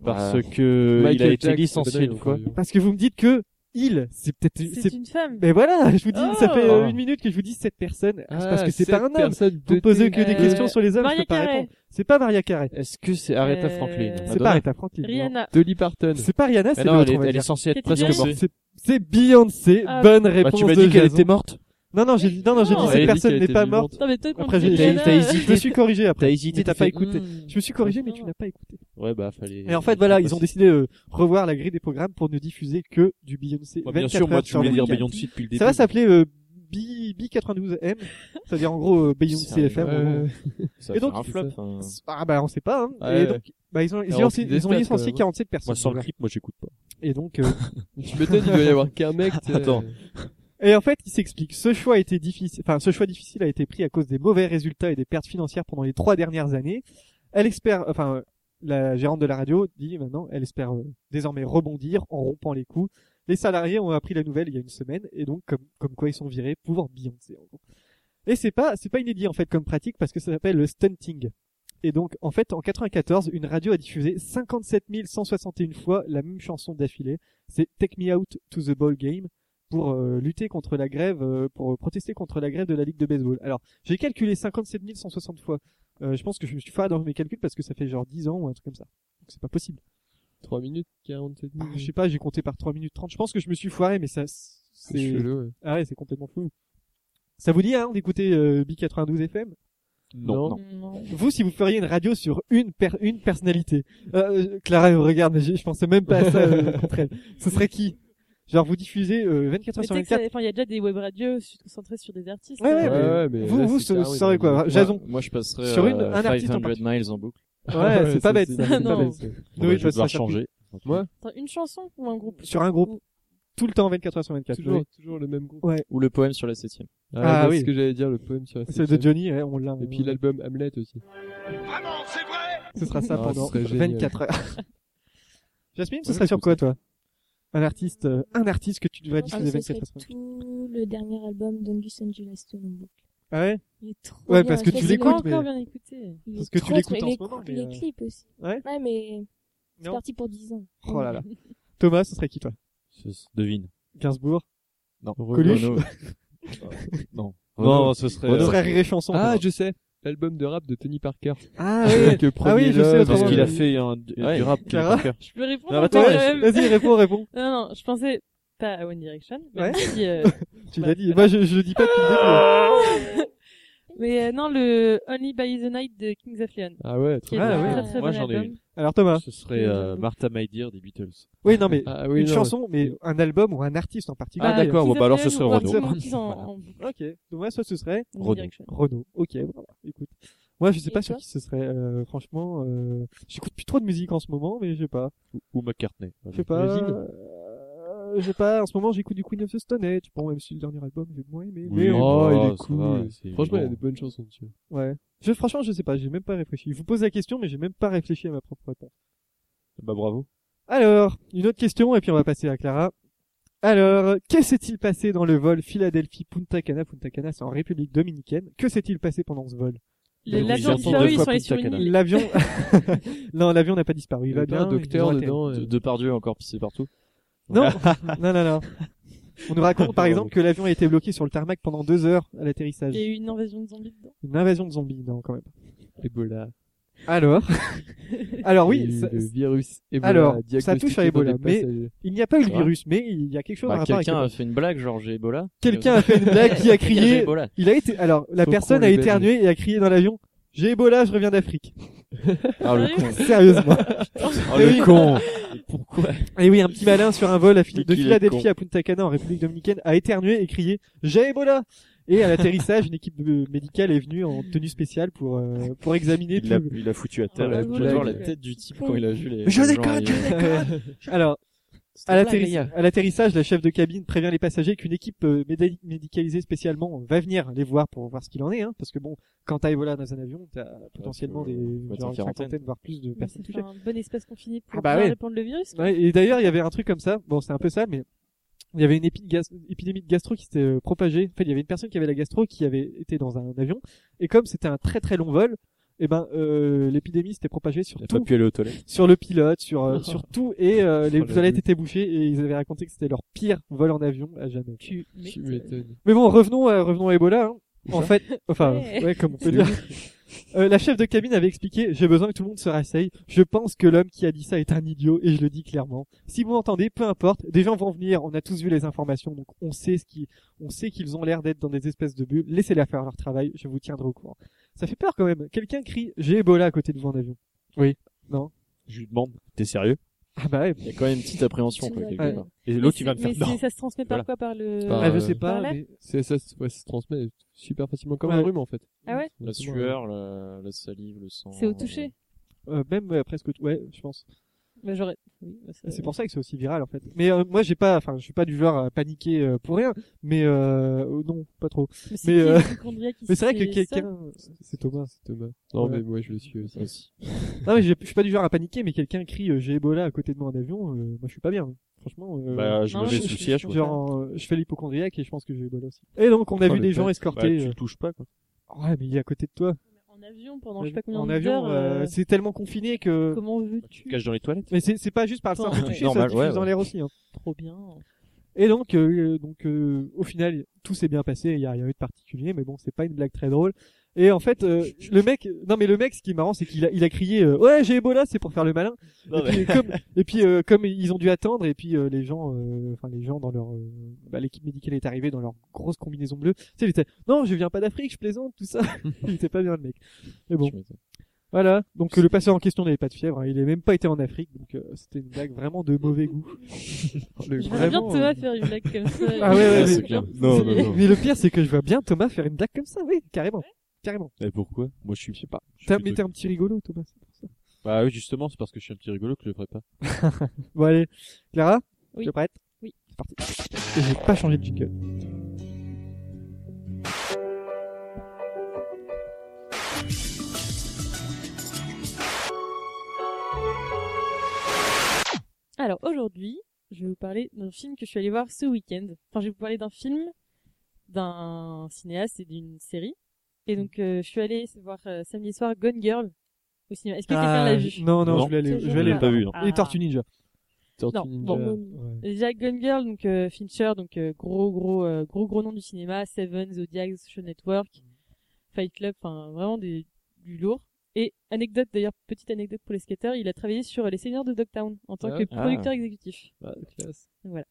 Speaker 5: Parce que il a
Speaker 2: Michael
Speaker 5: été
Speaker 2: Jackson,
Speaker 5: licencié
Speaker 2: c'est
Speaker 5: une fois.
Speaker 2: pas
Speaker 1: Parce que vous me dites que il, c'est peut-être.
Speaker 3: C'est
Speaker 1: c'est-
Speaker 3: une femme.
Speaker 1: Mais voilà, je vous dis, ça
Speaker 3: Oh.
Speaker 1: fait euh,
Speaker 5: Ah.
Speaker 1: une minute que je vous dis cette personne.
Speaker 2: Ah,
Speaker 1: c'est parce que c'est
Speaker 2: sept
Speaker 1: pas un homme.
Speaker 2: personnes
Speaker 1: Vous
Speaker 2: de
Speaker 1: posez
Speaker 2: tête.
Speaker 1: que des
Speaker 3: Euh,
Speaker 1: questions sur les hommes, je
Speaker 3: Maria
Speaker 1: peux pas
Speaker 3: Carey.
Speaker 1: répondre. C'est pas Maria Carey.
Speaker 5: Est-ce que c'est Aretha
Speaker 3: Euh,
Speaker 5: Franklin
Speaker 3: c'est
Speaker 1: C'est
Speaker 5: Madonna
Speaker 1: pas Aretha Franklin. non.
Speaker 3: Rihanna.
Speaker 2: Dolly Parton.
Speaker 1: C'est pas Rihanna, c'est
Speaker 5: Ah non,
Speaker 1: l'autre,
Speaker 5: elle, est-
Speaker 1: on va
Speaker 5: elle est
Speaker 1: dire.
Speaker 5: censée être
Speaker 3: Katy
Speaker 5: presque
Speaker 3: Perry.
Speaker 5: morte.
Speaker 1: C'est- C'est Beyoncé.
Speaker 3: Ah.
Speaker 1: Bonne
Speaker 5: Bah,
Speaker 1: réponse
Speaker 5: tu m'as
Speaker 1: de
Speaker 5: dit qu'elle
Speaker 1: Jason.
Speaker 5: était Ah, morte.
Speaker 1: Non, non, j'ai dit, non, non, j'ai
Speaker 3: Non,
Speaker 1: dit cette
Speaker 3: elle
Speaker 2: a dit qu'elle
Speaker 1: personne n'est
Speaker 2: était
Speaker 1: pas
Speaker 2: vivante.
Speaker 1: morte.
Speaker 3: Non, mais toi, quand
Speaker 1: Après,
Speaker 3: tu
Speaker 1: j'ai-
Speaker 3: dis
Speaker 1: t'as
Speaker 3: Rihanna,
Speaker 5: t'as
Speaker 3: euh,
Speaker 5: hésité.
Speaker 1: Je me suis corrigé après.
Speaker 5: T'as hésité,
Speaker 1: Mais t'as
Speaker 5: t'as
Speaker 1: pas
Speaker 5: fait,
Speaker 1: écouté.
Speaker 5: hmm.
Speaker 1: Je me suis corrigé, mais tu n'as pas écouté.
Speaker 5: Ouais, bah fallait.
Speaker 1: Et en fait, voilà,
Speaker 5: fallait
Speaker 1: ils ont
Speaker 5: passer.
Speaker 1: décidé de revoir la grille des programmes pour ne diffuser que du Beyoncé.
Speaker 8: Moi, Bah, bien
Speaker 1: 24
Speaker 8: sûr, moi,
Speaker 1: heures
Speaker 8: tu
Speaker 1: sur
Speaker 8: voulais dire
Speaker 1: 24.
Speaker 8: Beyoncé depuis le début.
Speaker 1: Ça va s'appeler euh, B- B92M, c'est-à-dire en gros euh, Beyoncé
Speaker 5: C'est
Speaker 1: FM.
Speaker 5: un-
Speaker 1: en
Speaker 2: Euh,
Speaker 1: gros.
Speaker 5: Ça
Speaker 1: Et
Speaker 5: fait
Speaker 1: donc,
Speaker 5: un flop.
Speaker 2: c'est
Speaker 5: hein.
Speaker 1: Ah bah on sait pas. Hein.
Speaker 2: Ouais,
Speaker 1: Et donc, bah, ils ont, ils ont,
Speaker 2: Alors, c'est
Speaker 1: ils ont
Speaker 2: des stats,
Speaker 1: licencié
Speaker 2: quand même.
Speaker 1: 47 personnes.
Speaker 8: euh, Moi, sans le
Speaker 1: voilà.
Speaker 8: clip, moi, j'écoute pas.
Speaker 1: Et donc, euh,
Speaker 2: Je m'étonne, il doit y avoir qu'un mec. tu sais.
Speaker 8: Attends.
Speaker 1: et en fait, ils s'expliquent. Ce choix était difficile. Enfin, ce choix difficile a été pris à cause des mauvais résultats et des pertes financières pendant les trois dernières années. Elle espère, enfin, euh, la gérante de la radio dit maintenant, elle espère euh, désormais rebondir en rompant les coups. Les salariés ont appris la nouvelle il y a une semaine et donc comme, comme quoi ils sont virés pour Beyoncé. En gros. Et c'est pas c'est pas inédit en fait comme pratique parce que ça s'appelle le stunting. Et donc en fait en 94 une radio a diffusé 57 161 fois la même chanson d'affilée. C'est Take Me Out to the Ball Game pour euh, lutter contre la grève, euh, pour protester contre la grève de la ligue de baseball. Alors j'ai calculé 57 160 fois. Euh, je pense que je me suis pas dans mes calculs parce que ça fait genre 10 ans ou un truc comme ça. Donc c'est pas possible.
Speaker 2: 3 minutes 47
Speaker 1: Ah,
Speaker 2: minutes.
Speaker 1: Je sais pas, j'ai compté par 3 minutes 30. Je pense que je me suis foiré, mais ça,
Speaker 2: c'est
Speaker 1: c'est,
Speaker 2: chelou. ouais.
Speaker 1: ah ouais, c'est complètement fou. Ça vous dit, hein, d'écouter euh, B92 FM?
Speaker 2: Non.
Speaker 3: euh, non.
Speaker 1: Vous, si vous feriez une radio sur une per- une euh, personnalité, euh, Clara, regarde, mais j'ai- je pensais même pas à ça euh, contre elle. Ce serait qui? Genre, vous diffusez euh, 24 heures
Speaker 3: Mais
Speaker 1: sur
Speaker 3: tu sais que ça
Speaker 1: 24.
Speaker 3: dépend, il y a déjà des web radios concentrées sur des artistes.
Speaker 1: Ouais, ouais,
Speaker 3: euh,
Speaker 1: mais- vous, vous, vous saurez quoi, Jason
Speaker 5: Moi, moi, je passerai
Speaker 1: Sur une-
Speaker 5: euh,
Speaker 1: un artiste en
Speaker 5: 500 miles en boucle.
Speaker 1: Ouais, c'est pas bête,
Speaker 5: c'est
Speaker 1: ça,
Speaker 5: pas
Speaker 1: c'est pas bête.
Speaker 5: Bon, bah, je vais devoir changer.
Speaker 2: Moi
Speaker 3: Attends, une chanson ou un groupe
Speaker 1: Sur un groupe. Tout le temps, 24 heures sur 24.
Speaker 2: Toujours-
Speaker 1: oui.
Speaker 2: toujours le même groupe.
Speaker 1: Ouais.
Speaker 5: Ou le poème sur la septième.
Speaker 1: Ah,
Speaker 2: Ah,
Speaker 1: oui.
Speaker 2: oui. ce que j'allais dire, le poème sur la
Speaker 1: C'est
Speaker 2: septième.
Speaker 1: de Johnny, ouais, on l'a.
Speaker 2: Et puis l'album Hamlet aussi.
Speaker 1: Ce sera ça
Speaker 2: Ah,
Speaker 1: pendant
Speaker 2: ce serait génial.
Speaker 1: 24 heures. Jasmine, ce
Speaker 2: Ouais,
Speaker 1: serait
Speaker 2: je
Speaker 1: sur
Speaker 2: trouve
Speaker 1: quoi, toi? Un artiste, euh, un artiste que tu devrais
Speaker 9: Ah,
Speaker 1: diffuser
Speaker 9: ce
Speaker 1: 24
Speaker 9: serait
Speaker 1: heures sur 24.
Speaker 9: tout le dernier album d'Angus Angela Stone en boucle.
Speaker 1: Ah ouais?
Speaker 9: Il est trop
Speaker 1: Ouais,
Speaker 9: bien,
Speaker 1: parce que
Speaker 9: je
Speaker 1: tu
Speaker 9: sais pas
Speaker 1: l'écoutes, mais.
Speaker 9: encore
Speaker 3: bien écouté.
Speaker 9: Il
Speaker 1: Parce
Speaker 9: est
Speaker 1: que tu
Speaker 9: trop,
Speaker 1: l'écoutes
Speaker 9: trop-
Speaker 1: en
Speaker 9: et
Speaker 1: ce moment,
Speaker 9: Les,
Speaker 1: mais,
Speaker 9: les
Speaker 1: euh,
Speaker 9: clips aussi.
Speaker 1: Ouais.
Speaker 9: mais c'est
Speaker 1: Non.
Speaker 9: parti pour 10 ans.
Speaker 1: Oh là là. Thomas, ce serait qui, toi?
Speaker 5: Devine.
Speaker 1: Gainsbourg?
Speaker 8: Non.
Speaker 1: Coluche?
Speaker 5: Renaud.
Speaker 8: Non.
Speaker 5: Non, ce serait.
Speaker 1: Renaud.
Speaker 5: euh,
Speaker 1: Frère Rire et Chanson.
Speaker 2: Ah,
Speaker 1: pardon.
Speaker 2: je sais. L'album de rap de Tony Parker.
Speaker 1: Ah,
Speaker 2: Avec
Speaker 1: oui.
Speaker 2: le
Speaker 1: Ah oui,
Speaker 2: premier
Speaker 1: je sais,
Speaker 2: Love,
Speaker 1: autrement
Speaker 2: euh,
Speaker 1: dit.
Speaker 8: Qu'il a fait un, du
Speaker 5: Ouais.
Speaker 8: rap.
Speaker 1: Clara?
Speaker 8: Parker.
Speaker 3: Je peux répondre
Speaker 8: Non,
Speaker 3: ou
Speaker 8: attends,
Speaker 3: pas,
Speaker 1: vas-y,
Speaker 3: même
Speaker 1: vas-y, réponds, réponds.
Speaker 3: Non, non, je pensais pas à One Direction.
Speaker 1: Ouais.
Speaker 3: Même si, euh,
Speaker 1: Tu
Speaker 3: bah,
Speaker 1: l'as dit. Moi, je, je dis pas que tu le
Speaker 3: Mais euh, non, le Only by the Night de Kings of Leon.
Speaker 2: Ah ouais,
Speaker 3: Qui
Speaker 2: très
Speaker 3: est
Speaker 1: Ah
Speaker 3: un
Speaker 1: ouais.
Speaker 3: très très
Speaker 8: Moi,
Speaker 3: bon
Speaker 8: j'en ai
Speaker 3: album.
Speaker 1: dis. Alors, Thomas.
Speaker 8: Ce serait euh, Martha My Dear des Beatles.
Speaker 1: Oui, non, mais
Speaker 2: Ah oui,
Speaker 1: une
Speaker 2: non.
Speaker 1: chanson, mais un album ou un artiste en particulier.
Speaker 8: Ah, d'accord, bon,
Speaker 3: Euh, Kings
Speaker 8: bah,
Speaker 3: of
Speaker 8: alors, ce
Speaker 3: Leon
Speaker 8: serait
Speaker 3: ou One
Speaker 8: Renaud.
Speaker 3: Direction en-
Speaker 8: Voilà.
Speaker 3: en-
Speaker 1: Ok. Donc, moi, ça, ce serait
Speaker 3: en One
Speaker 8: Renaud.
Speaker 3: Direction.
Speaker 1: Renaud. Ok, voilà. Écoute. Moi, je sais
Speaker 9: Et
Speaker 1: pas sur
Speaker 9: toi
Speaker 1: qui ce serait, euh, franchement, euh, j'écoute plus trop de musique en ce moment, mais je sais pas.
Speaker 8: Ou- Ou McCartney.
Speaker 1: Je sais pas. euh, Je sais pas, en ce moment, j'écoute du Queen of the Stone Age. Bon, même si le dernier album, j'ai moins aimé. mais-
Speaker 2: Oh,
Speaker 8: bah,
Speaker 2: il est
Speaker 8: ça
Speaker 2: cool.
Speaker 8: va, c'est
Speaker 2: Franchement, il y a
Speaker 8: bon.
Speaker 2: des bonnes chansons dessus.
Speaker 1: Ouais. Je, franchement, je sais pas, j'ai même pas réfléchi. Je vous pose la question, mais j'ai même pas réfléchi à ma propre réponse.
Speaker 8: Bah bravo.
Speaker 1: Alors, une autre question et puis on va passer à Clara. Alors, que s'est-il passé dans le vol Philadelphie-Punta Cana Punta Cana, c'est en République dominicaine. Que s'est-il passé pendant ce vol
Speaker 3: Le-
Speaker 8: Oui,
Speaker 3: L'avion
Speaker 8: j'entends deux
Speaker 3: disparu, ils
Speaker 8: fois
Speaker 3: sont allés
Speaker 8: Punta
Speaker 3: sur une
Speaker 8: Cana.
Speaker 3: île.
Speaker 1: L'avion... non, l'avion n'a pas disparu. Il
Speaker 2: y
Speaker 1: va
Speaker 2: avait pas
Speaker 1: bien.
Speaker 2: un
Speaker 1: ils
Speaker 2: docteur
Speaker 1: ont atterri.
Speaker 2: dedans.
Speaker 5: De,
Speaker 2: euh,
Speaker 5: de Pardieu encore pissé partout.
Speaker 1: Non, non, non, non. On nous raconte par exemple que l'avion a été bloqué sur le tarmac pendant deux heures à l'atterrissage.
Speaker 3: Il y a eu une invasion de zombies dedans.
Speaker 1: Une invasion de zombies, non, quand même.
Speaker 2: Ebola.
Speaker 1: Alors Alors oui,
Speaker 2: Et
Speaker 1: ça-
Speaker 2: le virus Ebola.
Speaker 1: Alors, ça
Speaker 2: diagnostiqué
Speaker 1: touche à
Speaker 2: dans
Speaker 1: Ebola,
Speaker 2: des
Speaker 1: mais-
Speaker 2: passagers.
Speaker 1: il n'y a pas eu le
Speaker 5: C'est vrai.
Speaker 1: virus, mais il y a quelque chose en
Speaker 5: Bah,
Speaker 1: rapport avec
Speaker 5: quelqu'un
Speaker 1: Ebola.
Speaker 5: a fait une blague, genre j'ai Ebola.
Speaker 1: Quelqu'un a fait une blague qui a crié.
Speaker 5: Ebola.
Speaker 1: Il a été. Alors, la
Speaker 2: Faut
Speaker 1: personne
Speaker 2: qu'on
Speaker 1: a
Speaker 2: les
Speaker 1: éternué et a crié dans l'avion. J'ai Ebola, je reviens d'Afrique.
Speaker 5: Ah, le
Speaker 3: Sérieux
Speaker 5: con.
Speaker 1: Sérieusement.
Speaker 5: Oh,
Speaker 1: Eh oui.
Speaker 5: le con. Pourquoi
Speaker 1: Et oui, un petit malin sur un vol à Phil- de
Speaker 5: Mais qu'il est
Speaker 1: Philadelphie
Speaker 5: con.
Speaker 1: à Punta Cana en République dominicaine a éternué et crié J'ai Ebola. Et à l'atterrissage, une équipe de- médicale est venue en tenue spéciale pour euh, pour examiner
Speaker 8: Il l'a
Speaker 1: tout. le-
Speaker 8: il l'a foutu à
Speaker 5: Putain,
Speaker 8: terre.
Speaker 5: la,
Speaker 3: Ah,
Speaker 5: la-
Speaker 3: blague.
Speaker 5: genre la tête du type quand il a vu les.
Speaker 4: Je
Speaker 5: les gens
Speaker 4: déconne, je
Speaker 5: arriver.
Speaker 1: Alors, à
Speaker 5: pas
Speaker 1: l'atterri-
Speaker 5: la gare.
Speaker 1: à l'atterrissage, la chef de cabine prévient les passagers qu'une équipe euh, méda- médicalisée spécialement va venir les voir pour voir ce qu'il en est, hein, parce que bon, quand t'as Ebola dans un avion, t'as potentiellement
Speaker 5: faut-
Speaker 1: des
Speaker 5: faut être en
Speaker 1: genre, une
Speaker 5: quarantaine.
Speaker 1: cinquantaine, voire plus de
Speaker 3: Mais
Speaker 1: personnes
Speaker 3: C'est
Speaker 1: touchées.
Speaker 3: un bon espace confiné pour
Speaker 1: Ah bah
Speaker 3: bien
Speaker 1: ouais.
Speaker 3: répandre le virus. quoi.
Speaker 1: Ouais, et d'ailleurs, il y avait un truc comme ça. Bon, c'est un peu ça, mais il y avait une épi- gas- épidémie de gastro qui s'était euh, propagée. En fait, il y avait une personne qui avait la gastro qui avait été dans un avion. Et comme c'était un très très long vol, eh ben, euh, l'épidémie s'était propagée sur
Speaker 8: Il a
Speaker 1: tout,
Speaker 8: pas pu aller aux toilettes.
Speaker 1: sur le pilote, sur, euh, sur tout, et euh, les
Speaker 2: Oh, la
Speaker 1: toilettes
Speaker 2: douille.
Speaker 1: étaient bouchées, et ils avaient raconté que c'était leur pire vol en avion à jamais.
Speaker 3: Tu mais-
Speaker 2: Tu m'étonnes.
Speaker 1: Mais bon, revenons, à- revenons à Ebola. hein. En fait, enfin,
Speaker 3: Ouais.
Speaker 1: ouais, comme on peut dire. Euh, la chef de cabine avait expliqué J'ai besoin que tout le monde se rasseye. Je pense que l'homme qui a dit ça est un idiot et je le dis clairement. Si vous entendez, peu importe, des gens vont venir. On a tous vu les informations, donc on sait ce qui, on sait qu'ils ont l'air d'être dans des espèces de bulles. Laissez-les faire leur travail. Je vous tiendrai au courant. Ça fait peur quand même. Quelqu'un crie J'ai Ebola à côté de vous en avion.
Speaker 8: Je lui demande, t'es sérieux
Speaker 1: Ah bah ouais.
Speaker 5: Il y a quand même une petite appréhension, quoi, quelque
Speaker 9: Ouais.
Speaker 5: part.
Speaker 8: Et
Speaker 3: Mais
Speaker 8: l'autre
Speaker 3: c'est-
Speaker 8: il va me faire
Speaker 3: mais
Speaker 8: non.
Speaker 3: c'est- ça se transmet par
Speaker 8: Voilà.
Speaker 3: quoi Par le.
Speaker 2: Par,
Speaker 1: Ah, je
Speaker 2: euh,
Speaker 1: sais pas.
Speaker 3: l'air
Speaker 1: mais-
Speaker 2: C'est ça, se- ouais, ça se transmet super facilement comme
Speaker 1: Ouais.
Speaker 2: un rhume en fait.
Speaker 3: Ah ouais
Speaker 5: La sueur, la, la salive, le sang.
Speaker 3: C'est au toucher.
Speaker 1: euh, même euh, presque, ouais, je pense.
Speaker 3: Bah, j'aurais. oui, bah, ça-
Speaker 1: C'est pour ça que c'est aussi viral en fait. Mais euh, moi j'ai pas, enfin je suis pas du genre à paniquer euh, pour rien, mais euh, euh, non pas trop.
Speaker 3: Mais c'est
Speaker 1: Mais,
Speaker 3: qui,
Speaker 1: euh,
Speaker 3: le mitochondria qui
Speaker 1: Mais c'est vrai
Speaker 3: se
Speaker 1: que
Speaker 3: fait seul
Speaker 1: quelqu'un, c'est Thomas.
Speaker 2: C'est Thomas. Non,
Speaker 1: Ouais.
Speaker 2: mais moi je le suis aussi.
Speaker 1: Non mais ah je je suis pas du genre à paniquer, mais quelqu'un crie euh, j'ai Ebola à côté de moi en avion, euh, moi je suis pas bien. Franchement, euh,
Speaker 8: Bah je
Speaker 3: Non,
Speaker 8: me
Speaker 3: je-
Speaker 8: mets sous
Speaker 3: je-
Speaker 8: le siège. quoi.
Speaker 1: genre euh, je fais l'hypochondriaque et je pense que j'ai Ebola aussi. Et donc on a
Speaker 2: Oh,
Speaker 1: vu
Speaker 2: le
Speaker 1: des
Speaker 2: pote.
Speaker 1: gens
Speaker 8: Bah, tu
Speaker 1: escortés.
Speaker 8: le touches pas quoi.
Speaker 1: euh, Ouais mais il est à côté de toi.
Speaker 3: En avion pendant je sais pas combien
Speaker 1: en
Speaker 3: d'heures.
Speaker 1: avion, euh,
Speaker 3: euh,
Speaker 1: c'est tellement confiné que.
Speaker 3: Comment
Speaker 8: Tu te
Speaker 3: veux-tu
Speaker 8: caches dans les toilettes.
Speaker 1: Mais c'est c'est pas juste par le
Speaker 3: Attends,
Speaker 1: simple
Speaker 3: ouais.
Speaker 1: toucher, ça se
Speaker 5: Normal,
Speaker 1: diffuse
Speaker 5: ouais,
Speaker 1: dans
Speaker 5: ouais.
Speaker 1: l'air aussi. hein.
Speaker 3: Trop bien.
Speaker 1: Et donc, euh, donc euh, au final, tout s'est bien passé. Il y a rien eu de particulier, mais bon, c'est pas une blague très drôle. Et en fait, euh, le mec, non mais le mec, ce qui est marrant, c'est qu'il a, il a crié, euh, ouais, j'ai Ebola, c'est pour faire le malin.
Speaker 8: Non,
Speaker 1: et puis, comme, et puis, euh, comme ils ont dû attendre, et puis euh, les gens, euh, enfin les gens dans leur, euh, bah, l'équipe médicale est arrivée dans leur grosse combinaison bleue. Tu sais, il était, non, je viens pas d'Afrique, je plaisante, tout ça. il était pas bien le mec. Mais bon, Voilà. Donc euh, le passeur en question n'avait pas de fièvre, hein. il n'avait même pas été en Afrique, donc euh, c'était une blague vraiment de mauvais goût. Le-
Speaker 3: Je vois bien
Speaker 1: vraiment,
Speaker 3: Thomas
Speaker 1: euh,
Speaker 3: faire une blague comme ça.
Speaker 1: Ah ouais, ouais,
Speaker 5: Ouais,
Speaker 1: mais-
Speaker 5: c'est clair. Non, non, non.
Speaker 1: Mais le pire, c'est que je vois bien Thomas faire une blague comme ça, oui, carrément, carrément.
Speaker 8: Et pourquoi Moi, je suis, je sais pas.
Speaker 1: T'as mais t'es un petit rigolo, Thomas. c'est pour ça.
Speaker 8: Bah oui, justement, c'est parce que je suis un petit rigolo que je le ferai pas.
Speaker 1: Bon allez, Clara,
Speaker 3: Oui.
Speaker 1: tu es prête
Speaker 3: Oui.
Speaker 1: C'est parti. Et j'ai pas changé de jingle.
Speaker 3: Alors aujourd'hui, je vais vous parler d'un film que je suis allée voir ce week-end. Enfin, je vais vous parler d'un film, d'un cinéaste et d'une série. Et donc, euh, je suis allée voir euh, samedi soir Gone Girl au cinéma. Est-ce que quelqu'un
Speaker 1: Ah,
Speaker 3: l'a vu
Speaker 1: non, non,
Speaker 5: Non.
Speaker 1: je voulais aller,
Speaker 3: Ce
Speaker 1: je voulais aller
Speaker 5: jour-là. Pas vu,
Speaker 3: Ah.
Speaker 5: non.
Speaker 1: Et les Tortues Ninja.
Speaker 2: Tortue
Speaker 3: Non,
Speaker 2: Ninja.
Speaker 3: bon.
Speaker 2: euh, Ouais.
Speaker 3: Déjà Gone Girl, donc euh, Fincher, donc euh, gros gros euh, gros gros nom du cinéma, Seven, Zodiac, Social Network,
Speaker 2: Mm.
Speaker 3: Fight Club, enfin vraiment des, du lourd. Et anecdote d'ailleurs, petite anecdote pour les skateurs, il a travaillé sur Les Seigneurs de Dogtown en tant que
Speaker 2: Ah ouais.
Speaker 3: producteur exécutif.
Speaker 2: Bah, classe.
Speaker 3: Donc voilà.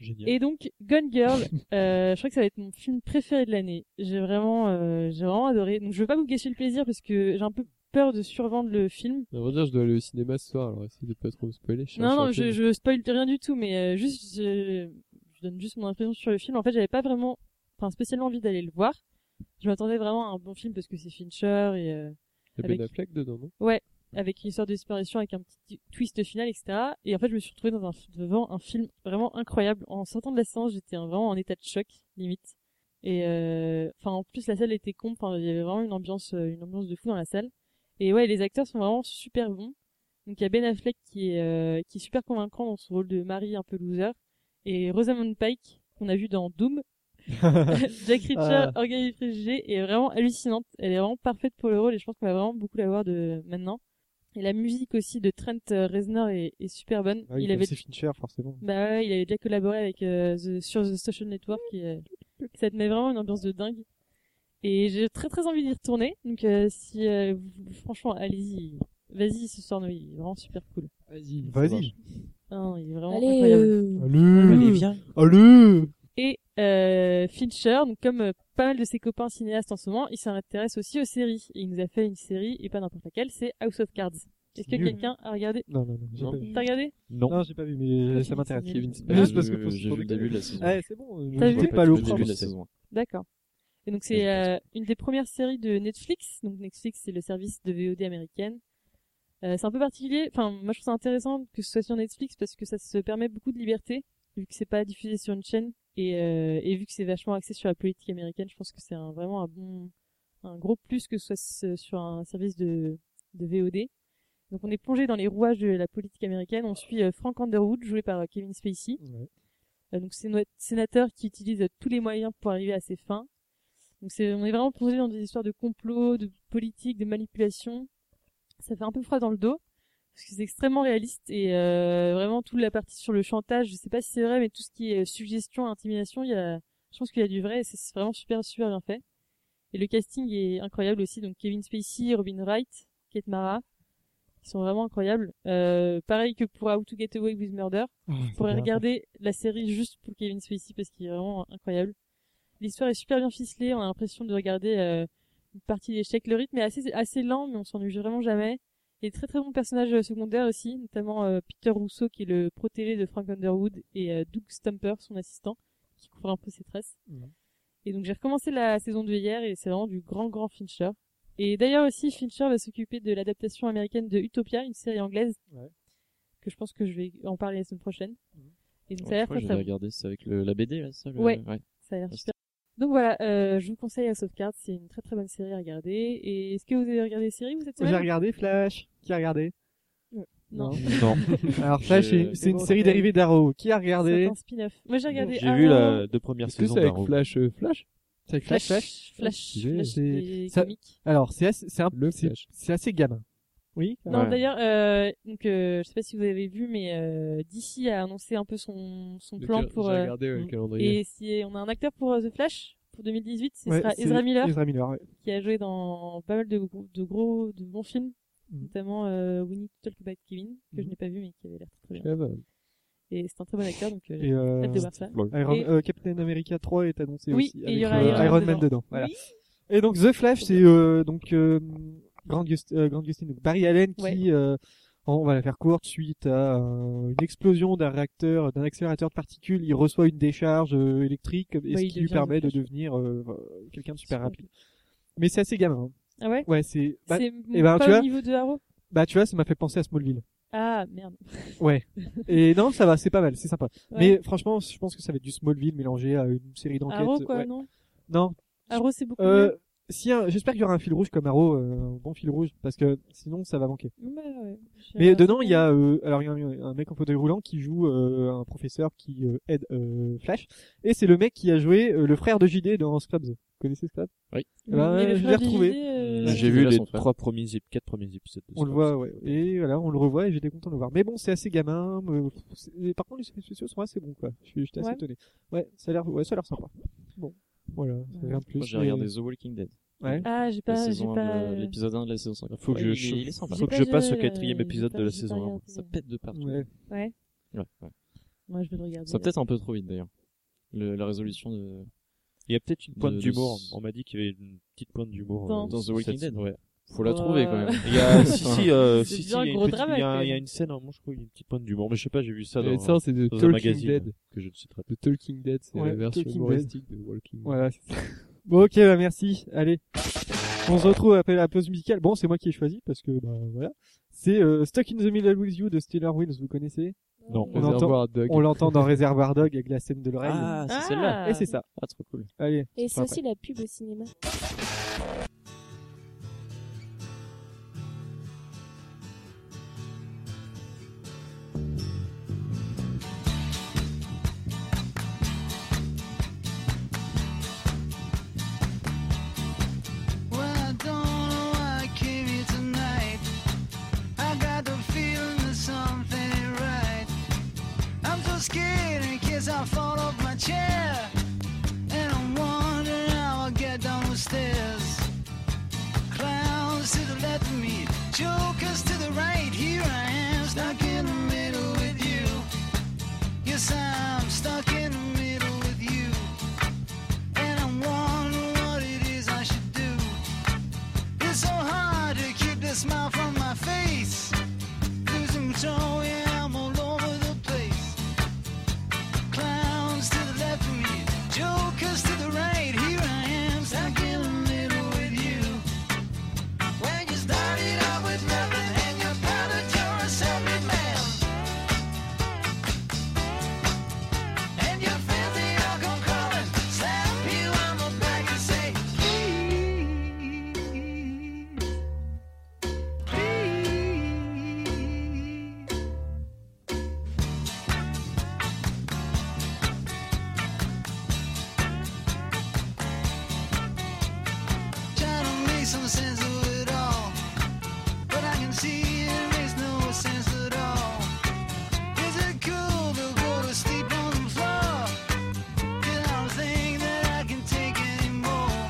Speaker 2: Génial.
Speaker 3: Et donc Gone Girl, euh, je crois que ça va être mon film préféré de l'année. J'ai vraiment euh, j'ai vraiment adoré. Donc je veux pas vous gâcher le plaisir parce que j'ai un peu peur de survendre le film.
Speaker 2: À vrai dire, je dois aller au cinéma ce soir, alors essayez de pas trop me spoiler. suis
Speaker 3: Non,
Speaker 2: sur
Speaker 3: non,
Speaker 2: le
Speaker 3: je,
Speaker 2: film.
Speaker 3: je spoil rien du tout, mais euh, juste, je, je donne juste mon impression sur le film. En fait, j'avais pas vraiment, enfin, spécialement envie d'aller le voir. Je m'attendais vraiment à un bon film parce que c'est Fincher et euh,
Speaker 2: Il y a
Speaker 3: avec-
Speaker 2: Ben Affleck dedans, non
Speaker 3: avec une histoire de disparition, avec un petit twist final, etc. Et en fait, je me suis retrouvée dans un, devant un film vraiment incroyable. En sortant de la séance, j'étais vraiment en état de choc, limite. Et euh, enfin, en plus, la salle était con. Enfin, il y avait vraiment une ambiance, euh, une ambiance de fou dans la salle. Et ouais, les acteurs sont vraiment super bons. Donc il y a Ben Affleck qui est, euh, qui est super convaincant dans son rôle de mari un peu loser, et Rosamund Pike qu'on a vu dans Doom. Jack Reacher,
Speaker 1: Ah.
Speaker 3: Orgueil et Préjugés est vraiment hallucinante. Elle est vraiment parfaite pour le rôle et je pense qu'on va vraiment beaucoup la voir de maintenant. Et la musique aussi de Trent euh, Reznor est, est super bonne.
Speaker 1: Ah oui,
Speaker 3: il
Speaker 1: comme
Speaker 3: avait
Speaker 1: C'est Fincher, forcément.
Speaker 3: bah ouais, il avait déjà collaboré avec euh, The- sur The Social Network et euh, ça te met vraiment une ambiance de dingue. Et j'ai très très envie d'y retourner. Donc euh, si euh, vous- franchement, allez-y, vas-y ce soir, Noé, il est vraiment super cool.
Speaker 2: Vas-y. ça marche.
Speaker 1: Vas-y.
Speaker 3: Non, il est vraiment
Speaker 9: Allez,
Speaker 3: incroyable.
Speaker 9: euh,
Speaker 1: Allez, allez.
Speaker 3: Et euh, Fincher, donc comme euh, pas mal de ses copains cinéastes en ce moment, il s'intéresse aussi aux séries. Et il nous a fait une série et pas n'importe laquelle, c'est House of Cards. Est-ce que
Speaker 1: Nul.
Speaker 3: quelqu'un a regardé
Speaker 1: Non, non, non, j'ai
Speaker 2: Non.
Speaker 1: pas vu.
Speaker 3: T'as regardé
Speaker 1: Non, j'ai pas vu, mais
Speaker 3: Ok,
Speaker 1: ça m'intéresse.
Speaker 3: c'est nul.
Speaker 2: Kevin
Speaker 1: Juste
Speaker 5: Spacey.
Speaker 1: parce que
Speaker 5: J'ai vu- j'ai vu le début de la saison.
Speaker 1: Ah, c'est bon,
Speaker 3: T'as
Speaker 1: je
Speaker 3: vu
Speaker 1: n'étais pas allé
Speaker 5: le
Speaker 1: au
Speaker 5: début de la
Speaker 1: printemps.
Speaker 5: saison.
Speaker 3: D'accord. Et donc
Speaker 5: Ouais,
Speaker 3: c'est
Speaker 5: je
Speaker 3: euh, une des premières séries de Netflix. Donc Netflix c'est le service de VOD américaine. Euh, c'est un peu particulier. Enfin, moi je trouve ça intéressant que ce soit sur Netflix parce que ça se permet beaucoup de liberté vu que c'est pas diffusé sur une chaîne et, euh, et vu que c'est vachement axé sur la politique américaine, je pense que c'est un- vraiment un bon, un gros plus que ce soit ce- sur un service de, de VOD. Donc on est plongé dans les rouages de la politique américaine. On suit euh, Frank Underwood joué par euh, Kevin Spacey.
Speaker 1: Ouais.
Speaker 3: Euh, donc c'est notre sénateur qui utilise euh, tous les moyens pour arriver à ses fins. Donc c'est, on est vraiment plongé dans des histoires de complot, de politique, de manipulation. Ça fait un peu froid dans le dos parce que c'est extrêmement réaliste et euh, vraiment toute la partie sur le chantage, je sais pas si c'est vrai, mais tout ce qui est euh, suggestion, intimidation, il y a, je pense qu'il y a du vrai et c'est c'est vraiment super super bien fait. Et le casting est incroyable aussi, donc Kevin Spacey, Robin Wright, Kate Mara, ils sont vraiment incroyables. Euh, pareil que pour How to Get Away with Murder, je pourrais regarder la série juste pour Kevin Spacey parce qu'il est vraiment incroyable. L'histoire est super bien ficelée, on a l'impression de regarder euh, une partie d'échecs. Le rythme est assez, assez lent, mais on s'ennuie vraiment jamais. Il y a de très très bons personnages euh, secondaires aussi, notamment euh, Peter Rousseau qui est le protégé de Frank Underwood et euh, Doug Stumper, son assistant, qui couvre un peu ses tresses.
Speaker 1: Mhm.
Speaker 3: Et donc j'ai recommencé la saison de hier et c'est vraiment du grand grand Fincher. Et d'ailleurs aussi Fincher va s'occuper de l'adaptation américaine de Utopia, une série anglaise,
Speaker 1: Ouais.
Speaker 3: que je pense que je vais en parler la semaine prochaine. Et donc ça a
Speaker 5: Je
Speaker 3: l'air
Speaker 5: crois que
Speaker 3: très
Speaker 5: je
Speaker 3: très
Speaker 5: vais
Speaker 3: bon.
Speaker 5: regarder, c'est avec le- la BD, là, ça le-
Speaker 3: Ouais.
Speaker 5: ouais.
Speaker 3: Ça a l'air
Speaker 5: Ah,
Speaker 3: super. Donc voilà, euh, je vous conseille House of Cards, c'est une très très bonne série à regarder. Et est-ce que vous avez regardé les séries vous cette
Speaker 1: J'ai
Speaker 3: semaine
Speaker 1: regardé Flash. Qui a regardé
Speaker 3: Non.
Speaker 8: Non.
Speaker 1: Alors Flash,
Speaker 5: Je-
Speaker 1: c'est- c'est une
Speaker 3: Bon,
Speaker 1: série
Speaker 3: ok.
Speaker 1: dérivée d'Arrow. Qui a regardé
Speaker 3: C'est un spin-off. Moi j'ai regardé.
Speaker 8: J'ai
Speaker 3: Arrow,
Speaker 8: vu la deux premières
Speaker 2: Est-ce que
Speaker 8: saisons
Speaker 2: c'est avec
Speaker 8: d'Arrow.
Speaker 2: Flash euh, Flash
Speaker 1: C'est avec
Speaker 3: Flash,
Speaker 1: Flash,
Speaker 3: Flash, Flash,
Speaker 2: J'ai-
Speaker 3: des
Speaker 1: ça-
Speaker 3: comiques.
Speaker 1: Alors c'est assez, c'est un,
Speaker 2: Le
Speaker 1: c'est-
Speaker 2: Flash.
Speaker 1: c'est assez gamin. Oui.
Speaker 3: Non,
Speaker 5: Ouais.
Speaker 3: d'ailleurs, euh, donc euh, je sais pas si vous avez vu, mais euh, DC a annoncé un peu son son
Speaker 2: Le
Speaker 3: plan
Speaker 2: cur-
Speaker 3: pour.
Speaker 2: J'ai
Speaker 3: euh,
Speaker 2: regardé ouais,
Speaker 1: mm.
Speaker 2: le calendrier.
Speaker 3: et si on a un acteur pour euh, The Flash pour 2018, ce
Speaker 1: Ouais,
Speaker 3: sera
Speaker 1: c'est
Speaker 3: Ezra Miller
Speaker 1: Ezra Miller. ouais.
Speaker 3: qui a joué dans pas mal de gros, de gros, de bons films,
Speaker 1: Mhm.
Speaker 3: notamment euh, We Need to Talk About Kevin que je
Speaker 1: Mhm.
Speaker 3: n'ai pas vu mais qui avait l'air très, très bien.
Speaker 2: Ah bah,
Speaker 3: Et c'est un très bon acteur, donc euh,
Speaker 1: Et euh,
Speaker 3: j'ai hâte de voir ça.
Speaker 1: Iron-
Speaker 3: Et-
Speaker 1: euh, Captain America 3 est annoncé
Speaker 3: Oui,
Speaker 1: aussi.
Speaker 3: et il
Speaker 1: avec,
Speaker 3: y aura
Speaker 1: euh,
Speaker 3: Iron Man
Speaker 1: Man dedans.
Speaker 3: Oui.
Speaker 1: Voilà. Et donc The Flash, c'est euh, donc euh, Grand Gust- euh, Grand Gustine, donc Barry Allen qui,
Speaker 3: Ouais.
Speaker 1: euh, on va la faire courte, suite à euh, une explosion d'un réacteur, d'un accélérateur de particules, il reçoit une décharge euh, électrique, et
Speaker 3: il
Speaker 1: ce qui lui
Speaker 3: devient
Speaker 1: permet de
Speaker 3: Flash.
Speaker 1: devenir euh, euh, quelqu'un de super rapide. Mais c'est assez gamin. hein.
Speaker 3: Ah ouais
Speaker 1: Ouais, c'est. bah,
Speaker 3: C'est
Speaker 1: eh ben,
Speaker 3: pas
Speaker 1: tu
Speaker 3: au
Speaker 1: vois,
Speaker 3: niveau de Haro
Speaker 1: bah tu vois, ça m'a fait penser à Smallville.
Speaker 3: Ah, merde.
Speaker 1: Ouais. Et non, ça va, c'est pas mal, c'est sympa.
Speaker 3: Ouais.
Speaker 1: Mais franchement, je pense que ça va être du Smallville mélangé à une série d'enquêtes.
Speaker 3: Arrow, quoi, Mhm.
Speaker 1: ouais.
Speaker 3: non
Speaker 1: Non.
Speaker 3: Arrow, c'est beaucoup
Speaker 1: Euh,
Speaker 3: mieux.
Speaker 1: si, un- j'espère qu'il y aura un fil rouge comme Arrow, euh, un bon fil rouge, parce que sinon ça va manquer.
Speaker 3: Bah, ouais. J'ai
Speaker 1: Mais
Speaker 3: un-
Speaker 1: dedans, il y a euh, alors il y a un, un mec en fauteuil roulant qui joue euh, un professeur qui euh, aide euh, Flash, et c'est le mec qui a joué euh, le frère de JD dans Scrubs. Vous connaissez Scrubs
Speaker 5: Oui.
Speaker 1: Eh ben,
Speaker 3: Mais le
Speaker 1: je l'ai
Speaker 3: frère de
Speaker 1: retrouvé.
Speaker 3: JD, euh,
Speaker 5: Ouais.
Speaker 8: J'ai
Speaker 5: c'est
Speaker 8: vu
Speaker 5: déjà
Speaker 8: les
Speaker 5: son frère.
Speaker 8: trois premiers, ép- quatre premiers épisodes. de
Speaker 1: On le
Speaker 8: Scrubs.
Speaker 1: voit, euh, ouais. Et voilà, on le revoit et j'étais content de le voir. Mais bon, c'est assez gamin. mais, pff, c'est- et par contre, les effets spéciaux sont assez bons, quoi. Je suis- J'étais assez
Speaker 3: Ouais.
Speaker 1: étonné. Ouais, ça a l'air, ouais, ça a l'air sympa. Bon. Voilà, rien de plus.
Speaker 5: Moi, j'ai
Speaker 1: mais-
Speaker 5: regardé The Walking Dead.
Speaker 1: Ouais.
Speaker 3: Ah, j'ai
Speaker 5: La
Speaker 3: pas. J'ai euh,
Speaker 5: saison,
Speaker 3: pas...
Speaker 5: euh, L'épisode 1 de la saison 5.
Speaker 8: Faut que
Speaker 5: Ouais,
Speaker 8: je-
Speaker 5: il est- il est sympa.
Speaker 8: Faut que je passe au quatrième épisode de la saison 1.
Speaker 5: hein. Ça pète de partout.
Speaker 1: Ouais.
Speaker 3: Ouais.
Speaker 5: Ouais, ouais.
Speaker 3: Moi, je vais le regarder.
Speaker 5: Ça va peut-être un peu trop vite d'ailleurs. Le- La résolution de.
Speaker 8: Il y a peut-être une
Speaker 5: De-
Speaker 8: pointe
Speaker 5: de
Speaker 8: d'humour.
Speaker 5: ce-
Speaker 8: On m'a dit qu'il y avait une petite pointe d'humour.
Speaker 3: Dans-
Speaker 8: euh,
Speaker 5: Dans The
Speaker 8: cette-
Speaker 5: Walking Dead.
Speaker 8: Ouais.
Speaker 5: Faut la
Speaker 3: Ouais.
Speaker 5: trouver quand même.
Speaker 8: Il y a, si,
Speaker 5: Enfin,
Speaker 8: si, euh,
Speaker 3: C'est
Speaker 8: si, si, il y
Speaker 3: bien
Speaker 8: a
Speaker 3: un
Speaker 8: une
Speaker 3: gros
Speaker 8: petite-
Speaker 3: drama,
Speaker 8: il y a
Speaker 3: quand
Speaker 8: un- il y a
Speaker 3: même.
Speaker 8: une scène, hein, moi je crois qu'il y a une petite pointe d'humour, mais je sais pas, j'ai vu ça
Speaker 2: Et
Speaker 8: dans,
Speaker 2: ça, c'est de
Speaker 8: hein. dans un
Speaker 2: Talking
Speaker 8: magazine
Speaker 2: Dead.
Speaker 8: que je ne citerai
Speaker 2: De Talking Dead, c'est
Speaker 1: Ouais,
Speaker 2: la version
Speaker 1: Talking Dead.
Speaker 2: humoristique de Walking Dead.
Speaker 1: Voilà. c'est ça. bon, ok, bah, merci. Allez. On se retrouve après la pause musicale. Bon, c'est moi qui ai choisi parce que, bah, voilà. C'est euh, Stuck in the Middle with You de Stellar Wheels, vous connaissez
Speaker 8: Non.
Speaker 1: On entend-
Speaker 2: Réservoir à Dog.
Speaker 1: On l'entend dans Reservoir Dog avec la scène de l'oreille.
Speaker 5: Ah, c'est
Speaker 3: Ah.
Speaker 5: celle-là.
Speaker 1: Et c'est ça.
Speaker 5: Ah, trop cool.
Speaker 1: Allez. c'est
Speaker 9: Et c'est aussi la pub au cinéma.
Speaker 11: Well, I don't know why I came here tonight. I got the feeling that something ain't right. I'm so scared in case I fall off my chair. And I'm wondering how I get down the stairs. Clowns to the left of me, jokers to the right. Here I am, stuck in the middle with you. Yes, I'm stuck in the middle with you. And I'm wondering what it is I should do. It's so hard to keep the smile from my face. Losing control, yeah, I'm all over the place. Clowns to the left of me, jokers to the right. Here I am, stuck in the middle with you. When you started out with nothing and you found that you're a self-made man. And you feel the alcohol crawling, slap you on the back and say, please. Please. Try to make some sense of it all, but I can see it makes no sense at all. Is it cool to go to sleep on the floor? 'Cause I don't think that I can take anymore.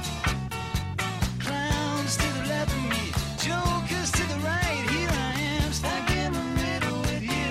Speaker 11: Clowns to the left of me, jokers to the right. Here I am, stuck in the middle with you.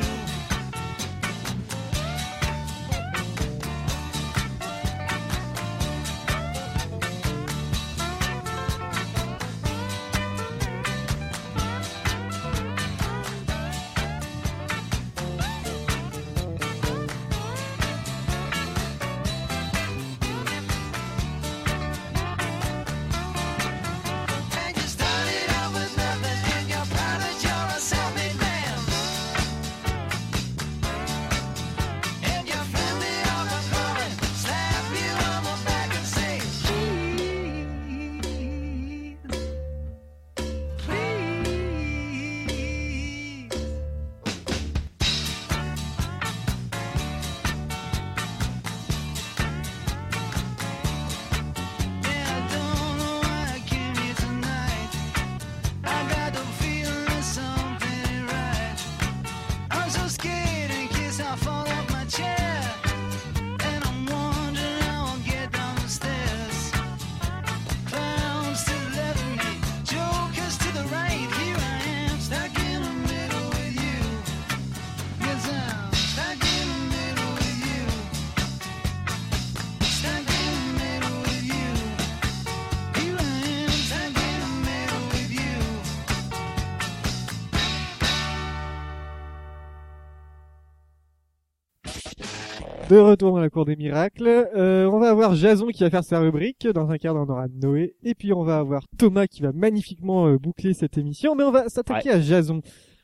Speaker 1: De retour dans la cour des miracles, euh, on va avoir Jason qui va faire sa rubrique. Dans un quart d'heure, on aura Noé. Et puis, on va avoir Thomas qui va magnifiquement euh, boucler cette émission. Mais on va s'attaquer à Jason.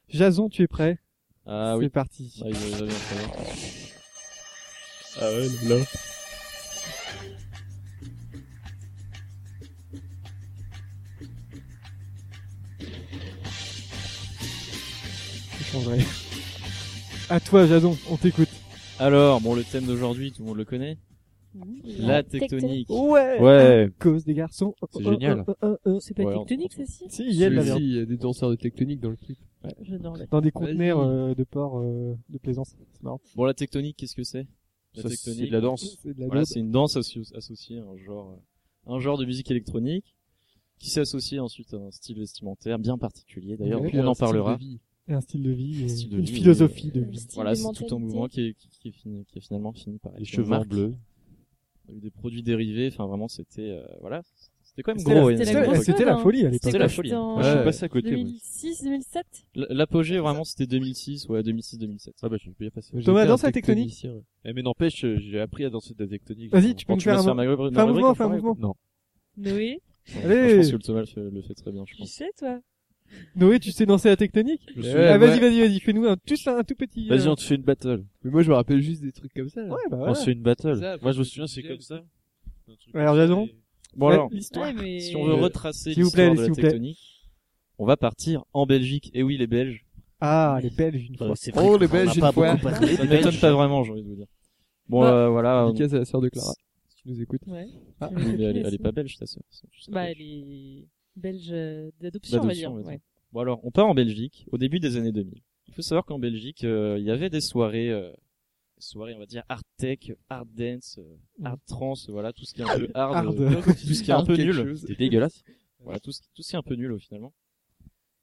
Speaker 1: Jason, tu es prêt
Speaker 5: Ah
Speaker 1: C'est
Speaker 5: oui.
Speaker 1: parti.
Speaker 5: Ah, il va- il va bien, ça va.
Speaker 12: Ah ouais, là.
Speaker 1: Je changerai. À toi, Jason. On t'écoute.
Speaker 5: Alors, bon, le thème d'aujourd'hui, tout le monde le connaît. La tectonique.
Speaker 1: Ouais.
Speaker 8: Ah,
Speaker 5: Ouais.
Speaker 1: À cause des garçons.
Speaker 3: Oh,
Speaker 5: C'est génial.
Speaker 3: C'est pas
Speaker 5: Ouais, on-
Speaker 3: tectonique, ceci
Speaker 1: Si, il y a de la
Speaker 2: Si,
Speaker 1: viande.
Speaker 2: il y a des danseurs de tectonique dans le clip.
Speaker 3: J'adore la-
Speaker 1: Dans des conteneurs euh, de port euh, de plaisance. C'est marrant.
Speaker 5: Bon, la tectonique, qu'est-ce que c'est La
Speaker 8: Ça,
Speaker 5: tectonique,
Speaker 8: c'est de la danse.
Speaker 1: C'est de la
Speaker 5: Voilà,
Speaker 1: daube.
Speaker 5: c'est une danse associ- associée à un genre, euh, un genre de musique électronique qui s'est associé ensuite à un style vestimentaire bien particulier. D'ailleurs,
Speaker 1: Ouais. Et
Speaker 5: on
Speaker 1: un
Speaker 5: en
Speaker 1: style de
Speaker 5: parlera.
Speaker 1: vie. Et un style de vie, et
Speaker 5: Style de
Speaker 1: une
Speaker 5: vie,
Speaker 1: philosophie de
Speaker 5: euh,
Speaker 1: vie.
Speaker 5: Voilà,
Speaker 1: Style de
Speaker 5: c'est tout un
Speaker 1: mentalité.
Speaker 5: mouvement qui, est- qui, qui est fini- qui a finalement fini par
Speaker 8: Les
Speaker 5: être une
Speaker 8: cheveux en
Speaker 5: marque.
Speaker 8: bleu.
Speaker 5: Il y a eu des produits dérivés. Enfin, vraiment, c'était euh, voilà, c'était quand même
Speaker 1: C'était
Speaker 5: gros.
Speaker 1: la-
Speaker 5: à une
Speaker 1: c'était la
Speaker 5: époque.
Speaker 1: grosse C'était la mode, hein. folie à l'époque.
Speaker 5: C'était la
Speaker 1: C'était
Speaker 5: folie.
Speaker 1: en
Speaker 5: Moi, Je suis passé à côté. moi.
Speaker 3: 2006, 2007.
Speaker 5: L- L'apogée vraiment c'était 2006 ouais 2006 2007. Ah bah je suis bien passé.
Speaker 1: Thomas, danse la tectonique.
Speaker 8: Eh, mais n'empêche, euh, j'ai appris à danser de la tectonique.
Speaker 1: Vas-y, tu peux
Speaker 8: Bon,
Speaker 1: me faire
Speaker 8: vas
Speaker 1: un,
Speaker 8: faire
Speaker 1: mou-
Speaker 8: ma rubrique-
Speaker 1: fais un
Speaker 8: ma rubrique
Speaker 1: mouvement, fais un
Speaker 8: en parallèle,
Speaker 1: mouvement. Eh.
Speaker 8: quoi. Non.
Speaker 3: Noé,
Speaker 5: Je
Speaker 1: Allez.
Speaker 5: pense que le Thomas le fait, le fait très bien je
Speaker 3: tu
Speaker 5: pense.
Speaker 3: sais, toi
Speaker 1: Noé, tu sais danser la tectonique
Speaker 5: Je me
Speaker 1: Ah,
Speaker 5: souviens,
Speaker 1: Vas-y,
Speaker 5: ouais.
Speaker 1: vas-y, vas-y, fais-nous un, tout, un tout petit.
Speaker 8: Eh, Vas-y,
Speaker 1: euh,
Speaker 8: on te fait une battle.
Speaker 2: Mais moi, je me rappelle juste des trucs comme ça. là.
Speaker 1: Ouais, bah
Speaker 8: On se fait une battle.
Speaker 2: Ça,
Speaker 8: Moi, je me souviens, c'est comme ça.
Speaker 1: Alors, Jason
Speaker 5: Bon
Speaker 1: Ouais,
Speaker 5: alors,
Speaker 1: l'histoire.
Speaker 5: si on veut
Speaker 1: Euh,
Speaker 5: retracer
Speaker 1: s'il vous plaît,
Speaker 5: l'histoire de
Speaker 1: s'il vous plaît.
Speaker 5: la tectonique, on va partir en Belgique. Et oui les Belges.
Speaker 1: Ah, les Oh, Belges,
Speaker 8: Bah,
Speaker 1: une fois.
Speaker 5: Ça ne m'étonne pas vraiment j'ai envie de vous dire. Bon
Speaker 3: Bah,
Speaker 2: Ah.
Speaker 5: euh, voilà.
Speaker 2: Dédicace à la sœur de Clara. Si tu nous écoutes.
Speaker 3: Ouais.
Speaker 2: Ah.
Speaker 5: Oui, mais elle, elle est pas belge ta sœur.
Speaker 3: Bah, elle est belge euh, d'adoption, on va dire.
Speaker 5: D'adoption,
Speaker 3: ouais.
Speaker 5: Bon alors, on part en Belgique au début des années 2000. Il faut savoir qu'en Belgique, euh, il y avait des soirées, euh, des soirées, on va dire art tech, art dance, euh, art trance, voilà tout ce qui est un peu hard,
Speaker 1: Hard.
Speaker 5: euh, tout ce qui est un
Speaker 1: Hard
Speaker 5: peu
Speaker 1: quelque
Speaker 5: nul.
Speaker 1: chose.
Speaker 5: C'était dégueulasse. Voilà tout ce, tout ce qui est un peu nul au finalement.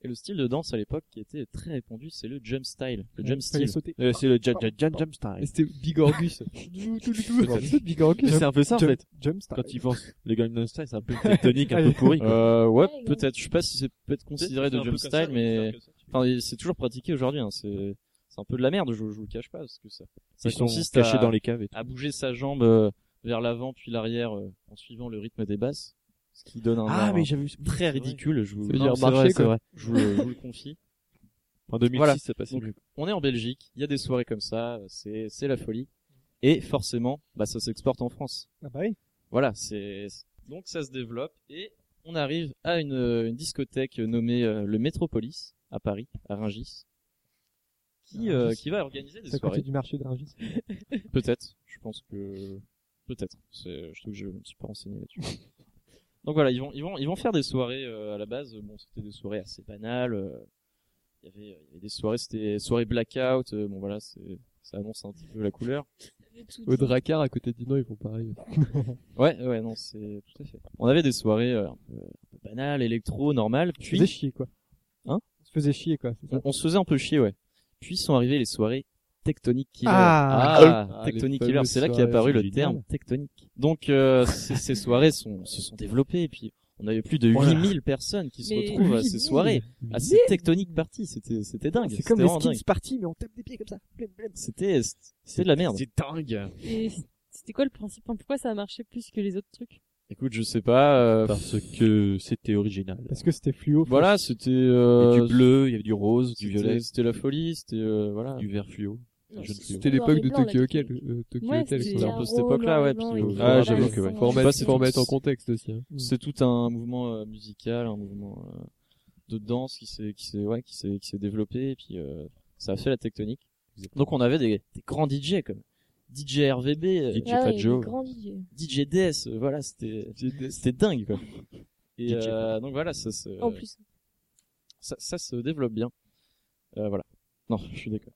Speaker 5: Et le style de danse à l'époque qui était très répandu, c'est le jump style, le
Speaker 1: Ouais,
Speaker 5: jump
Speaker 1: fallait
Speaker 5: style.
Speaker 1: sauter.
Speaker 8: Euh, c'est le jump, jump, jump, jump
Speaker 2: Et
Speaker 8: style.
Speaker 2: C'était Big Orgus.
Speaker 8: Peut-être.
Speaker 2: Big Orgus.
Speaker 8: Mais C'est un peu ça, en
Speaker 1: Jump-
Speaker 8: fait.
Speaker 1: Jump style.
Speaker 8: Quand ils pensent, les Gangnam Style, c'est un peu une tectonique un peu
Speaker 5: Allez.
Speaker 8: pourrie. quoi.
Speaker 5: Euh, ouais,
Speaker 8: Ouais,
Speaker 5: peut-être. Je sais pas si c'est peut être considéré
Speaker 8: que
Speaker 5: de
Speaker 8: c'est un
Speaker 5: jump
Speaker 8: peu comme ça,
Speaker 5: style, mais enfin, il- c'est toujours pratiqué aujourd'hui. Hein. C'est c'est un peu de la merde. Je, je vous le cache pas parce que ça. ça
Speaker 8: Ils sont
Speaker 5: consiste
Speaker 8: cachés
Speaker 5: à-
Speaker 8: dans les caves et tout.
Speaker 5: À bouger sa jambe euh, vers l'avant puis l'arrière euh, en suivant le rythme des basses, ce qui donne un
Speaker 8: Ah,
Speaker 5: air
Speaker 8: mais j'avais vu-
Speaker 5: très ridicule. Je vous
Speaker 8: Ça veut
Speaker 5: Non,
Speaker 8: dire
Speaker 5: c'est
Speaker 8: marcher,
Speaker 5: vrai, c'est
Speaker 8: quoi.
Speaker 5: vrai. Je vous, le- je vous le confie.
Speaker 8: En 2006,
Speaker 5: Voilà.
Speaker 8: ça passait
Speaker 5: Donc,
Speaker 8: mieux.
Speaker 5: On est en Belgique. Il y a des soirées comme ça. C'est c'est la folie. Et forcément, bah ça s'exporte en France.
Speaker 1: Ah bah oui.
Speaker 5: Voilà, c'est donc ça se développe et on arrive à une, euh, une discothèque nommée euh, le Métropolis à Paris, à Ringis, qui euh,
Speaker 1: Rungis.
Speaker 5: qui va organiser des
Speaker 1: C'est à côté
Speaker 5: soirées.
Speaker 1: du marché de Rungis.
Speaker 5: Peut-être, je pense que peut-être. C'est- Je trouve que je me suis pas renseigné là-dessus. donc voilà, ils vont ils vont ils vont faire des soirées euh, à la base. Bon, c'était des soirées assez banales. euh, Il y avait il y avait des soirées, c'était soirées blackout. euh, Bon voilà, c'est ça annonce un petit peu la couleur.
Speaker 2: Au Dracar, à côté de Dinan, ils font pareil.
Speaker 5: Ouais, ouais, non, c'est tout à fait. On avait des soirées euh, un, peu, un peu banales, électro, normales,
Speaker 1: On se
Speaker 5: puis
Speaker 1: faisait chier, quoi.
Speaker 5: Hein
Speaker 1: On se faisait chier, quoi. c'est ça.
Speaker 5: on, on se faisait un peu chier, ouais. Puis sont arrivées les soirées tectoniques killer.
Speaker 1: Ah.
Speaker 5: Ah,
Speaker 2: Ah,
Speaker 5: tectonic
Speaker 2: les
Speaker 5: killer,
Speaker 2: fameuses
Speaker 5: c'est là qu'est
Speaker 2: soirées,
Speaker 5: apparu
Speaker 2: c'est
Speaker 5: le
Speaker 2: génial.
Speaker 5: terme tectonique. Donc euh, ces, ces soirées sont, se sont développées et puis on avait plus de
Speaker 1: Voilà.
Speaker 5: 8000 personnes qui se
Speaker 3: Mais
Speaker 5: retrouvent à
Speaker 1: 8000.
Speaker 5: ces soirées, à ces tectoniques parties, c'était c'était dingue,
Speaker 1: C'est
Speaker 5: Ah, c'était
Speaker 1: comme les
Speaker 5: vraiment dingue.
Speaker 1: skins party, mais on tape des pieds comme ça. Blem, blem.
Speaker 5: C'était c'était de la merde.
Speaker 8: C'est dingue.
Speaker 3: Et c'était quoi le principe Enfin, Pourquoi ça a marché plus que les autres trucs
Speaker 5: Écoute, je sais pas euh,
Speaker 8: Parce que c'était original.
Speaker 1: Parce que c'était fluo.
Speaker 5: voilà, c'était
Speaker 8: Il y
Speaker 5: euh,
Speaker 8: avait du bleu, il y avait du rose, du
Speaker 5: c'était-
Speaker 8: violet,
Speaker 5: c'était la folie, c'était euh, voilà.
Speaker 8: du vert fluo.
Speaker 9: Non,
Speaker 8: jaune
Speaker 9: c'est-
Speaker 8: fluo.
Speaker 2: C'était
Speaker 9: Noir et
Speaker 2: l'époque de
Speaker 9: blanc, la
Speaker 2: Tokyo Hotel.
Speaker 9: technique.
Speaker 2: euh, Tokyo
Speaker 9: Ouais,
Speaker 2: Hotel,
Speaker 9: c'était
Speaker 5: C'est
Speaker 2: etc.
Speaker 5: un peu cette
Speaker 9: Noir et
Speaker 5: époque-là, ouais.
Speaker 9: blanc,
Speaker 5: puis-
Speaker 9: et tout.
Speaker 5: Ah,
Speaker 9: Voilà,
Speaker 5: j'avoue
Speaker 9: c'est
Speaker 5: que ouais. Je
Speaker 2: Faut
Speaker 9: ça.
Speaker 5: sais pas,
Speaker 2: remettre,
Speaker 5: c'est
Speaker 2: faut
Speaker 5: tout-
Speaker 2: remettre en contexte aussi. hein.
Speaker 5: c'est tout un mouvement euh, musical, un mouvement euh, de danse qui s'est qui s'est ouais, qui s'est qui s'est développé et puis euh, ça a fait la tectonique. Donc on avait des, des grands DJ comme DJ RVB, euh,
Speaker 8: DJ
Speaker 9: Ah ouais,
Speaker 8: Fat
Speaker 9: il
Speaker 8: Joe.
Speaker 9: grandit.
Speaker 5: DJ DS, euh, voilà, c'était c'était dingue quoi. Et
Speaker 8: DJ.
Speaker 5: euh, donc voilà, ça se
Speaker 9: En plus.
Speaker 5: ça, ça se développe bien. Euh, voilà. Non, je suis d'accord.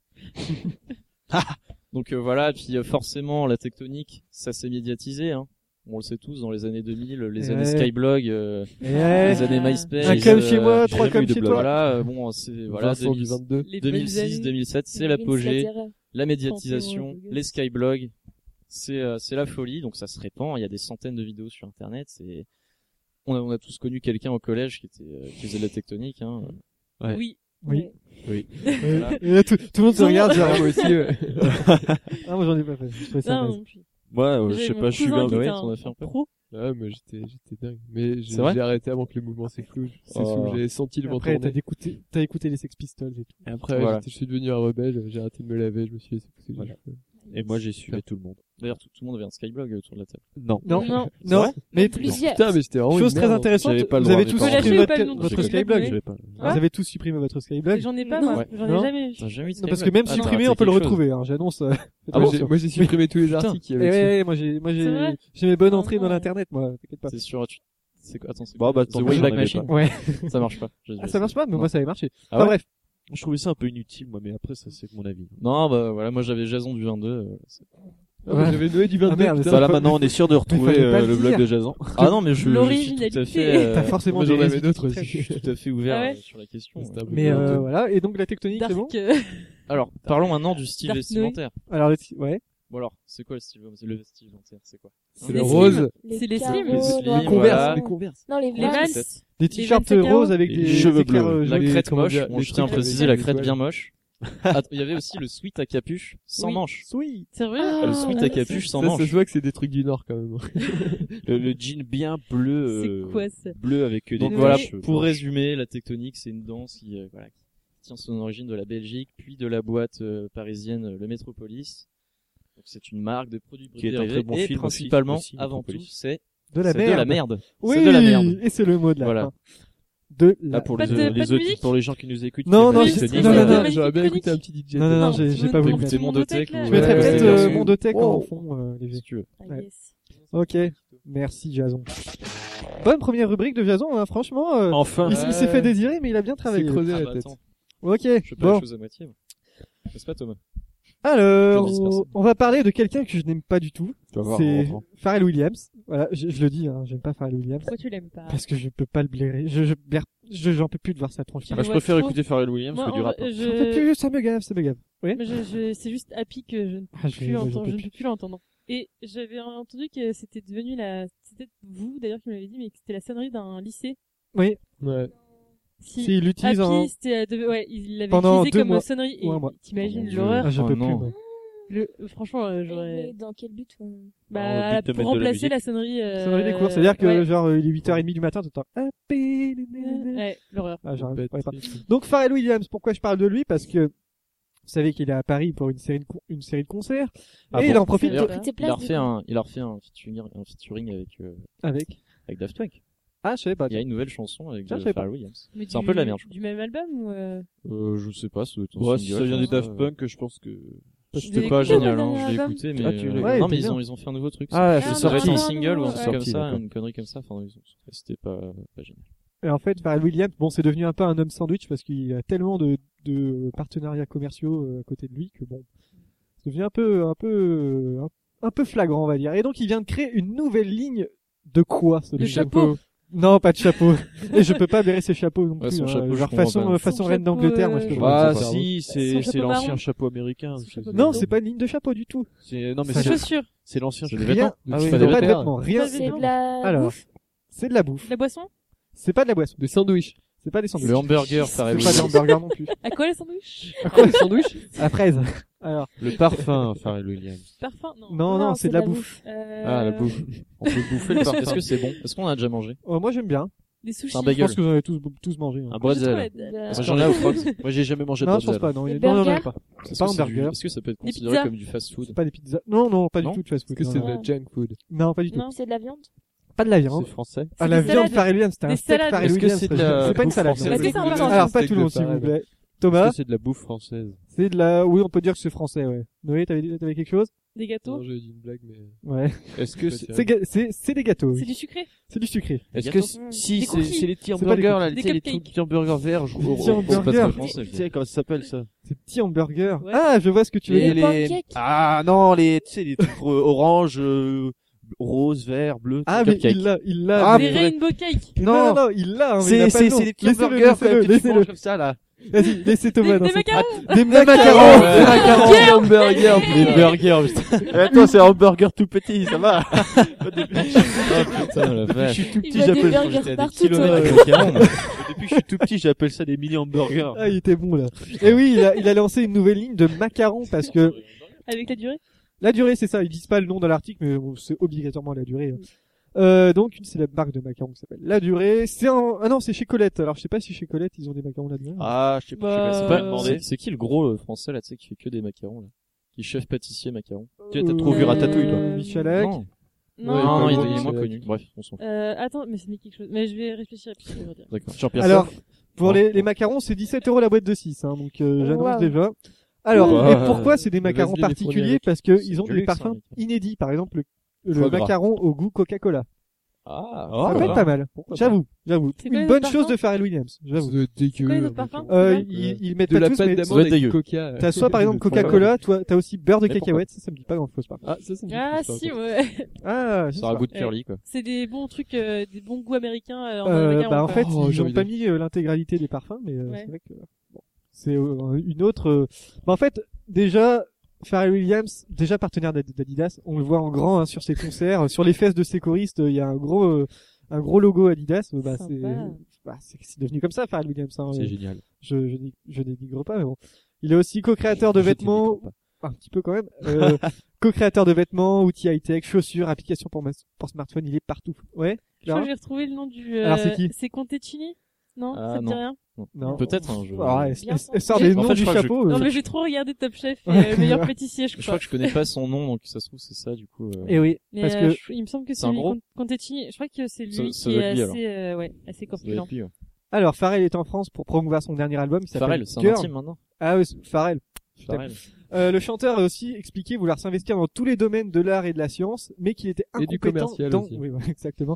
Speaker 5: Donc euh, voilà, puis euh, forcément la tectonique, ça s'est médiatisé hein. On le sait tous dans les années 2000, les
Speaker 1: Ouais.
Speaker 5: années Skyblog, euh,
Speaker 1: Eh,
Speaker 5: les années MySpace.
Speaker 1: Un comme
Speaker 5: euh,
Speaker 1: chez moi,
Speaker 5: j'ai
Speaker 1: trois
Speaker 5: jamais
Speaker 1: comme
Speaker 5: eu de
Speaker 1: chez
Speaker 5: blog.
Speaker 1: toi.
Speaker 5: Voilà, euh, bon, c'est voilà,
Speaker 2: Vincent du
Speaker 5: 2000,
Speaker 2: 22.
Speaker 3: Les belles
Speaker 5: 2006,
Speaker 3: années.
Speaker 5: 2007, c'est
Speaker 9: Vince
Speaker 5: l'apogée,
Speaker 9: Laterra.
Speaker 5: la médiatisation,
Speaker 9: Panthéon,
Speaker 5: les Skyblogs, c'est euh, c'est la folie, donc ça se répand. Il y a des centaines de vidéos sur Internet. C'est on a, on a tous connu quelqu'un au collège qui était euh, qui faisait de la tectonique. Hein.
Speaker 8: Ouais.
Speaker 3: Oui,
Speaker 1: Oui.
Speaker 2: Oui.
Speaker 1: Voilà. Et là, eh, tout, tout le monde se
Speaker 3: Tout le
Speaker 1: regarde,
Speaker 3: monde.
Speaker 1: genre,
Speaker 3: Ah, moi aussi, ouais.
Speaker 1: ah, moi, j'en ai pas fait. Je trouvais ça
Speaker 3: Non,
Speaker 1: naze.
Speaker 3: non plus.
Speaker 5: Moi, euh,
Speaker 3: J'ai
Speaker 5: je sais
Speaker 3: mon
Speaker 5: pas, je suis
Speaker 3: cousin
Speaker 5: bien
Speaker 3: qui
Speaker 5: doué,
Speaker 3: était un
Speaker 5: on a fait un peu.
Speaker 3: pro.
Speaker 2: Ah, moi j'étais j'étais dingue. Mais j'ai
Speaker 5: C'est vrai
Speaker 2: j'ai arrêté avant que le mouvement s'écloue. C'est
Speaker 5: Oh.
Speaker 2: sous- J'ai senti le vent
Speaker 1: Après, t'as
Speaker 2: tourner.
Speaker 1: écouté, t'as écouté les Sex Pistols et tout.
Speaker 2: Et après,
Speaker 5: Voilà.
Speaker 2: j'étais- je suis devenu un rebelle. J'ai arrêté de me laver. Je me suis laissé pousser les cheveux.
Speaker 5: Et moi, j'ai suivi
Speaker 2: Super.
Speaker 5: tout le monde. D'ailleurs, tout, tout le monde avait un Skyblog autour de la table.
Speaker 8: Non.
Speaker 1: Non,
Speaker 3: Non.
Speaker 1: non, mais
Speaker 3: Plusieurs.
Speaker 2: Putain, mais c'était vraiment
Speaker 1: chose
Speaker 2: une
Speaker 1: très
Speaker 2: merde.
Speaker 1: intéressante.
Speaker 8: J'avais pas le
Speaker 1: Vous
Speaker 8: droit,
Speaker 1: avez
Speaker 8: mes
Speaker 1: tous
Speaker 8: parents.
Speaker 1: supprimé
Speaker 3: J'ai
Speaker 1: votre,
Speaker 3: pas le nom de
Speaker 1: votre
Speaker 3: truc.
Speaker 1: Skyblog.
Speaker 3: J'ai
Speaker 8: pas.
Speaker 3: Hein
Speaker 1: Vous avez tous supprimé votre Skyblog.
Speaker 3: J'en ai pas,
Speaker 5: Non.
Speaker 3: moi.
Speaker 5: Ouais.
Speaker 3: J'en
Speaker 1: Non.
Speaker 3: ai jamais eu.
Speaker 5: Putain, j'ai jamais eu de
Speaker 1: Non, parce que
Speaker 5: Skyblog.
Speaker 1: même
Speaker 5: Ah, t'as
Speaker 1: supprimé,
Speaker 5: raté
Speaker 1: on peut le
Speaker 5: quelque chose.
Speaker 1: retrouver. hein, J'annonce. euh,
Speaker 2: Ah, moi,
Speaker 1: attention.
Speaker 2: j'ai- moi j'ai supprimé tous les articles qu'il y
Speaker 1: Eh
Speaker 2: avait dessus.
Speaker 1: ouais, moi j'ai, moi
Speaker 3: C'est
Speaker 1: j'ai,
Speaker 3: vrai
Speaker 1: j'ai mes bonnes
Speaker 3: Ah,
Speaker 1: entrées dans
Speaker 3: non.
Speaker 1: l'internet, moi. T'inquiète pas.
Speaker 5: C'est sur tu- C'est quoi Attends, c'est
Speaker 8: Bon, bah,
Speaker 5: The
Speaker 8: tant pis, j'en
Speaker 5: Wayback
Speaker 8: avais
Speaker 5: Machine.
Speaker 1: Ouais.
Speaker 5: Ça marche pas. J'ai-
Speaker 1: Ah, ça marche pas, mais moi ça avait marché.
Speaker 5: Ah
Speaker 1: Enfin
Speaker 5: ouais
Speaker 1: bref.
Speaker 8: Je trouvais ça un peu inutile, moi, mais après, ça, c'est mon avis.
Speaker 5: Non, bah voilà, moi j'avais Jason du 22. euh, c'est-
Speaker 2: Ah, mais
Speaker 1: Ouais.
Speaker 2: J'avais Noé du
Speaker 1: Ah,
Speaker 2: 22.
Speaker 1: merde,
Speaker 2: putain.
Speaker 1: ça
Speaker 8: Voilà, maintenant, on est sûr de retrouver
Speaker 1: fallait pas le
Speaker 8: euh, le blog
Speaker 1: dire.
Speaker 8: de Jason.
Speaker 5: Ah non, mais je, je suis tout à
Speaker 3: L'originalité.
Speaker 5: fait. euh,
Speaker 1: T'as forcément
Speaker 2: moi,
Speaker 1: des
Speaker 2: j'en avais
Speaker 1: réseaux
Speaker 2: d'autres
Speaker 1: qui
Speaker 2: aussi.
Speaker 1: traînent.
Speaker 5: je suis tout à fait ouvert
Speaker 3: Ah ouais
Speaker 5: euh, sur la question.
Speaker 2: C'était un peu
Speaker 1: Mais euh,
Speaker 2: honteux.
Speaker 1: voilà. Et donc la tectonique, c'est
Speaker 3: Dark.
Speaker 1: bon.
Speaker 3: euh,
Speaker 5: Alors, parlons maintenant du style
Speaker 3: Dark Noé.
Speaker 5: vestimentaire.
Speaker 1: Alors, le- ouais.
Speaker 5: Bon alors, c'est quoi le style c'est le vestimentaire C'est quoi
Speaker 2: C'est
Speaker 3: les
Speaker 2: le rose.
Speaker 3: slims. C'est les
Speaker 9: carreaux,
Speaker 3: slims.
Speaker 5: Les
Speaker 9: noir,
Speaker 5: slims,
Speaker 9: blanc.
Speaker 5: voilà. Les
Speaker 9: Non, les
Speaker 3: Les
Speaker 9: vans.
Speaker 3: Vans.
Speaker 5: peut-être.
Speaker 1: Des t-shirts euh,
Speaker 3: 25
Speaker 1: roses avec
Speaker 8: Les
Speaker 1: des
Speaker 8: cheveux
Speaker 1: éclairs,
Speaker 8: bleus.
Speaker 1: euh,
Speaker 5: La
Speaker 1: jaunés,
Speaker 5: crête
Speaker 1: comment
Speaker 5: moche.
Speaker 1: dire,
Speaker 5: Bon,
Speaker 2: les
Speaker 5: je tiens à
Speaker 2: trucs avec
Speaker 5: préciser
Speaker 2: des
Speaker 5: la crête
Speaker 2: étoiles.
Speaker 5: bien moche. Attends, Il y avait aussi le sweat à capuche sans
Speaker 3: Oui.
Speaker 5: manche.
Speaker 1: Sweet.
Speaker 3: C'est vrai
Speaker 9: Ah,
Speaker 5: Le sweat à capuche sans
Speaker 2: Ça, ça se
Speaker 5: manche.
Speaker 2: voit que c'est des trucs du Nord quand même.
Speaker 8: Le, le jean bien bleu. euh,
Speaker 3: C'est quoi ça
Speaker 8: Bleu avec euh, des
Speaker 5: Donc voilà,
Speaker 8: taches, euh,
Speaker 5: pour
Speaker 8: blanches.
Speaker 5: résumer, la tectonique, c'est une danse qui, euh, voilà, qui tient son origine de la Belgique, puis de la boîte euh, parisienne euh, Le Métropolis. Donc c'est une marque de produits
Speaker 8: Qui est un
Speaker 5: dérivés
Speaker 8: très bon
Speaker 5: et
Speaker 8: film aussi,
Speaker 5: principalement,
Speaker 8: aussi,
Speaker 5: avant tout,
Speaker 8: Métropolis.
Speaker 5: c'est
Speaker 1: De la
Speaker 5: c'est de la
Speaker 1: merde.
Speaker 5: merde.
Speaker 1: Oui.
Speaker 5: C'est de la merde.
Speaker 1: Et c'est le mot de la
Speaker 5: Voilà.
Speaker 1: fin. De la.
Speaker 8: Là, pour
Speaker 3: Pas
Speaker 8: les,
Speaker 3: de-
Speaker 8: euh,
Speaker 3: pas
Speaker 8: les
Speaker 3: de
Speaker 8: audi-
Speaker 3: musique
Speaker 8: pour les gens qui nous écoutent.
Speaker 1: Non,
Speaker 8: il y
Speaker 1: non,
Speaker 8: a
Speaker 3: Oui,
Speaker 8: pas
Speaker 3: c'est-
Speaker 8: de
Speaker 1: non,
Speaker 8: musique.
Speaker 1: non, non.
Speaker 3: magnifique
Speaker 2: J'aurais bien écouté un
Speaker 3: chronique.
Speaker 2: petit DJ.
Speaker 1: Non, non, non,
Speaker 3: Attends,
Speaker 1: j'ai
Speaker 3: tu
Speaker 1: j'ai
Speaker 3: veux
Speaker 1: pas
Speaker 3: nous
Speaker 1: voulu.
Speaker 3: montrer
Speaker 5: Écoutez
Speaker 3: ton
Speaker 5: mon Mondotech,
Speaker 3: Mondotech, là
Speaker 5: ou-
Speaker 1: Je mettrai
Speaker 5: Ouais,
Speaker 1: peut-être
Speaker 5: ouais,
Speaker 1: euh,
Speaker 5: ouais.
Speaker 1: mon Dotech en
Speaker 5: Wow.
Speaker 1: fond, euh, les
Speaker 5: Si tu veux.
Speaker 1: Ouais.
Speaker 3: Ah, yes.
Speaker 1: Ok, merci Jason. Bonne première rubrique de Jason, hein, franchement. euh,
Speaker 8: Enfin.
Speaker 1: il s- il s'est
Speaker 2: Ouais.
Speaker 1: fait désirer, mais il a bien
Speaker 2: C'est
Speaker 1: travaillé.
Speaker 2: creusé
Speaker 5: Ah
Speaker 2: la
Speaker 5: bah
Speaker 2: tête.
Speaker 5: attends,
Speaker 1: Ok,
Speaker 5: je fais pas les
Speaker 1: bon.
Speaker 5: choses à moitié. moi. N'est-ce pas Thomas
Speaker 1: Alors,
Speaker 5: Je dis personne.
Speaker 1: on va parler de quelqu'un que je n'aime pas du tout.
Speaker 8: Tu vas voir, en
Speaker 1: C'est
Speaker 8: rentrant.
Speaker 5: hein.
Speaker 1: Pharrell Williams. Voilà, je, je le dis, hein, j'aime pas Pharrell Williams.
Speaker 3: Pourquoi tu l'aimes pas
Speaker 1: Parce que je peux pas le blairer. Je, je blaire- je- j'en peux plus de voir sa tronche.
Speaker 3: Tu
Speaker 5: Ah,
Speaker 8: Bah,
Speaker 1: J'en
Speaker 3: le
Speaker 8: je
Speaker 3: vois
Speaker 8: préfère
Speaker 3: trop.
Speaker 8: écouter Pharrell Williams
Speaker 3: Moi,
Speaker 8: que du
Speaker 3: en-
Speaker 8: rap. hein.
Speaker 3: euh,
Speaker 1: peux
Speaker 3: je...
Speaker 1: plus, ça me gave, ça me gave.
Speaker 3: mais je, je- c'est juste happy que je ne peux
Speaker 1: Ah, je-
Speaker 3: plus
Speaker 1: je-
Speaker 3: l'entendre,
Speaker 1: je
Speaker 3: je
Speaker 1: peux
Speaker 3: ne peux plus l'entendre. Et j'avais entendu que c'était devenu la, c'était vous d'ailleurs qui m'avez dit, mais que c'était la sonnerie d'un lycée.
Speaker 2: Ouais.
Speaker 3: Si,
Speaker 1: Ah, Si, il l'utilise hein. en...
Speaker 3: happy, c'était, euh, de- ouais, il l'avait
Speaker 1: Pendant
Speaker 3: utilisé
Speaker 1: deux
Speaker 3: comme
Speaker 1: mois.
Speaker 3: sonnerie. Et
Speaker 1: Ou un mois.
Speaker 5: Oh
Speaker 3: t'imagines
Speaker 5: mon Dieu.
Speaker 3: l'horreur.
Speaker 1: Ah, j'en
Speaker 5: Oh
Speaker 1: peux
Speaker 5: non.
Speaker 1: plus. moi.
Speaker 3: Le- franchement, euh, j'aurais,
Speaker 9: Mais dans quel but on-
Speaker 8: Ah, au
Speaker 3: bah,
Speaker 8: but de mettre
Speaker 3: pour
Speaker 8: de la
Speaker 3: remplacer
Speaker 8: musique.
Speaker 3: la sonnerie. Euh...
Speaker 1: Ça des cours, c'est-à-dire que
Speaker 3: ouais.
Speaker 1: genre euh, il est 8h30 du matin, t'entends... Happy-
Speaker 3: Ouais, l'horreur.
Speaker 1: Ah, j'arrive j'arrive pas.
Speaker 2: Patrick.
Speaker 1: Donc Pharrell Williams, pourquoi je parle de lui Parce que vous savez qu'il est à Paris pour une série de, con- une série de concerts
Speaker 5: Ah
Speaker 1: et
Speaker 5: bon
Speaker 1: il en profite
Speaker 5: D'ailleurs,
Speaker 9: T'as pris tes
Speaker 5: Il a
Speaker 9: places, du
Speaker 5: refait
Speaker 9: coup.
Speaker 5: un, il a refait un featuring, un featuring avec euh,
Speaker 1: avec.
Speaker 5: avec Daft Punk.
Speaker 1: Ah, je savais pas.
Speaker 5: Il y a une nouvelle chanson avec
Speaker 1: Ça,
Speaker 5: euh,
Speaker 1: je savais pas.
Speaker 5: Pharrell Williams.
Speaker 3: Mais
Speaker 5: C'est un
Speaker 3: du-
Speaker 5: peu de la merde, je
Speaker 3: Du même album ou euh...
Speaker 5: Euh, je sais pas, c'est
Speaker 8: Ouais, si ça vient des Daft Punk, je pense que.
Speaker 5: C'était
Speaker 3: Vous
Speaker 5: pas
Speaker 3: l'avez écouté,
Speaker 5: génial,
Speaker 3: le
Speaker 5: hein,
Speaker 3: dernier
Speaker 5: je l'ai
Speaker 3: album
Speaker 5: écouté, mais
Speaker 8: Ah, tu l'as-
Speaker 5: euh,
Speaker 1: Ouais,
Speaker 5: non,
Speaker 1: il était
Speaker 5: mais ils
Speaker 1: bien.
Speaker 5: ont, ils ont fait un nouveau truc. ça.
Speaker 8: Ah,
Speaker 3: c'est
Speaker 8: c'est
Speaker 5: ça aurait été
Speaker 3: sorti.
Speaker 5: un
Speaker 3: non,
Speaker 5: single ou un
Speaker 3: ouais.
Speaker 5: truc comme
Speaker 8: Sorti,
Speaker 5: ça,
Speaker 8: d'accord.
Speaker 5: une connerie comme ça, enfin, ils ont- c'était pas, pas génial.
Speaker 1: Et en fait, Pharrell Williams, bon, c'est devenu un peu un homme sandwich parce qu'il a tellement de, de partenariats commerciaux euh, à côté de lui que bon, ça devient un peu, un peu, euh, un- un peu flagrant, on va dire. Et donc, il vient de créer une nouvelle ligne de quoi ce
Speaker 3: De
Speaker 1: ligne
Speaker 3: chapeau.
Speaker 1: Non, pas de chapeau. et je peux pas verrer ses chapeaux non
Speaker 5: Ouais,
Speaker 1: plus.
Speaker 5: son
Speaker 1: hein.
Speaker 5: chapeau, je
Speaker 1: Genre
Speaker 5: comprends
Speaker 1: façon,
Speaker 5: pas.
Speaker 1: euh, façon
Speaker 3: Son
Speaker 1: reine
Speaker 3: chapeau,
Speaker 1: d'Angleterre, moi je
Speaker 3: euh,
Speaker 1: peux
Speaker 3: je
Speaker 1: pas.
Speaker 8: Ah,
Speaker 1: savoir.
Speaker 8: si,
Speaker 3: Son
Speaker 8: c'est
Speaker 3: chapeau
Speaker 8: c'est l'ancien
Speaker 3: marron.
Speaker 8: chapeau américain.
Speaker 3: Son chapeau
Speaker 1: Non, c'est pas une ligne de chapeau du tout.
Speaker 8: C'est- Non, mais
Speaker 1: Ça
Speaker 8: c'est
Speaker 1: change.
Speaker 3: Chaussures,
Speaker 8: c'est l'ancien
Speaker 5: C'est
Speaker 8: chapeau.
Speaker 5: des
Speaker 1: Rien.
Speaker 5: vêtements.
Speaker 2: Ah oui,
Speaker 1: Ils
Speaker 2: pas
Speaker 1: n'ont
Speaker 2: des
Speaker 1: pas de
Speaker 2: vêtements.
Speaker 1: vêtements, rien.
Speaker 3: Pas de
Speaker 9: C'est
Speaker 3: vêtements.
Speaker 9: de la
Speaker 1: Alors,
Speaker 9: bouffe.
Speaker 1: c'est de la bouffe.
Speaker 3: la boisson.
Speaker 1: C'est pas de la boisson.
Speaker 2: Des sandwichs.
Speaker 1: C'est pas des sandwichs.
Speaker 5: Le hamburger, Pharrell
Speaker 1: C'est pas des
Speaker 5: Williams.
Speaker 1: hamburgers non plus.
Speaker 3: À quoi les sandwichs
Speaker 1: À quoi le sandwich À fraise. Alors,
Speaker 8: Le parfum, Pharrell Williams.
Speaker 3: Parfum Non.
Speaker 1: non, non, c'est de la bouffe.
Speaker 3: Euh...
Speaker 8: Ah, la bouffe. On peut bouffer le
Speaker 5: Est-ce que
Speaker 8: parfum.
Speaker 5: c'est bon? Est-ce qu'on a déjà mangé?
Speaker 1: Oh, moi, j'aime bien.
Speaker 3: Des sushis.
Speaker 5: Un
Speaker 1: Je pense
Speaker 5: bagel.
Speaker 1: que vous en avez tous, tous mangé. hein.
Speaker 8: Un
Speaker 3: Je trouve euh,
Speaker 8: bretzel.
Speaker 3: la-
Speaker 9: Bah,
Speaker 8: Moi, j'en ai au crocs. Moi, j'ai jamais mangé de
Speaker 1: Non, je pense
Speaker 8: bretzel.
Speaker 1: pas. Non, il y a-
Speaker 9: Des
Speaker 1: non, non, non,
Speaker 9: burgers
Speaker 1: il y en a pas.
Speaker 5: Est-ce
Speaker 1: pas
Speaker 5: que
Speaker 1: un
Speaker 5: c'est du-
Speaker 1: burger.
Speaker 5: Est-ce que ça peut être
Speaker 3: Des
Speaker 5: considéré
Speaker 3: pizzas.
Speaker 5: comme du fast food?
Speaker 1: C'est pas des pizzas. Non, non, pas
Speaker 5: Non
Speaker 1: du tout de fast
Speaker 2: Est-ce
Speaker 1: food.
Speaker 2: que
Speaker 1: non,
Speaker 2: c'est de
Speaker 1: non.
Speaker 2: la junk food
Speaker 1: Non, pas du tout.
Speaker 3: Non.
Speaker 9: C'est de la viande.
Speaker 1: Pas de la
Speaker 8: C'est
Speaker 1: viande.
Speaker 8: français.
Speaker 1: Ah,
Speaker 3: C'est
Speaker 1: la
Speaker 3: des
Speaker 1: viande
Speaker 3: salades.
Speaker 1: Pharrell Williams, c'était un
Speaker 3: Des
Speaker 1: steak
Speaker 3: salades.
Speaker 1: Pharrell
Speaker 8: Est-ce que
Speaker 1: Williams.
Speaker 8: c'est de la
Speaker 1: C'est pas une
Speaker 8: bouffe
Speaker 1: salade.
Speaker 8: française
Speaker 3: Est-ce que c'est un
Speaker 2: Ah,
Speaker 1: Alors, pas
Speaker 2: steak
Speaker 1: tout le monde,
Speaker 2: de
Speaker 1: s'il vous
Speaker 2: Pharrell.
Speaker 1: plaît.
Speaker 8: Est-ce que
Speaker 1: Thomas,
Speaker 8: c'est de la bouffe française
Speaker 1: c'est de la, oui, on peut dire que c'est français, ouais. Noé, t'avais, t'avais quelque chose?
Speaker 3: Des
Speaker 2: Non,
Speaker 3: gâteaux.
Speaker 2: j'ai dit une blague, mais.
Speaker 1: Ouais.
Speaker 8: Est-ce que c'est
Speaker 1: C'est, ga- c'est, c'est des gâteaux,
Speaker 3: C'est
Speaker 1: oui.
Speaker 3: du sucré.
Speaker 1: C'est du sucré.
Speaker 8: Est-ce
Speaker 5: Des
Speaker 8: que
Speaker 5: gâteaux
Speaker 8: c'est- si
Speaker 3: Des
Speaker 8: c'est
Speaker 3: cookies.
Speaker 8: c'est les petits
Speaker 1: C'est pas des
Speaker 8: hamburgers là, tu
Speaker 3: cookies. Des
Speaker 8: sais, les
Speaker 3: cupcakes.
Speaker 8: petits hamburgers verts, je
Speaker 1: Des petits
Speaker 5: C'est pas très
Speaker 1: hamburgers.
Speaker 5: français.
Speaker 8: Tu sais comment ça s'appelle ça
Speaker 1: Ces petits hamburgers.
Speaker 3: Ouais.
Speaker 1: Ah, je vois ce que tu veux
Speaker 9: Les
Speaker 1: dire.
Speaker 8: Et les
Speaker 9: pancakes.
Speaker 8: Ah non, les tu sais les trucs euh, orange, euh, rose, vert, bleu,
Speaker 1: Ah, mais
Speaker 8: cupcake.
Speaker 1: il l'a, il l'a.
Speaker 8: Ah,
Speaker 1: mais-
Speaker 3: des rainbow cake.
Speaker 1: non, non, non, il l'a. hein, mais il
Speaker 8: C'est
Speaker 1: a pas le
Speaker 8: c'est
Speaker 1: nom.
Speaker 8: c'est des petits
Speaker 1: Laissez-le,
Speaker 8: hamburgers
Speaker 1: laissez-le,
Speaker 8: que tu manges
Speaker 1: laissez-le.
Speaker 8: comme ça là.
Speaker 1: Vas-y, laissez Thomas
Speaker 3: Des-
Speaker 1: dans
Speaker 3: des
Speaker 1: son-
Speaker 3: macarons.
Speaker 1: Ah, Des
Speaker 3: Des
Speaker 1: macarons
Speaker 3: macarons. Des
Speaker 1: Des
Speaker 3: hamburgers, putain.
Speaker 1: Des Eh, burgers,
Speaker 13: putain. Et attends, c'est un hamburger tout petit, ça va.
Speaker 5: Oh, putain, la
Speaker 13: Depuis que
Speaker 5: vache.
Speaker 13: je suis tout petit,
Speaker 9: Il voit des
Speaker 13: j'appelle
Speaker 9: burgers
Speaker 13: J'étais à des
Speaker 9: partout,
Speaker 13: kilomètres
Speaker 9: toi.
Speaker 13: de macarons, moi. Depuis que je suis tout petit, j'appelle ça des mini hamburgers.
Speaker 1: Ah, il était bon là. Et oui, il a, il a lancé une nouvelle ligne de macarons parce que
Speaker 3: Avec la durée
Speaker 1: la durée, c'est ça. Ils disent pas le nom dans l'article, mais bon, c'est obligatoirement la durée. Euh, donc une célèbre marque de macarons qui s'appelle La Durée. C'est un... ah non, c'est chez Colette. Alors je sais pas si chez Colette ils ont des macarons La Durée.
Speaker 5: Ah, je sais
Speaker 1: pas, je sais pas, c'est
Speaker 5: pas, c'est
Speaker 3: Bah, Euh,
Speaker 1: pas demandé.
Speaker 5: C'est qui le gros euh, français là, tu sais, qui fait que des macarons là Qui est chef pâtissier macaron Tu
Speaker 1: Euh,
Speaker 5: vois, t'as trop vu Ratatouille toi
Speaker 1: Michalak.
Speaker 5: Non.
Speaker 3: Non.
Speaker 5: Ouais, non,
Speaker 3: Ouais,
Speaker 5: il,
Speaker 3: ouais,
Speaker 5: il est moins
Speaker 3: Michalak.
Speaker 5: connu. Bref, on s'en fout.
Speaker 3: Euh, attends, mais ça me dit quelque chose. Mais je vais réfléchir et puis je vais vous dire.
Speaker 5: D'accord.
Speaker 1: Alors, pour les, les macarons, c'est 17 euros la boîte de 6, hein, donc euh, j'annonce
Speaker 3: Oh, Wow.
Speaker 1: déjà. Alors,
Speaker 5: Wow.
Speaker 1: et pourquoi c'est des
Speaker 5: Le
Speaker 1: macarons
Speaker 5: Vaseline est fourni
Speaker 1: particuliers
Speaker 5: avec.
Speaker 1: Parce
Speaker 5: C'est
Speaker 1: qu'ils ont
Speaker 5: du
Speaker 1: des
Speaker 5: luxe, hein,
Speaker 1: parfums
Speaker 5: mec.
Speaker 1: inédits. Par exemple, le, le
Speaker 5: Foie gras.
Speaker 1: macaron au goût Coca-Cola.
Speaker 5: Ah,
Speaker 1: ça peut être pas mal. J'avoue, j'avoue.
Speaker 3: C'est quoi
Speaker 1: Une
Speaker 3: les
Speaker 1: bonne
Speaker 3: autres
Speaker 1: chose
Speaker 3: parfums
Speaker 1: de Pharrell Williams. J'avoue.
Speaker 2: C'est dégueu.
Speaker 3: Quoi les autres parfums
Speaker 1: Euh,
Speaker 3: C'est
Speaker 1: ils, ils mettent
Speaker 2: De
Speaker 1: pas
Speaker 2: la
Speaker 1: tous,
Speaker 2: pâte
Speaker 1: mais-
Speaker 2: d'amande Ça doit être avec dégueu. Coca.
Speaker 1: T'as soit par exemple
Speaker 2: Le Coca.
Speaker 1: Coca-Cola, toi, t'as aussi beurre de
Speaker 2: Mais pourquoi
Speaker 1: cacahuète, ça, ça me dit pas grand chose par contre.
Speaker 2: Ah, ça, ça me dit
Speaker 3: Ah
Speaker 2: plus, ça,
Speaker 3: si
Speaker 2: ça.
Speaker 3: ouais.
Speaker 1: Ah, je
Speaker 5: Ça aura
Speaker 1: sais
Speaker 5: goût de
Speaker 1: pas.
Speaker 5: curly quoi.
Speaker 3: C'est des bons trucs, euh, des bons goûts américains euh, en
Speaker 1: Euh,
Speaker 3: macaron.
Speaker 1: bah, en
Speaker 3: quoi.
Speaker 1: fait,
Speaker 2: Oh,
Speaker 1: ils
Speaker 2: j'ai
Speaker 1: ont
Speaker 2: envie
Speaker 1: pas
Speaker 2: de-
Speaker 1: mis euh, l'intégralité des parfums, mais euh,
Speaker 3: Ouais.
Speaker 1: c'est vrai que bon, c'est euh, une autre. euh, bah, en fait, déjà, Pharrell Williams, déjà partenaire d'Ad- d'Adidas, on le voit en grand hein, sur ses concerts, euh, sur les fesses de ses choristes, euh, il y a un gros, euh, un gros logo Adidas. euh, Bah,
Speaker 3: Sympa.
Speaker 1: c'est, bah, c'est c'est devenu comme ça, Pharrell Williams. hein, euh,
Speaker 5: C'est génial.
Speaker 1: je, je, n'y- je n'y dénigre pas, mais bon. Il est aussi co-créateur de
Speaker 5: Je
Speaker 1: vêtements, un petit peu quand même, euh, co-créateur de vêtements, outils high-tech, chaussures, applications pour, ma- pour smartphone, il est partout. Ouais.
Speaker 3: Je crois
Speaker 1: Clara
Speaker 3: que j'ai retrouvé le nom du. euh,
Speaker 1: Alors, c'est qui Euh,
Speaker 3: C'est Contecini Non,
Speaker 5: Ah,
Speaker 3: ça te dit
Speaker 5: non.
Speaker 3: rien.
Speaker 1: Non.
Speaker 5: Peut-être hein, un jeu.
Speaker 1: Ah, elle,
Speaker 9: Bien
Speaker 1: elle-
Speaker 9: sûr.
Speaker 1: elle sort des
Speaker 5: En
Speaker 1: noms
Speaker 5: fait, je
Speaker 1: du
Speaker 5: crois que
Speaker 1: chapeau.
Speaker 5: je-
Speaker 1: euh.
Speaker 3: Non mais j'ai trop regardé Top Chef et
Speaker 1: Ouais.
Speaker 3: euh, meilleur pâtissier, je
Speaker 5: Je
Speaker 3: crois.
Speaker 5: crois que je connais pas son nom, donc ça se trouve c'est ça du coup. euh,
Speaker 1: Et Eh oui,
Speaker 3: Mais
Speaker 1: parce
Speaker 3: euh,
Speaker 1: que
Speaker 3: je- il me semble que
Speaker 5: C'est un
Speaker 3: c'est lui,
Speaker 5: gros
Speaker 3: Con- Contecini. Je crois que c'est
Speaker 5: Ça-
Speaker 3: lui
Speaker 5: ça
Speaker 3: qui
Speaker 5: doit
Speaker 3: est
Speaker 5: être lui, alors.
Speaker 3: assez, euh, ouais, assez
Speaker 5: ça doit
Speaker 3: corpulent.
Speaker 5: être lui, ouais.
Speaker 1: alors Pharrell est en France pour promouvoir son dernier album qui s'appelle
Speaker 5: Pharrell, c'est un
Speaker 1: Girl.
Speaker 5: intime maintenant.
Speaker 1: Ah oui, c'est- Pharrell.
Speaker 5: Pharrell.
Speaker 1: Euh, le chanteur a aussi expliqué vouloir s'investir dans tous les domaines de l'art et de la science, mais qu'il était
Speaker 2: Et du
Speaker 1: incompétent
Speaker 2: commercial
Speaker 1: dans
Speaker 2: aussi.
Speaker 1: oui, ouais, exactement.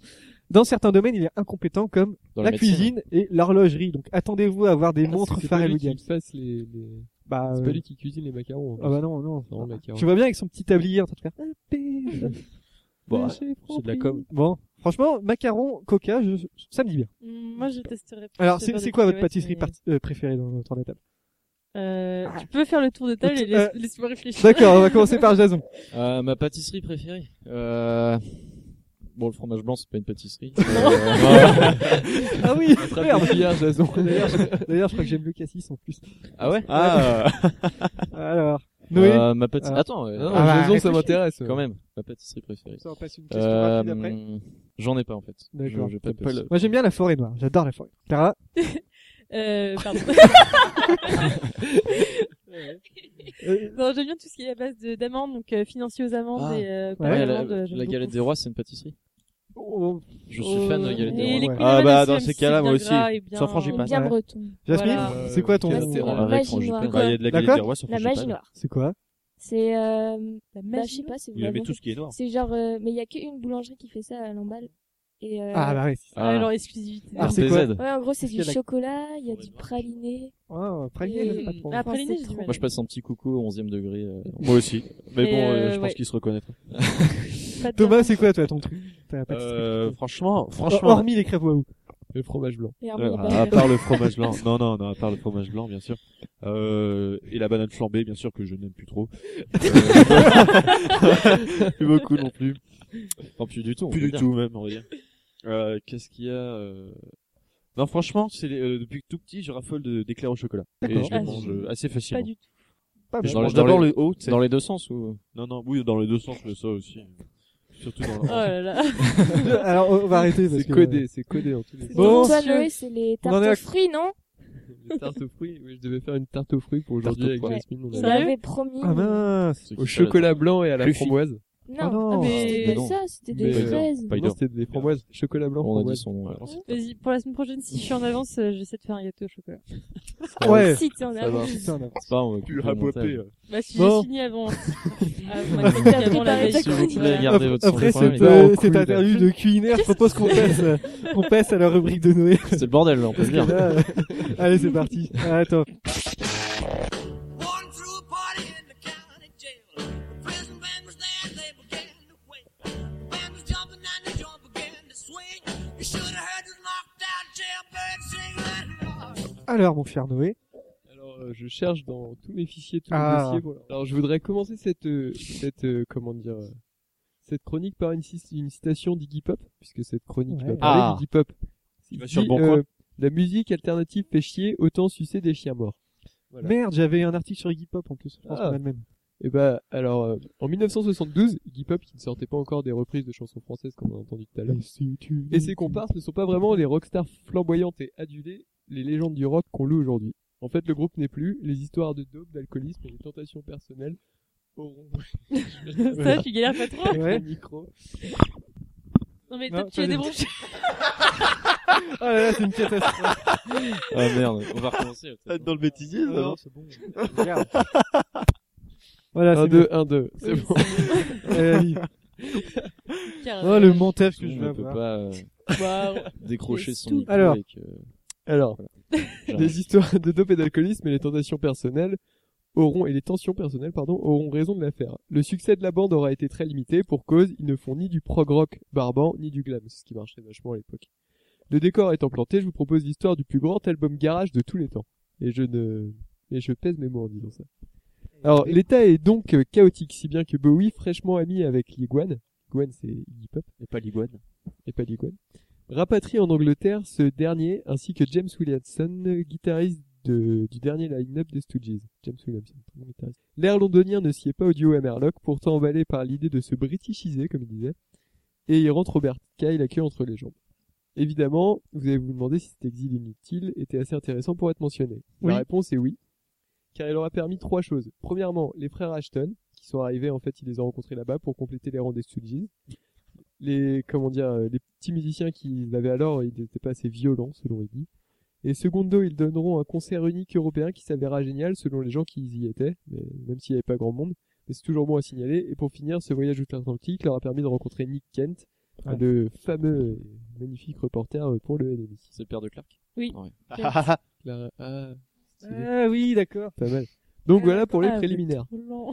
Speaker 1: Dans certains domaines, il est incompétent comme
Speaker 5: Dans
Speaker 1: la
Speaker 5: la médecine.
Speaker 1: cuisine et l'horlogerie. Donc attendez-vous à avoir des montres
Speaker 2: Ah, C'est pas
Speaker 1: Pharrell
Speaker 2: lui qui
Speaker 1: Williams.
Speaker 2: fasse les. les-
Speaker 1: Bah,
Speaker 2: C'est
Speaker 1: euh,
Speaker 2: pas lui qui cuisine les macarons.
Speaker 1: ah bah non, non.
Speaker 2: Non, le macaron.
Speaker 1: Tu vois bien avec son petit tablier en train de faire Ah, père.
Speaker 2: Bon,
Speaker 1: J'ai
Speaker 2: c'est de la
Speaker 1: compris.
Speaker 2: com.
Speaker 1: Bon, franchement, macaron, coca, je... ça me dit bien.
Speaker 3: Mm, Moi je testerais plus.
Speaker 1: Alors,
Speaker 3: le
Speaker 1: c'est
Speaker 3: beurre de
Speaker 1: c'est quoi votre
Speaker 3: cacahuète,
Speaker 1: pâtisserie
Speaker 3: mais-
Speaker 1: parti- euh, préférée dans autour de la table
Speaker 3: Euh, Tu peux faire le tour de table et
Speaker 1: Euh,
Speaker 3: laisse- laisse-moi réfléchir.
Speaker 1: D'accord, on va commencer par Jason.
Speaker 5: Euh, ma pâtisserie préférée. Euh... Bon, le fromage blanc, c'est pas une pâtisserie. Euh,
Speaker 1: Ah oui, merde.
Speaker 2: Pierre, Jason.
Speaker 1: D'ailleurs, je- d'ailleurs, je crois que j'aime le cassis en plus.
Speaker 5: ah ouais
Speaker 13: Ah,
Speaker 1: Alors, Noé,
Speaker 5: Euh, ma pâtisserie.
Speaker 1: Ah.
Speaker 5: Attends, euh,
Speaker 2: Ah non,
Speaker 1: Ah bah,
Speaker 2: Jason, ça
Speaker 1: réfléchis.
Speaker 2: m'intéresse.
Speaker 5: quand même, ma pâtisserie préférée.
Speaker 1: ça on passe une question
Speaker 5: Euh,
Speaker 1: rapide après.
Speaker 5: J'en ai pas en fait.
Speaker 1: D'accord.
Speaker 5: Je- j'ai pas de
Speaker 2: T'as pas le-
Speaker 5: pâtisserie.
Speaker 1: Moi, j'aime bien la forêt noire. J'adore la forêt. Clara,
Speaker 3: Euh, pardon. non, j'aime bien tout ce qui est à base de- d'amandes, donc euh, financier aux amandes
Speaker 5: Ah.
Speaker 3: et euh,
Speaker 5: Ouais,
Speaker 3: pas mal
Speaker 5: la,
Speaker 3: d'amandes, euh,
Speaker 5: la
Speaker 3: j'aime
Speaker 5: galette
Speaker 3: beaucoup.
Speaker 5: des rois, c'est une pâtisserie. Je suis
Speaker 1: Oh.
Speaker 5: fan de la galette des
Speaker 1: Et
Speaker 5: rois.
Speaker 1: les
Speaker 5: ouais.
Speaker 1: coups
Speaker 13: Ah, bah,
Speaker 3: Même
Speaker 13: dans
Speaker 3: si
Speaker 13: ces
Speaker 3: c'est
Speaker 13: cas-là,
Speaker 3: bien
Speaker 13: moi aussi.
Speaker 3: gras et bien-
Speaker 13: Sans frangipane.
Speaker 9: Bien
Speaker 1: Ouais.
Speaker 9: breton.
Speaker 1: Jasmine,
Speaker 3: Voilà.
Speaker 1: c'est quoi ton
Speaker 8: Euh,
Speaker 9: Moi, Ah, c'est
Speaker 5: Avec
Speaker 9: la magie
Speaker 5: frangipane.
Speaker 9: noire.
Speaker 13: Bah, il y a de la
Speaker 1: D'accord.
Speaker 13: galette des rois sur
Speaker 9: La magie
Speaker 13: frangipane.
Speaker 9: noire.
Speaker 1: C'est quoi
Speaker 9: C'est euh,
Speaker 3: La
Speaker 9: bah, je
Speaker 3: magie.
Speaker 9: sais pas si vous
Speaker 13: Il
Speaker 9: l'avez
Speaker 13: aimait
Speaker 9: fait.
Speaker 13: tout ce qui est noir.
Speaker 9: C'est genre euh, mais il y a qu'une boulangerie qui fait ça à l'emballe et euh,
Speaker 1: Ah bah oui.
Speaker 3: Ah, alors exclusivité.
Speaker 1: Ah, c'est quoi
Speaker 5: RTZ.
Speaker 9: ouais en gros c'est
Speaker 1: Est-ce qu'il
Speaker 9: du
Speaker 1: y a la-
Speaker 9: chocolat, il y a du praliné.
Speaker 1: Oh, praliné,
Speaker 9: Et-
Speaker 1: j'aime pas trop.
Speaker 3: Ah, praliné,
Speaker 9: c'est
Speaker 3: j'ai
Speaker 9: trop
Speaker 3: du mal.
Speaker 5: Moi, je passe un petit coucou au 11e degré. euh,
Speaker 13: Moi aussi. Mais
Speaker 3: Et
Speaker 13: bon, euh,
Speaker 3: euh,
Speaker 13: je pense
Speaker 3: ouais.
Speaker 13: qu'ils se reconnaîtront.
Speaker 3: Pas de
Speaker 1: Thomas, c'est quoi toi ton truc T'as la pâtisserie
Speaker 13: Euh, franchement,
Speaker 1: Oh,
Speaker 13: franchement.
Speaker 1: Hormis les crêpes waouh.
Speaker 2: Le fromage blanc.
Speaker 9: Et un
Speaker 13: Euh, à
Speaker 8: ah.
Speaker 9: mini
Speaker 1: Ah,
Speaker 9: burger.
Speaker 13: part le fromage blanc. Non, non, non, à part le fromage blanc, bien sûr. Euh, et la banane flambée, bien sûr, que je n'aime plus trop. Euh, plus beaucoup non plus.
Speaker 5: Enfin, plus du tout. on
Speaker 13: Plus
Speaker 5: peut
Speaker 13: du
Speaker 5: dire.
Speaker 13: tout, même, on va dire. Euh, qu'est-ce qu'il y a euh... Non, franchement, c'est les- euh, depuis que tout petit, je raffole de- d'éclairs au chocolat. Et
Speaker 1: D'accord.
Speaker 13: je
Speaker 3: Ah,
Speaker 13: les mange euh, assez facilement.
Speaker 3: Pas du tout.
Speaker 1: Pas
Speaker 13: Je
Speaker 1: mal.
Speaker 5: Dans les-
Speaker 13: mange
Speaker 5: dans
Speaker 13: d'abord
Speaker 5: les-
Speaker 13: le haut, tu sais.
Speaker 5: Dans les deux sens ou
Speaker 13: Non, non, oui, dans les deux sens, mais ça aussi. Surtout dans le...
Speaker 3: Oh là là.
Speaker 1: Alors, on va arrêter parce
Speaker 2: C'est
Speaker 1: que
Speaker 2: codé, c'est codé en tous les
Speaker 3: C'est
Speaker 1: Bon,
Speaker 9: toi
Speaker 1: si-
Speaker 9: Noé c'est les
Speaker 1: On en
Speaker 9: tartes
Speaker 1: est à-
Speaker 9: aux fruits non
Speaker 2: Les tartes aux fruits, oui, je devais faire une tarte aux fruits pour aujourd'hui
Speaker 5: Tarte aux
Speaker 2: avec
Speaker 5: fruits.
Speaker 2: Jasmine. on
Speaker 9: Il
Speaker 2: a-
Speaker 3: Sérieux
Speaker 9: m'avait promis.
Speaker 1: Ah mince.
Speaker 5: Ceux qui
Speaker 2: Au
Speaker 5: savent,
Speaker 2: chocolat blanc et à la
Speaker 13: Fluffy.
Speaker 2: fromoise.
Speaker 1: Ah
Speaker 9: Non,
Speaker 1: non.
Speaker 3: mais-
Speaker 9: c'était
Speaker 5: non.
Speaker 9: pas ça, c'était
Speaker 2: Mais
Speaker 9: des
Speaker 2: non.
Speaker 9: fraises.
Speaker 13: Spider.
Speaker 2: Non, c'était des fromoises. Chocolat blanc,
Speaker 5: On a dit
Speaker 2: fromoise.
Speaker 5: son nom. ouais.
Speaker 3: Vas-y, pour la semaine prochaine, si je suis en avance, euh, j'essaie de faire un gâteau au chocolat.
Speaker 1: Ouais.
Speaker 9: Si t'es en
Speaker 3: Oh,
Speaker 9: avance.
Speaker 1: Putain, on a-
Speaker 5: C'est pas, on va couper
Speaker 13: Tu
Speaker 5: le
Speaker 13: l'as boité,
Speaker 5: montage.
Speaker 13: euh.
Speaker 3: Bah, si
Speaker 1: Bon.
Speaker 3: j'ai fini avant, avant,
Speaker 9: préparé
Speaker 3: avant la
Speaker 9: ta
Speaker 3: veille.
Speaker 5: Si vous
Speaker 9: chronique.
Speaker 5: voulez
Speaker 3: voilà.
Speaker 5: garder votre
Speaker 1: Après
Speaker 5: sang-froid,
Speaker 1: cette,
Speaker 5: les gars,
Speaker 1: euh,
Speaker 2: on
Speaker 1: cette
Speaker 2: couille, là.
Speaker 1: interview de culinaire, je propose qu'on passe, euh, qu'on passe à la rubrique de Noé.
Speaker 5: C'est le bordel, là, on peut le dire.
Speaker 1: Là, euh, Allez, c'est parti. Ah, Attends.
Speaker 11: One threw a party in the county jail. The prison band was there, they began to wail. The band was jumping and the joint began to swing. You should have heard the knocked out jailbird sing that lark.
Speaker 1: Alors, mon cher Noé,
Speaker 2: euh, je cherche dans tous mes fichiers, tous
Speaker 1: Ah.
Speaker 2: mes dossiers. voilà. Alors, je voudrais commencer cette, euh, cette, euh, comment dire, euh, cette chronique par une, cis- une citation d'Iggy Pop, puisque cette chronique
Speaker 1: Ouais.
Speaker 2: va parler
Speaker 1: Ah.
Speaker 2: d'Iggy Pop.
Speaker 1: Tu
Speaker 2: Il
Speaker 1: vas sur le
Speaker 2: dit, euh,
Speaker 1: bon coin.
Speaker 2: La musique alternative fait chier, autant sucer des chiens morts. Voilà.
Speaker 1: Merde, j'avais un article sur Iggy Pop en plus. Je pense
Speaker 2: Ah.
Speaker 1: qu'on a le même.
Speaker 2: Et bah alors euh, en 1972, Iggy Pop qui ne sortait pas encore des reprises de chansons françaises comme on a entendu tout à l'heure. Et ses comparses ne sont pas vraiment les rockstars flamboyantes et adulées, les légendes du rock qu'on loue aujourd'hui. En fait, le groupe n'est plus les histoires de dope, d'alcoolisme et les tentations personnelles auront
Speaker 3: Ça, tu galères pas trop.
Speaker 2: Avec le
Speaker 3: Ouais.
Speaker 2: micro.
Speaker 3: Non, mais
Speaker 2: Non,
Speaker 3: toi, tu
Speaker 2: pas
Speaker 3: as
Speaker 2: du
Speaker 3: des
Speaker 2: tout.
Speaker 3: bronches.
Speaker 1: Oh là là, c'est une catastrophe.
Speaker 5: Ah merde, on va recommencer. peut-être.
Speaker 13: Dans le bêtisier, ça
Speaker 5: Non,
Speaker 13: va
Speaker 5: c'est bon.
Speaker 1: Regarde. Voilà,
Speaker 2: un
Speaker 1: c'est
Speaker 2: deux,
Speaker 1: mieux.
Speaker 2: un deux, c'est
Speaker 1: Oui,
Speaker 2: bon.
Speaker 1: c'est bon. Allez, allez. Oh, le montage que je vais
Speaker 5: On peut
Speaker 1: avoir.
Speaker 5: pas euh,
Speaker 3: Waouh.
Speaker 5: décrocher son
Speaker 3: Tout.
Speaker 5: micro
Speaker 2: Alors.
Speaker 5: avec, euh,
Speaker 2: Alors,
Speaker 5: voilà. J'arrête.
Speaker 2: les histoires de dope et d'alcoolisme et les tentations personnelles auront et les tensions personnelles pardon auront raison de l'affaire. Le succès de la bande aura été très limité pour cause ils ne font ni du prog rock barbant ni du glam, ce qui marchait vachement à l'époque. Le décor étant planté, je vous propose l'histoire du plus grand album garage de tous les temps. Et je ne et je pèse mes mots en disant ça. Alors, l'état est donc euh, chaotique, si bien que Bowie, fraîchement ami avec Liguane, Liguane c'est Iggy Pop,
Speaker 5: Et pas l'iguane.
Speaker 2: et pas d'iguane. Rapatrié en Angleterre, ce dernier, ainsi que James Williamson, guitariste de- du dernier line-up des Stooges. James Williamson, très bon guitariste. L'air londonien ne sied pas au duo Hammerlock, pourtant emballé par l'idée de se britishiser, comme il disait, et il rentre Robert Kyle la queue entre les jambes. Évidemment, vous allez vous demander si cet exil inutile était assez intéressant pour être mentionné.
Speaker 1: Oui.
Speaker 2: La réponse est oui, car il leur a permis trois choses. Premièrement, les frères Ashton, qui sont arrivés, en fait, ils les ont rencontrés là-bas pour compléter les rangs des Stooges les comment dire euh, les petits musiciens qu'ils avaient alors ils n'étaient pas assez violents selon Iggy et secondo ils donneront un concert unique européen qui s'avérera génial selon les gens qui y étaient mais même s'il n'y avait pas grand monde mais c'est toujours bon à signaler et pour finir ce voyage outre-Atlantique leur a permis de rencontrer Nick Kent
Speaker 1: Ouais.
Speaker 2: le fameux et magnifique reporter pour le NMI
Speaker 5: C'est le père de Clark.
Speaker 3: Oui.
Speaker 5: Ouais.
Speaker 2: Clara- ah, stylé.
Speaker 1: Ah oui, d'accord.
Speaker 2: pas mal donc voilà pour les
Speaker 3: Ah, vous êtes
Speaker 2: préliminaires
Speaker 3: trop lent.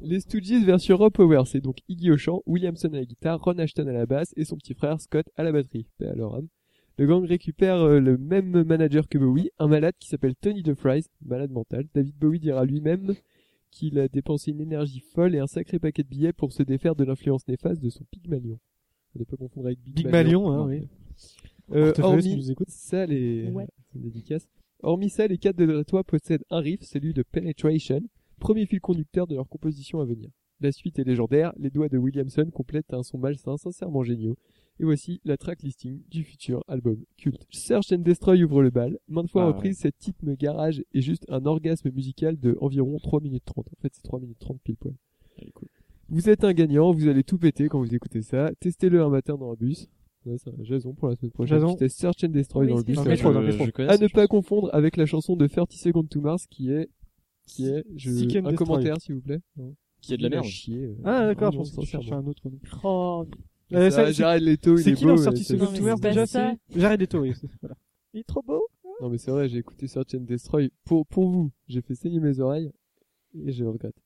Speaker 2: les Stooges version Rob Power, c'est donc Iggy au chant, Williamson à la guitare, Ron Ashton à la basse et son petit frère Scott à la batterie. Paix à leur âme. Le gang récupère euh, le même manager que Bowie, un malade qui s'appelle Tony DeFries, malade mental. David Bowie dira lui-même qu'il a dépensé une énergie folle et un sacré paquet de billets pour se défaire de l'influence néfaste de son Pygmalion. On ne pas confondre avec Big,
Speaker 1: Big Malion, hein,
Speaker 2: Non.
Speaker 1: oui.
Speaker 2: Euh,
Speaker 1: Portefeuille, si
Speaker 2: hormis
Speaker 1: tu nous écoutes.
Speaker 2: ça, les...
Speaker 3: Ouais.
Speaker 2: c'est une dédicace. Hormis ça, les quatre de Dretois possèdent un riff, celui de Penetration, premier fil conducteur de leur composition à venir. La suite est légendaire, les doigts de Williamson complètent un son malsain sincèrement géniaux. Et voici la track listing du futur album culte. Search and Destroy ouvre le bal. Maintes fois
Speaker 5: Ah,
Speaker 2: reprise, cette cette me garage est juste un orgasme musical de environ 3 minutes 30. En fait, c'est 3 minutes 30 pile poil.
Speaker 5: Elle est cool.
Speaker 2: Vous êtes un gagnant, vous allez tout péter quand vous écoutez ça. Testez-le un matin dans un bus. Là, c'est un Jason pour la semaine prochaine.
Speaker 1: Jason.
Speaker 2: Tu testes Search and Destroy
Speaker 3: Oui,
Speaker 2: dans le
Speaker 3: c'est
Speaker 2: bus.
Speaker 1: ça.
Speaker 2: ça
Speaker 1: Mais
Speaker 2: va.
Speaker 1: je crois dans le
Speaker 5: je,
Speaker 1: métro. Ah,
Speaker 5: je
Speaker 8: Ah,
Speaker 5: connais
Speaker 2: à
Speaker 5: cette
Speaker 2: ne
Speaker 5: chanson.
Speaker 2: pas confondre avec la chanson de 30 Seconds to Mars qui est qui est je
Speaker 1: Seek and
Speaker 2: un
Speaker 1: Destroy.
Speaker 2: commentaire s'il vous plaît.
Speaker 5: Qui est de la merde.
Speaker 2: euh,
Speaker 1: Ah d'accord, je pense que
Speaker 2: pense
Speaker 1: je cherchais un autre. nom.
Speaker 3: Oh,
Speaker 1: Euh, ça,
Speaker 2: ça, Jared Leto, il
Speaker 1: C'est
Speaker 2: est
Speaker 1: qui
Speaker 2: beau,
Speaker 1: leur
Speaker 2: mais
Speaker 1: sorti
Speaker 2: c'est-
Speaker 1: Second
Speaker 3: Non, mais
Speaker 1: to Mars
Speaker 3: c'est pas
Speaker 1: déjà
Speaker 3: ça.
Speaker 1: c'est- J'arrête les taux, voilà.
Speaker 4: Il est trop beau.
Speaker 2: Non mais c'est vrai, j'ai écouté Search and Destroy pour, pour vous. J'ai fait saigner mes oreilles et je regrette.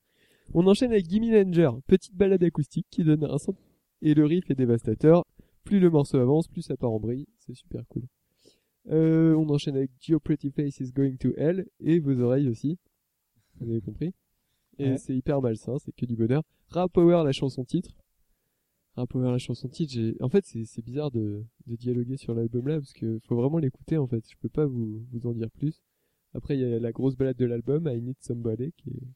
Speaker 2: On enchaîne avec Gimme Langer, petite balade acoustique qui donne un son et le riff est dévastateur. Plus le morceau avance, plus ça part en brille. C'est super cool. Euh, on enchaîne avec Your Pretty Face is Going to Hell et vos oreilles aussi. Vous avez compris. Et
Speaker 1: Ouais.
Speaker 2: c'est hyper malsain, c'est que du bonheur. Rap Power, la chanson titre. Rap Power, la chanson titre. j'ai- En fait, c'est c'est bizarre de, de dialoguer sur l'album là parce que faut vraiment l'écouter en fait. Je peux pas vous, vous en dire plus. Après, il y a la grosse balade de l'album, I Need Somebody, qui est,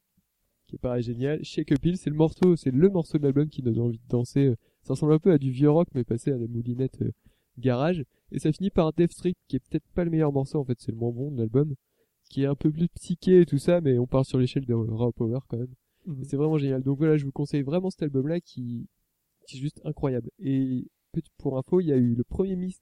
Speaker 2: qui est pareil génial. Shake Up Hill, c'est le morceau, c'est le morceau de l'album qui donne envie de danser. Ça ressemble un peu à du vieux rock, mais passé à la moulinette euh, garage. Et ça finit par Death Strip, qui est peut-être pas le meilleur morceau, en fait, c'est le moins bon de l'album, qui est un peu plus psyché et tout ça, mais on part sur l'échelle de Raw Power quand même.
Speaker 1: Mhm.
Speaker 2: Et C'est vraiment génial. Donc voilà, je vous conseille vraiment cet album-là qui, qui est juste incroyable. Et petit- pour info, il y a eu le premier mix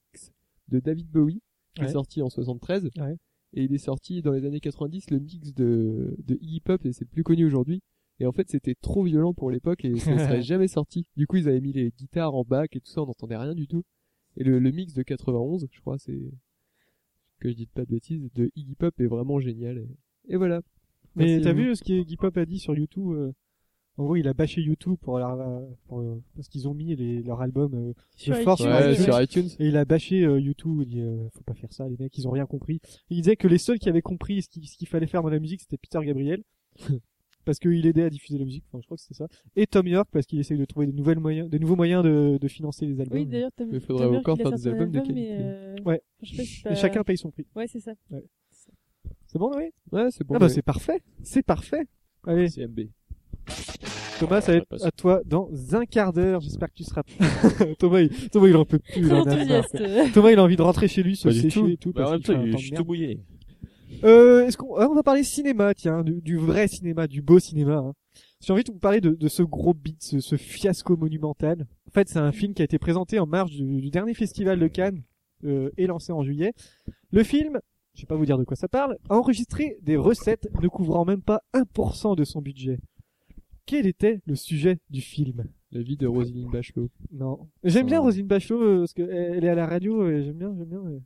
Speaker 2: de David Bowie, qui
Speaker 1: Ouais.
Speaker 2: est sorti en 73.
Speaker 1: Ouais.
Speaker 2: Et il est sorti dans les années 90, le mix de, de Iggy Pop, et c'est le plus connu aujourd'hui. Et en fait, c'était trop violent pour l'époque et ça ne serait jamais sorti. Du coup, ils avaient mis les guitares en bac et tout ça, on n'entendait rien du tout. Et le, le mix de 91, je crois, c'est que je dis pas de bêtises, de Iggy Pop est vraiment génial. Et, et voilà.
Speaker 1: Mais
Speaker 2: Merci à
Speaker 1: Bah, t'as euh,
Speaker 2: vous.
Speaker 1: vu ce que Guy Pop a dit sur YouTube euh, En gros, il a bâché YouTube pour leur, pour, euh, parce qu'ils ont mis les, leur album euh,
Speaker 3: Sur
Speaker 1: de force
Speaker 2: iTunes. Ouais, sur iTunes.
Speaker 1: Et il a bâché euh, YouTube. Il dit, euh, faut pas faire ça, les mecs, ils ont rien compris. Il disait que les seuls qui avaient compris ce qui- ce qu'il fallait faire dans la musique, c'était Peter Gabriel. parce qu'il aidait à diffuser la musique. Enfin, je crois que c'était ça. Et Tom York, parce qu'il essaye de trouver des, nouvelles moyens, des nouveaux moyens de, de financer les albums.
Speaker 3: Oui, d'ailleurs, Tom.
Speaker 2: Mais il faudrait
Speaker 3: Tom York,
Speaker 2: encore
Speaker 3: il a
Speaker 2: faire des
Speaker 3: sorti un
Speaker 2: albums de
Speaker 3: album,
Speaker 2: qualité.
Speaker 3: mais, euh,
Speaker 1: Ouais.
Speaker 3: je sais pas si
Speaker 1: Et
Speaker 3: t'as-
Speaker 1: chacun paye son prix.
Speaker 3: Ouais, c'est ça.
Speaker 1: C'est bon, oui
Speaker 2: Ouais, c'est bon.
Speaker 1: Ah bah
Speaker 2: mais-
Speaker 1: c'est parfait. C'est parfait. Allez,
Speaker 13: CMB.
Speaker 1: Thomas, ça va être à toi dans un quart d'heure. J'espère que tu seras. Thomas, il... Thomas, il en peut plus. il en a marre, quoi.
Speaker 3: Enthousiaste.
Speaker 1: Thomas, il a envie de rentrer chez lui, se
Speaker 13: Pas du
Speaker 1: sécher
Speaker 13: tout.
Speaker 1: et tout.
Speaker 13: Bah, en
Speaker 1: parce
Speaker 13: même
Speaker 1: qu'il
Speaker 13: temps,
Speaker 1: fait un
Speaker 13: il- je
Speaker 1: temps de
Speaker 13: suis
Speaker 1: merde.
Speaker 13: tout mouillé.
Speaker 1: Euh, est-ce qu'on, ah, on va parler cinéma, tiens, du, du vrai cinéma, du beau cinéma. Hein. J'ai envie de vous parler de, de ce gros beat, ce, ce fiasco monumental. En fait, c'est un film qui a été présenté en marge du, du dernier festival de Cannes euh, et lancé en juillet. Le film, je vais pas vous dire de quoi ça parle, a enregistré des recettes ne couvrant même pas 1% de son budget. Quel était le sujet du film
Speaker 2: La vie de Roselyne Bachelot.
Speaker 1: Non. J'aime bien Rosine Bachelot euh, parce qu'elle est à la radio et j'aime bien, j'aime bien. euh,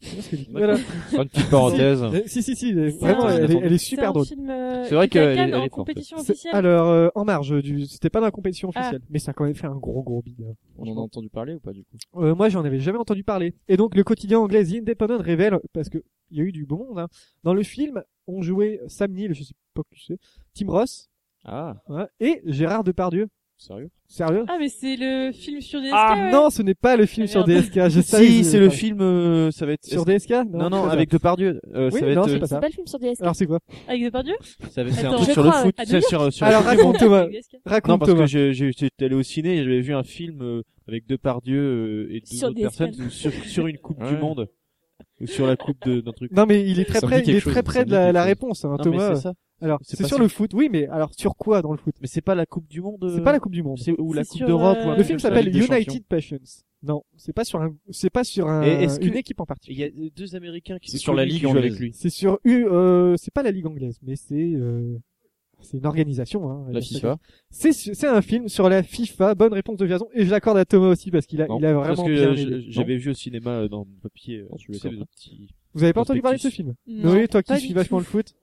Speaker 1: j'aime bien ce qu'elle dit. Voilà.
Speaker 13: Une petite parenthèse.
Speaker 1: Euh, Si, si, si, elle est-
Speaker 3: Ah. C'est
Speaker 1: vraiment,
Speaker 3: un-
Speaker 1: elle est, elle est
Speaker 3: C'est un
Speaker 1: super drôle.
Speaker 3: film, euh,
Speaker 13: C'est vrai
Speaker 3: il fait
Speaker 13: qu'elle
Speaker 3: à
Speaker 13: est-
Speaker 3: Cannes
Speaker 13: elle est
Speaker 3: en
Speaker 13: forte.
Speaker 3: compétition
Speaker 1: C'est-
Speaker 3: officielle.
Speaker 1: Alors, euh, en marge du, c'était pas dans la compétition
Speaker 3: Ah.
Speaker 1: officielle, mais ça a quand même fait un gros gros bide. hein.
Speaker 5: On en a entendu parler ou pas du coup
Speaker 1: Euh, moi, j'en avais jamais entendu parler. Et donc, le quotidien anglais The Independent révèle, parce que il y a eu du bon monde, hein. Dans le film, on jouait Sam Neill, je sais pas qui c'est, Tim Ross,
Speaker 5: Ah,
Speaker 1: hein, et Gérard Depardieu.
Speaker 5: sérieux
Speaker 1: Sérieux?
Speaker 3: Ah, mais c'est le film sur DSK.
Speaker 1: Ah,
Speaker 3: ouais.
Speaker 1: non, ce n'est pas le film
Speaker 3: Ah,
Speaker 1: sur
Speaker 3: merde.
Speaker 1: DSK, je savais que
Speaker 13: Si,
Speaker 1: je-
Speaker 13: c'est le film, euh, ça va être.
Speaker 1: Sur DSK?
Speaker 13: Non, non,
Speaker 1: c'est pas
Speaker 13: avec Depardieu. Euh,
Speaker 1: Oui,
Speaker 13: ça va
Speaker 1: non,
Speaker 13: être.
Speaker 1: c'est
Speaker 13: euh,
Speaker 1: pas
Speaker 9: C'est
Speaker 1: ça.
Speaker 9: pas le film sur DSK.
Speaker 1: Alors, c'est quoi?
Speaker 3: Avec Depardieu
Speaker 13: ça va être- C'est un
Speaker 3: Attends,
Speaker 13: truc
Speaker 3: je
Speaker 13: sur le
Speaker 3: crois,
Speaker 13: foot.
Speaker 3: à
Speaker 13: c'est Sur, sur,
Speaker 1: Alors,
Speaker 13: sur-
Speaker 1: raconte, Thomas.
Speaker 3: Avec DSK.
Speaker 13: Non,
Speaker 1: Raconte,
Speaker 13: parce que
Speaker 1: Thomas.
Speaker 13: j'ai- j'ai- j'étais allé au ciné et j'avais vu un film euh, avec Depardieu euh, et deux
Speaker 9: Sur
Speaker 13: autres
Speaker 9: des
Speaker 13: personnes sur, sur une Coupe du
Speaker 5: Ouais.
Speaker 13: Monde. Ou sur la Coupe de- d'un truc.
Speaker 1: Non, mais il est très
Speaker 13: Ça me dit
Speaker 1: près, il
Speaker 13: quelque
Speaker 1: est
Speaker 13: chose,
Speaker 1: très
Speaker 13: ça
Speaker 1: près
Speaker 13: me
Speaker 1: de
Speaker 13: dit
Speaker 1: la,
Speaker 13: quelque
Speaker 1: la
Speaker 13: chose.
Speaker 1: réponse, hein,
Speaker 13: Non, mais
Speaker 1: Thomas.
Speaker 13: c'est ça.
Speaker 1: Alors,
Speaker 13: C'est
Speaker 1: c'est
Speaker 13: pas
Speaker 1: sur
Speaker 13: ça.
Speaker 1: le foot, oui, mais alors, sur quoi dans le foot?
Speaker 13: Mais c'est pas la Coupe du Monde. euh,
Speaker 1: C'est pas la Coupe du Monde.
Speaker 13: C'est ou la
Speaker 3: C'est
Speaker 13: Coupe
Speaker 3: sur,
Speaker 13: d'Europe. ou un
Speaker 3: euh,
Speaker 1: Le
Speaker 13: truc
Speaker 1: film
Speaker 13: comme ça,
Speaker 1: s'appelle
Speaker 13: Ligue des Champions.
Speaker 1: United Passions. Non, c'est pas sur un, c'est pas sur un,
Speaker 13: Et est-ce que-
Speaker 1: une équipe en
Speaker 13: Il
Speaker 1: particulier.
Speaker 13: y a euh, deux Américains qui
Speaker 5: C'est
Speaker 13: se
Speaker 5: sur la
Speaker 13: connus qui
Speaker 5: Ligue
Speaker 13: jouent
Speaker 5: anglaise.
Speaker 13: avec lui.
Speaker 1: C'est sur U, euh, c'est pas la Ligue anglaise, mais c'est, euh, c'est une organisation, hein.
Speaker 5: La FIFA.
Speaker 1: C'est, su- c'est un film sur la FIFA. Bonne réponse de Jason. Et je l'accorde à Thomas aussi parce qu'il a,
Speaker 13: Non,
Speaker 1: il a
Speaker 13: parce
Speaker 1: vraiment
Speaker 13: que
Speaker 1: bien
Speaker 13: je-
Speaker 1: aidé.
Speaker 13: j'avais vu au cinéma euh, dans mon papier. euh,
Speaker 5: Non,
Speaker 13: tu
Speaker 5: je suis
Speaker 13: sais,
Speaker 5: d'accord.
Speaker 13: le petit-
Speaker 1: Vous avez pas entendu parler de ce
Speaker 13: Prospectus.
Speaker 1: film?
Speaker 3: Non,
Speaker 1: Noé, toi qui
Speaker 3: pas
Speaker 1: suis
Speaker 3: du
Speaker 1: vachement
Speaker 3: tout.
Speaker 1: le foot.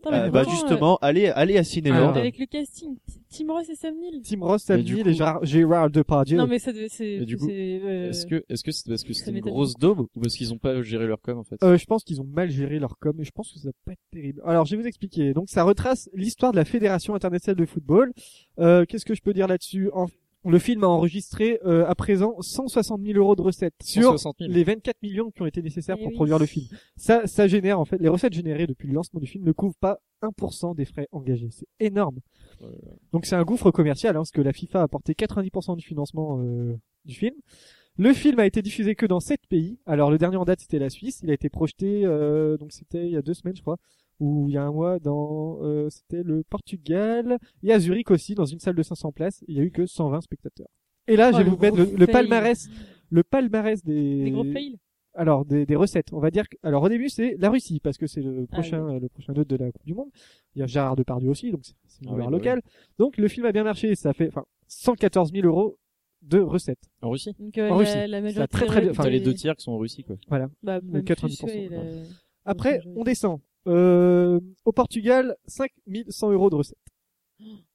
Speaker 3: Attends, mais
Speaker 13: Euh, Ah,
Speaker 3: pourtant,
Speaker 13: Bah
Speaker 3: euh, ah,
Speaker 13: justement, allez, allez à Cinéland.
Speaker 1: Alors,
Speaker 13: Et
Speaker 3: Avec le casting, T- Tim Ross et Sam Neill.
Speaker 1: Tim Ross,
Speaker 5: Mais
Speaker 1: Sam
Speaker 5: du
Speaker 1: Neill
Speaker 5: coup-
Speaker 1: et Gérard, Gérard Depardieu.
Speaker 3: Non, mais ça devait, c'est,
Speaker 5: Et du coup,
Speaker 3: c'est, euh,
Speaker 5: Est-ce que est-ce que c'est parce que
Speaker 3: ça
Speaker 5: c'était une
Speaker 3: m'étonne
Speaker 5: grosse daube ou parce qu'ils ont pas géré leur com en fait
Speaker 1: Euh, je pense qu'ils ont mal géré leur com et je pense que ça va pas être terrible. Alors, je vais vous expliquer. Donc, ça retrace l'histoire de la Fédération internationale de football. Euh, Qu'est-ce que je peux dire là-dessus En- Le film a enregistré euh, à présent 160 000 euros de recettes sur
Speaker 5: 160 000.
Speaker 1: les 24 millions qui ont été nécessaires
Speaker 3: Eh
Speaker 1: pour
Speaker 3: oui.
Speaker 1: produire le film. Ça, ça génère en fait les recettes générées depuis le lancement du film ne couvrent pas 1% des frais engagés. C'est énorme.
Speaker 5: Oh là là.
Speaker 1: Donc c'est un gouffre commercial hein, parce que la FIFA a apporté 90% du financement euh, du film. Le film a été diffusé que dans 7 pays. Alors le dernier en date c'était la Suisse. Il a été projeté euh, donc c'était il y a deux semaines je crois ou il y a un mois dans euh, c'était le Portugal et à Zurich aussi dans une salle de 500 places. Il y a eu que 120 spectateurs. Et là
Speaker 3: Oh,
Speaker 1: je vais
Speaker 3: le
Speaker 1: vous mettre
Speaker 3: gros
Speaker 1: le, le
Speaker 3: fail.
Speaker 1: palmarès le palmarès des
Speaker 3: des gros fails.
Speaker 1: alors des, des recettes, on va dire. que- Alors au début c'est la Russie parce que c'est le
Speaker 3: Ah
Speaker 1: prochain euh, le prochain hôte de la Coupe du Monde. Il y a Gérard Depardieu aussi, donc c'est c'est une
Speaker 5: Ah oui,
Speaker 1: valeur
Speaker 5: bah
Speaker 1: locale. Donc le film a bien marché, ça fait enfin 114 000 euros de recettes.
Speaker 5: En Russie
Speaker 3: Donc, euh,
Speaker 1: En Russie.
Speaker 3: la, la majorité.
Speaker 1: très, très bien-
Speaker 3: des-
Speaker 1: enfin,
Speaker 5: T'as les deux tiers qui sont en Russie quoi.
Speaker 1: Voilà.
Speaker 3: Bah, même
Speaker 1: 90%,
Speaker 3: plus, ouais,
Speaker 1: quoi.
Speaker 3: la-
Speaker 1: Après
Speaker 3: majorité.
Speaker 1: on descend. Euh, au Portugal 5100 euros de recettes.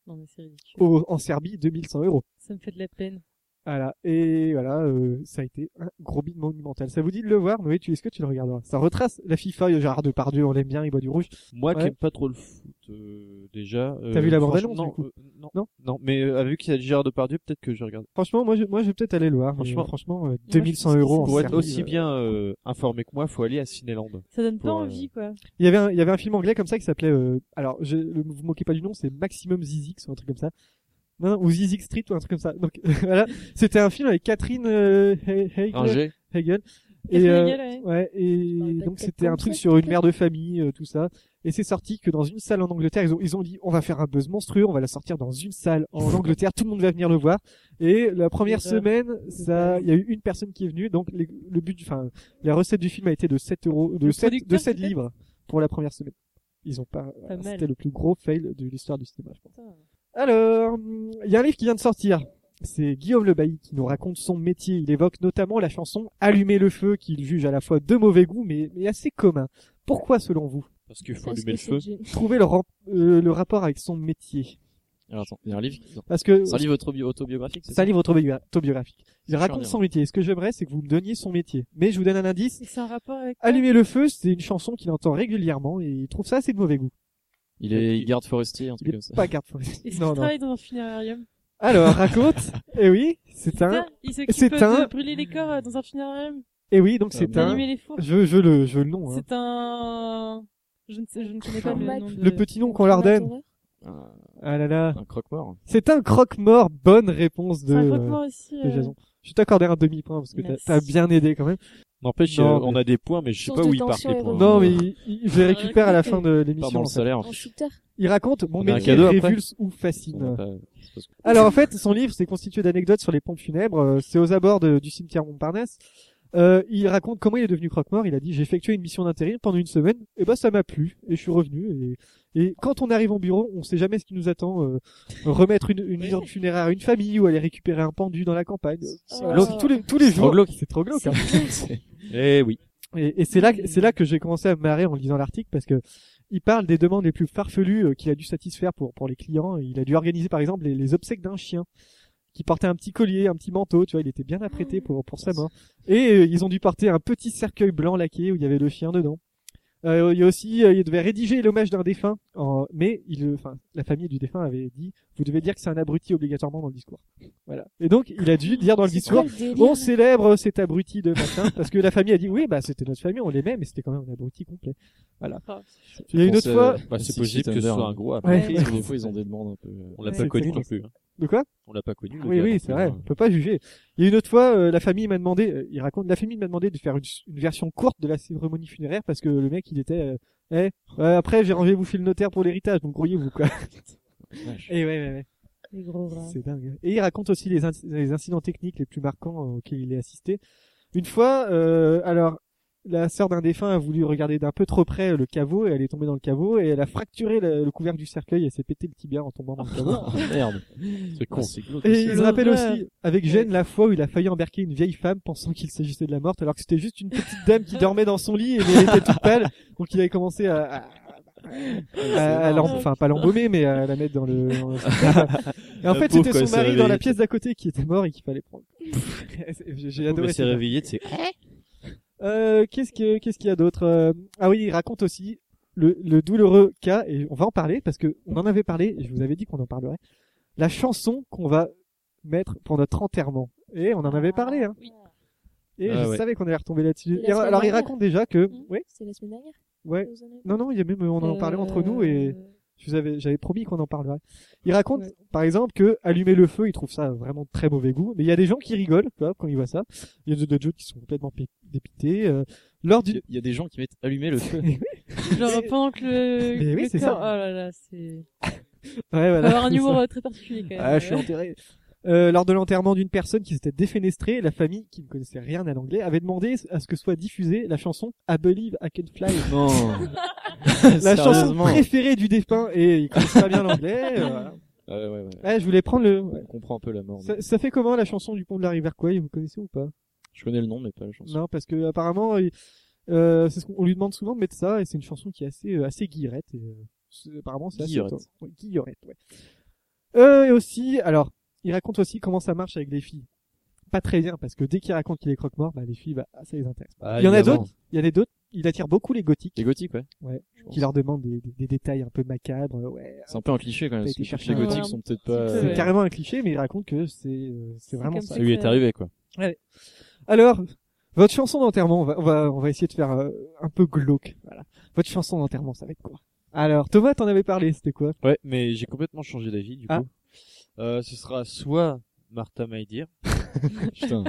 Speaker 3: Non, mais c'est ridicule.
Speaker 1: Au- en Serbie 2100 euros.
Speaker 3: Ça me fait de la peine.
Speaker 1: Voilà et voilà euh, ça a été un gros bide monumental. Ça vous dit de le voir Noé, tu est-ce que tu le regarderas Ça retrace la FIFA, il y a Gérard Depardieu, on l'aime bien, il boit du rouge.
Speaker 13: Moi
Speaker 1: Ouais.
Speaker 13: qui aime pas trop le foot euh, déjà. euh,
Speaker 1: T'as vu la
Speaker 13: franchement, non,
Speaker 1: bande-annonce, du coup
Speaker 13: euh, non,
Speaker 1: Non
Speaker 13: non, mais euh, vu qu'il y a Gérard Depardieu, peut-être que je regarde.
Speaker 1: Franchement moi je, moi je vais peut-être aller le voir. mais
Speaker 13: Franchement-
Speaker 1: franchement euh,
Speaker 3: je
Speaker 1: 2100
Speaker 3: pense que
Speaker 1: euros en
Speaker 3: c'est-
Speaker 13: Pour être
Speaker 1: Serbie,
Speaker 13: aussi
Speaker 1: euh,
Speaker 13: bien euh, informé que moi, faut aller à Cinéland.
Speaker 3: Ça donne pas
Speaker 13: Pour, euh,
Speaker 3: envie, quoi.
Speaker 1: Il y avait un, il y avait un film anglais comme ça qui s'appelait euh, alors je, le- vous vous moquez pas du nom c'est Maximum Zizix ou un truc comme ça non, non, ou Zizix Street ou un truc comme ça donc voilà c'était un film avec Catherine euh, He- Hegel,
Speaker 5: Angers.
Speaker 1: Hegel.
Speaker 3: Catherine
Speaker 1: euh,
Speaker 3: Hegel, ouais.
Speaker 1: et
Speaker 9: Dans les
Speaker 1: donc
Speaker 9: têtes
Speaker 1: c'était un
Speaker 9: comme
Speaker 1: truc
Speaker 9: ça,
Speaker 1: sur une
Speaker 9: peut-être.
Speaker 1: mère de famille euh, tout ça et c'est sorti que dans une salle en Angleterre ils ont ils ont dit on va faire un buzz monstrueux on va la sortir dans une salle en Angleterre tout le monde va venir le voir et la première
Speaker 3: Erreur.
Speaker 1: semaine ça il y a eu une personne qui est venue donc les- le but du- enfin la recette du film a été de 7 euros de
Speaker 3: Le
Speaker 1: 7 de
Speaker 3: producteur,
Speaker 1: 7
Speaker 3: peut-être
Speaker 1: livres pour la première semaine. Ils ont pas.
Speaker 3: Pas mal.
Speaker 1: C'était le plus gros fail de l'histoire du cinéma, je pense.
Speaker 3: Putain.
Speaker 1: Alors, hum, il y a un livre qui vient de sortir. C'est Guillaume Le Bailly qui nous raconte son métier. Il évoque notamment la chanson Allumer le feu, qu'il juge à la fois de mauvais goût, mais, mais assez commun. Pourquoi, selon vous,
Speaker 13: Parce qu'il faut
Speaker 9: Parce
Speaker 13: allumer le
Speaker 9: que
Speaker 13: feu.
Speaker 9: c'est jeune.
Speaker 1: trouver le, ram- euh, le rapport avec son métier
Speaker 5: Alors attends, il y a un livre. qui-
Speaker 1: Parce que-
Speaker 5: c'est un livre autobi- autobiographique. c'est
Speaker 1: C'est un
Speaker 5: ça
Speaker 1: livre autobiogra- autobiographique. Il
Speaker 5: Je suis
Speaker 1: raconte
Speaker 5: en
Speaker 1: son métier. Ce que j'aimerais, c'est que vous me donniez son métier. Mais je vous donne un indice.
Speaker 3: C'est un rapport avec.
Speaker 1: Allumer le feu, c'est une chanson qu'il entend régulièrement et il trouve ça assez de mauvais goût.
Speaker 5: Il est il garde forestier, un truc
Speaker 1: Il
Speaker 5: comme
Speaker 1: est
Speaker 5: ça.
Speaker 1: pas carte
Speaker 3: Est-ce qu'il
Speaker 1: Non, non.
Speaker 3: travaille dans un funérarium
Speaker 1: Alors, raconte. eh oui, c'est un.
Speaker 3: Putain, Il
Speaker 1: C'est
Speaker 3: s'occupe de
Speaker 1: un.
Speaker 3: brûler les corps euh, dans un funérarium.
Speaker 1: Eh oui,
Speaker 5: Ah,
Speaker 1: donc c'est
Speaker 5: bah
Speaker 1: un.
Speaker 3: D'allumer les fours.
Speaker 1: Je, je le, je le nom. hein.
Speaker 3: C'est un. Je ne sais, je ne connais pas le nom. de-
Speaker 1: Le petit nom qu'on leur donne. Ah là là.
Speaker 5: Un croque-mort.
Speaker 1: C'est un croque-mort. Bonne réponse de.
Speaker 3: C'est un
Speaker 1: euh,
Speaker 3: croque-mort aussi,
Speaker 1: de
Speaker 3: euh.
Speaker 1: Jason. Je vais t'accorder un demi-point parce que t'as-
Speaker 3: Merci.
Speaker 1: t'as bien aidé quand même.
Speaker 13: N'empêche,
Speaker 1: Non,
Speaker 13: euh, on
Speaker 1: mais-
Speaker 13: a des points, mais je sais
Speaker 9: Source
Speaker 13: pas
Speaker 9: de
Speaker 13: où ils partent
Speaker 9: tension
Speaker 13: les
Speaker 9: et
Speaker 5: Oh.
Speaker 13: points.
Speaker 1: Non, mais il- il- je
Speaker 3: Ah,
Speaker 1: les récupère à la fin de l'émission.
Speaker 5: Part dans le
Speaker 1: en fait.
Speaker 5: solaire.
Speaker 9: En Ah, shooter.
Speaker 1: Il raconte mon
Speaker 5: On a un
Speaker 1: métier
Speaker 5: cadeau après
Speaker 1: révulse ou
Speaker 5: On
Speaker 1: fascine.
Speaker 5: a pas- c'est parce que-
Speaker 1: Alors en fait, son livre c'est constitué d'anecdotes sur les pompes funèbres. euh, C'est aux abords de- du cimetière Montparnasse. Euh, il raconte comment il est devenu croque-mort. Il a dit j'ai effectué une mission d'intérim pendant une semaine. Et ben ça m'a plu et je suis revenu. Et, et quand on arrive au bureau, on sait jamais ce qui nous attend. euh, remettre une, une urne funéraire à une famille ou aller récupérer un pendu dans la campagne.
Speaker 3: C'est
Speaker 9: Oh,
Speaker 1: Voilà,
Speaker 3: glauque.
Speaker 1: tous les tous les jours.
Speaker 5: Trogloc.
Speaker 1: C'est trop glauque. hein.
Speaker 13: Eh oui.
Speaker 1: Et, et c'est là, que- c'est là que j'ai commencé à me marrer en lisant l'article parce que il parle des demandes les plus farfelues euh, qu'il a dû satisfaire pour pour les clients. Il a dû organiser par exemple les, les obsèques d'un chien qui portait un petit collier, un petit manteau, tu vois, il était bien apprêté pour pour sa mort. Et euh, ils ont dû porter un petit cercueil blanc laqué où il y avait le chien dedans. Euh, il y a aussi, euh, il devait rédiger l'hommage d'un défunt, en- mais il, euh, enfin, la famille du défunt avait dit, vous devez dire que c'est un abruti obligatoirement dans le discours. Voilà. Et donc, il a dû dire dans le
Speaker 9: Ah, C'est
Speaker 1: discours,
Speaker 9: quoi le délire
Speaker 1: on célèbre cet abruti de matin parce que la famille a dit oui bah c'était notre famille on l'aimait mais c'était quand même un abruti complet voilà
Speaker 3: Ah,
Speaker 1: il y a une
Speaker 5: Pense,
Speaker 1: autre
Speaker 5: euh,
Speaker 1: fois
Speaker 13: Bah, c'est
Speaker 5: Six
Speaker 13: possible
Speaker 5: Feet
Speaker 13: que ce
Speaker 5: Under,
Speaker 13: soit un
Speaker 5: hein.
Speaker 13: gros.
Speaker 1: Ouais.
Speaker 5: Parce que Des fois, ils ont des demandes un peu. euh,
Speaker 13: On l'a
Speaker 1: C'est-
Speaker 13: pas connu
Speaker 1: c'est-
Speaker 13: non plus. hein.
Speaker 1: de quoi
Speaker 13: On l'a pas connu. le
Speaker 1: oui
Speaker 13: gars,
Speaker 1: oui
Speaker 13: après,
Speaker 1: c'est vrai
Speaker 13: hein.
Speaker 1: on peut pas juger il y a une autre fois euh, la famille m'a demandé euh, il raconte la famille m'a demandé de faire une, une version courte de la cérémonie funéraire parce que le mec il était euh, eh ouais, après j'ai rangé vous chez le notaire pour l'héritage donc grouillez-vous quoi
Speaker 5: vache.
Speaker 1: et ouais ouais ouais
Speaker 3: Les gros bras.
Speaker 1: C'est dingue. Et il raconte aussi les, inc- les incidents techniques les plus marquants euh, auxquels il est assisté. Une fois, euh, alors, la sœur d'un défunt a voulu regarder d'un peu trop près le caveau et elle est tombée dans le caveau et elle a fracturé le, le couvercle du cercueil et s'est pété le tibia en tombant dans le caveau.
Speaker 5: Ah, merde.
Speaker 13: C'est
Speaker 5: Ah,
Speaker 13: con. C'est glauque.
Speaker 1: Et il se
Speaker 3: L'horreur.
Speaker 1: rappelle aussi, avec gêne, la fois où il a failli embarquer une vieille femme pensant qu'il s'agissait de la morte alors que c'était juste une petite dame qui dormait dans son lit et elle était toute pâle. Donc il avait commencé à... à-
Speaker 13: Ah,
Speaker 1: à- à l'em- enfin pas l'embaumer mais à la mettre dans le et en
Speaker 13: La pauvre, quoi,
Speaker 1: fait, c'était
Speaker 13: elle
Speaker 1: son
Speaker 13: s'est
Speaker 1: mari
Speaker 13: réveillée.
Speaker 1: dans la pièce d'à côté qui était mort et qu'il fallait prendre. J'ai j'ai
Speaker 13: J'ai
Speaker 1: adoré.
Speaker 13: s'est
Speaker 1: ça.
Speaker 13: réveillé, c'est.
Speaker 1: Euh, qu'est-ce que qu'est-ce qu'il y a d'autre Euh, Ah oui, il raconte aussi le, le douloureux cas et on va en parler parce que on en avait parlé. et Je vous avais dit qu'on en parlerait. La chanson qu'on va mettre pour notre enterrement. Et on en avait parlé. Hein. Et
Speaker 13: Ah
Speaker 1: je
Speaker 13: ouais.
Speaker 1: savais qu'on allait retomber là-dessus.
Speaker 9: La
Speaker 1: Et
Speaker 9: semaine
Speaker 1: Alors il
Speaker 9: dernière.
Speaker 1: raconte déjà que
Speaker 9: Mmh.
Speaker 1: ouais
Speaker 9: C'est la semaine dernière.
Speaker 1: ouais non non il y a même on en parlait entre nous et je vous avais, j'avais promis qu'on en parlerait. Il raconte,
Speaker 3: Euh. Ouais.
Speaker 1: par exemple, que allumer le feu, il trouve ça vraiment de très mauvais goût. Mais il y a des gens qui rigolent tu vois, quand ils voient ça. Il y a d'autres gens qui sont complètement pé- dépités. euh, lors
Speaker 5: Il y
Speaker 1: du,
Speaker 5: a- il y a des gens qui mettent allumer le feu.
Speaker 3: Genre pendant que le.
Speaker 1: Mais oui,
Speaker 3: le
Speaker 1: c'est
Speaker 3: corps-
Speaker 1: ça.
Speaker 3: Oh là là, c'est.
Speaker 1: ouais,
Speaker 3: Faut
Speaker 1: voilà,
Speaker 3: avoir un
Speaker 1: c'est
Speaker 3: humour
Speaker 1: ça.
Speaker 3: euh, très particulier quand même.
Speaker 1: Ah, je suis enterré. Euh, lors de l'enterrement d'une personne qui s'était défenestrée, la famille, qui ne connaissait rien à l'anglais, avait demandé à ce que soit diffusée la chanson I Believe I Can Fly.
Speaker 5: Non.
Speaker 1: la chanson
Speaker 5: Sérieusement.
Speaker 1: préférée du défunt. Et il connaissait pas bien l'anglais. euh, voilà.
Speaker 5: Ah ouais, ouais, ouais.
Speaker 1: Ouais, je voulais prendre le... ouais.
Speaker 5: On comprend un peu la mort. mais-
Speaker 1: Ça, ça fait comment la chanson du pont de la rivière Kwai Vous connaissez ou pas
Speaker 5: Je connais le nom, mais pas la chanson.
Speaker 1: Non, parce que apparemment, il- euh, c'est ce qu'on on lui demande souvent de mettre ça, et c'est une chanson qui est assez euh, assez guillerette. Et, euh, c'est- apparemment, c'est assez
Speaker 5: Guillerette.
Speaker 1: tendance. Ouais, guillerette, ouais. Euh, et aussi, alors, il raconte aussi comment ça marche avec les filles. Pas très bien, parce que dès qu'il raconte qu'il est croque-mort, bah, les filles, bah, ça les intéresse.
Speaker 13: Ah,
Speaker 1: pas. il y en a d'autres. Il y en a d'autres. Il attire beaucoup les gothiques,
Speaker 5: Les gothiques, ouais.
Speaker 1: qui leur demandent des, des- des détails un peu macabres. euh, Ouais.
Speaker 5: C'est un peu un cliché quand même.
Speaker 1: T'as
Speaker 5: parce
Speaker 1: été
Speaker 5: que
Speaker 1: chercher
Speaker 5: Les
Speaker 1: un-
Speaker 5: gothiques sont peut-être pas. euh,
Speaker 3: C'est
Speaker 1: C'est
Speaker 3: Ouais.
Speaker 1: carrément un cliché, mais il raconte que c'est euh, c'est
Speaker 3: C'est
Speaker 1: vraiment
Speaker 3: comme
Speaker 1: ça.
Speaker 3: ça.
Speaker 13: Ça Ah, lui est arrivé, quoi.
Speaker 1: Alors, votre chanson d'enterrement, on va, on va, on va essayer de faire euh, un peu glauque. Voilà. Votre chanson d'enterrement, ça va être quoi Alors, Thomas, t'en avais parlé, c'était quoi
Speaker 13: Ouais, mais j'ai complètement changé d'avis, du
Speaker 1: Ah.
Speaker 13: coup. Euh, ce sera soit Martha Maïdir,
Speaker 5: Putain.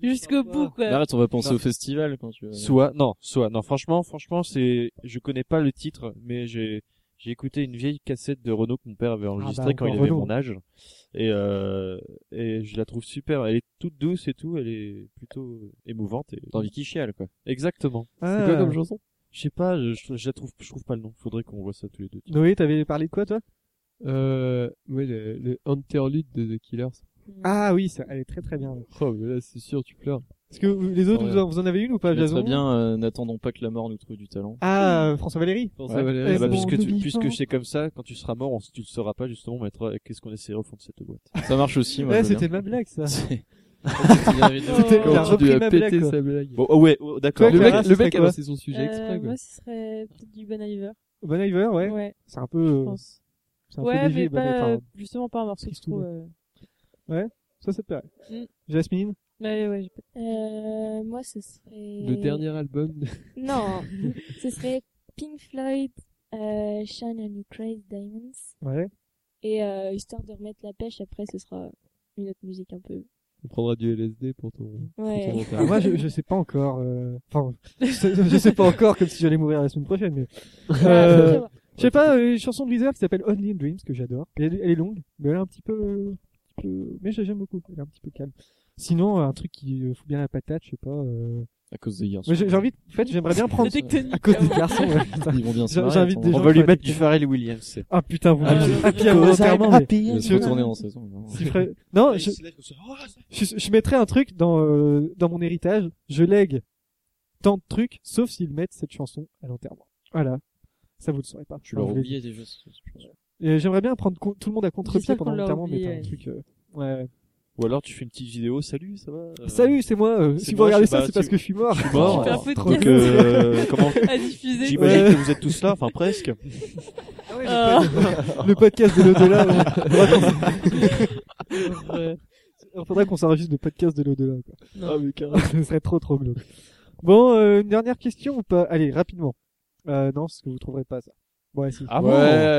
Speaker 3: Jusqu'au bout,
Speaker 5: Mais
Speaker 3: quoi.
Speaker 5: Arrête, on va penser
Speaker 13: Non.
Speaker 5: au festival quand tu vas.
Speaker 13: soit, non, soit, non, franchement, franchement, c'est, je connais pas le titre, mais j'ai, j'ai écouté une vieille cassette de Renault que mon père avait enregistrée quand il
Speaker 1: Ah bah, encore
Speaker 13: avait
Speaker 1: Renaud.
Speaker 13: mon âge. Et, euh, et je la trouve super. Elle est toute douce et tout. Elle est plutôt émouvante. Et...
Speaker 5: T'as envie qu'il chiale, quoi.
Speaker 13: Exactement.
Speaker 1: Ah.
Speaker 13: chanson? Je sais pas, je, je, je la trouve, je trouve pas le nom. Faudrait qu'on voit ça tous les deux.
Speaker 1: Noé, t'avais parlé de quoi, toi
Speaker 2: Euh, ouais, le, le interlude de The Killers.
Speaker 1: Ah oui, ça, elle est très très bien.
Speaker 2: Oh, mais là, c'est sûr, tu pleures.
Speaker 1: Est-ce que vous- les autres,
Speaker 5: Ouais.
Speaker 1: vous en- vous en avez une ou pas,
Speaker 5: Je mettrais
Speaker 1: Jason
Speaker 5: bien, euh, n'attendons pas que la mort nous trouve du talent.
Speaker 1: Ah, euh, François Valéry
Speaker 5: François
Speaker 1: Ouais.
Speaker 5: Valéry.
Speaker 1: Eh
Speaker 5: Ah bah,
Speaker 1: bon,
Speaker 5: puisque
Speaker 1: on
Speaker 5: tu-
Speaker 1: oublie pas.
Speaker 13: Puisque c'est comme ça, quand tu seras mort, on, tu le sauras pas justement, maître, euh, qu'est-ce qu'on essaiera au fond de cette boîte.
Speaker 5: Ça marche aussi, moi.
Speaker 1: Ouais,
Speaker 5: je veux
Speaker 1: c'était
Speaker 5: bien.
Speaker 1: ma blague, ça.
Speaker 5: C'est-
Speaker 1: C'était- il a
Speaker 2: Quand tu
Speaker 1: repris
Speaker 2: lui as
Speaker 1: ma
Speaker 2: pété
Speaker 1: blague. euh, quoi.
Speaker 2: sa blague.
Speaker 13: Bon, oh ouais, oh, d'accord.
Speaker 1: Toi,
Speaker 2: Le
Speaker 1: Clara,
Speaker 2: mec,
Speaker 1: ce
Speaker 2: le
Speaker 1: serait
Speaker 2: mec a
Speaker 1: quoi
Speaker 2: lancé son sujet exprès,
Speaker 3: Euh,
Speaker 2: quoi.
Speaker 3: moi, ce serait peut-être du Bon Iver,
Speaker 1: Bon Iver, ouais.
Speaker 3: Ouais.
Speaker 1: C'est un
Speaker 3: je
Speaker 1: peu.
Speaker 3: pense.
Speaker 1: C'est un
Speaker 3: ouais,
Speaker 1: peu léger,
Speaker 3: mais
Speaker 1: Bon
Speaker 3: pas,
Speaker 1: Iver.
Speaker 3: euh, justement pas un morceau trop. euh,
Speaker 1: Ouais, ça, ça te paraît.
Speaker 3: Mm.
Speaker 1: Jasmine
Speaker 3: Ouais, ouais, j'ai pas-
Speaker 9: Euh, moi, ce serait.
Speaker 2: Le dernier album. de-
Speaker 9: Non, ce serait Pink Floyd, euh, Shine on You Crazy Diamonds.
Speaker 1: Ouais.
Speaker 9: Et euh, histoire de remettre la pêche, après, ce sera une autre musique un peu.
Speaker 2: On prendra du LSD pour ton. pour
Speaker 9: Ouais.
Speaker 2: ton
Speaker 1: Ah,
Speaker 2: enterrement.
Speaker 1: moi, je, je sais pas encore. euh, Enfin, je, je sais pas encore, comme si j'allais mourir la semaine prochaine. Mais
Speaker 9: Ah,
Speaker 1: euh,
Speaker 9: ok,
Speaker 1: je sais pas, euh, une chanson de Weezer qui s'appelle Only in Dreams que j'adore. Elle, est- elle est longue, mais elle est un petit peu, euh, un petit peu- mais je- j'aime beaucoup. Elle est un petit peu calme. Sinon, un truc qui euh, fout bien la patate, je sais pas. euh,
Speaker 5: À cause des garçons.
Speaker 1: mais j'ai j'ai envie, de- en fait, j'aimerais bien prendre
Speaker 3: Le tectonique,
Speaker 1: à cause des
Speaker 3: ouais.
Speaker 1: garçons. ouais, putain.
Speaker 5: Ils vont bien se
Speaker 1: J'ai-
Speaker 5: marrer,
Speaker 1: J'invite
Speaker 5: attends,
Speaker 1: des
Speaker 5: on
Speaker 1: gens.
Speaker 5: va lui
Speaker 1: quoi,
Speaker 13: mettre
Speaker 1: des-
Speaker 13: du Pharrell Williams.
Speaker 1: Ah putain, vous me happy hour volontairement, mais-
Speaker 5: Je vais se
Speaker 1: Je-
Speaker 5: retourner dans saison. hein.
Speaker 1: si fra- Non, je, je, je mettrais un truc dans, euh, dans mon héritage. Je lègue tant de trucs, sauf s'ils mettent cette chanson à l'enterrement. Voilà. Ça, vous le saurez pas.
Speaker 5: Tu
Speaker 1: Enfin,
Speaker 5: l'auras
Speaker 1: je l'ai
Speaker 5: oublié déjà. ce- ce- ce-
Speaker 1: dit. Et J'aimerais bien prendre con- tout le monde à contre-pied
Speaker 3: J'espère
Speaker 1: pendant
Speaker 3: qu'on l'a
Speaker 1: l'enterrement, mais
Speaker 3: oublié,
Speaker 1: pas un
Speaker 3: ouais.
Speaker 1: truc. euh, Ouais.
Speaker 13: Ou alors tu fais une petite vidéo, salut, ça va euh,
Speaker 1: Salut, c'est moi. euh,
Speaker 13: c'est
Speaker 1: si vous
Speaker 13: moi,
Speaker 1: regardez
Speaker 13: je sais
Speaker 1: ça,
Speaker 13: pas,
Speaker 1: c'est
Speaker 13: tu-
Speaker 1: parce que je suis mort.
Speaker 13: Je suis mort.
Speaker 3: J'ai fait un peu de
Speaker 13: Donc,
Speaker 3: gaffe.
Speaker 13: euh, comment
Speaker 3: à diffuser.
Speaker 13: J'imagine
Speaker 1: Ouais.
Speaker 13: que vous êtes tous là, enfin presque.
Speaker 3: Ah.
Speaker 1: Le podcast de l'au-delà. ouais. Il faudrait qu'on s'enregistre le podcast de l'au-delà. quoi.
Speaker 5: Ah,
Speaker 3: Non.
Speaker 1: Ce serait trop trop glauque. Bon, euh, une dernière question ou pas Allez, rapidement. Euh, non, parce que vous trouverez pas ça. Ouais, si.
Speaker 13: Ah
Speaker 1: Oh.
Speaker 2: Ouais,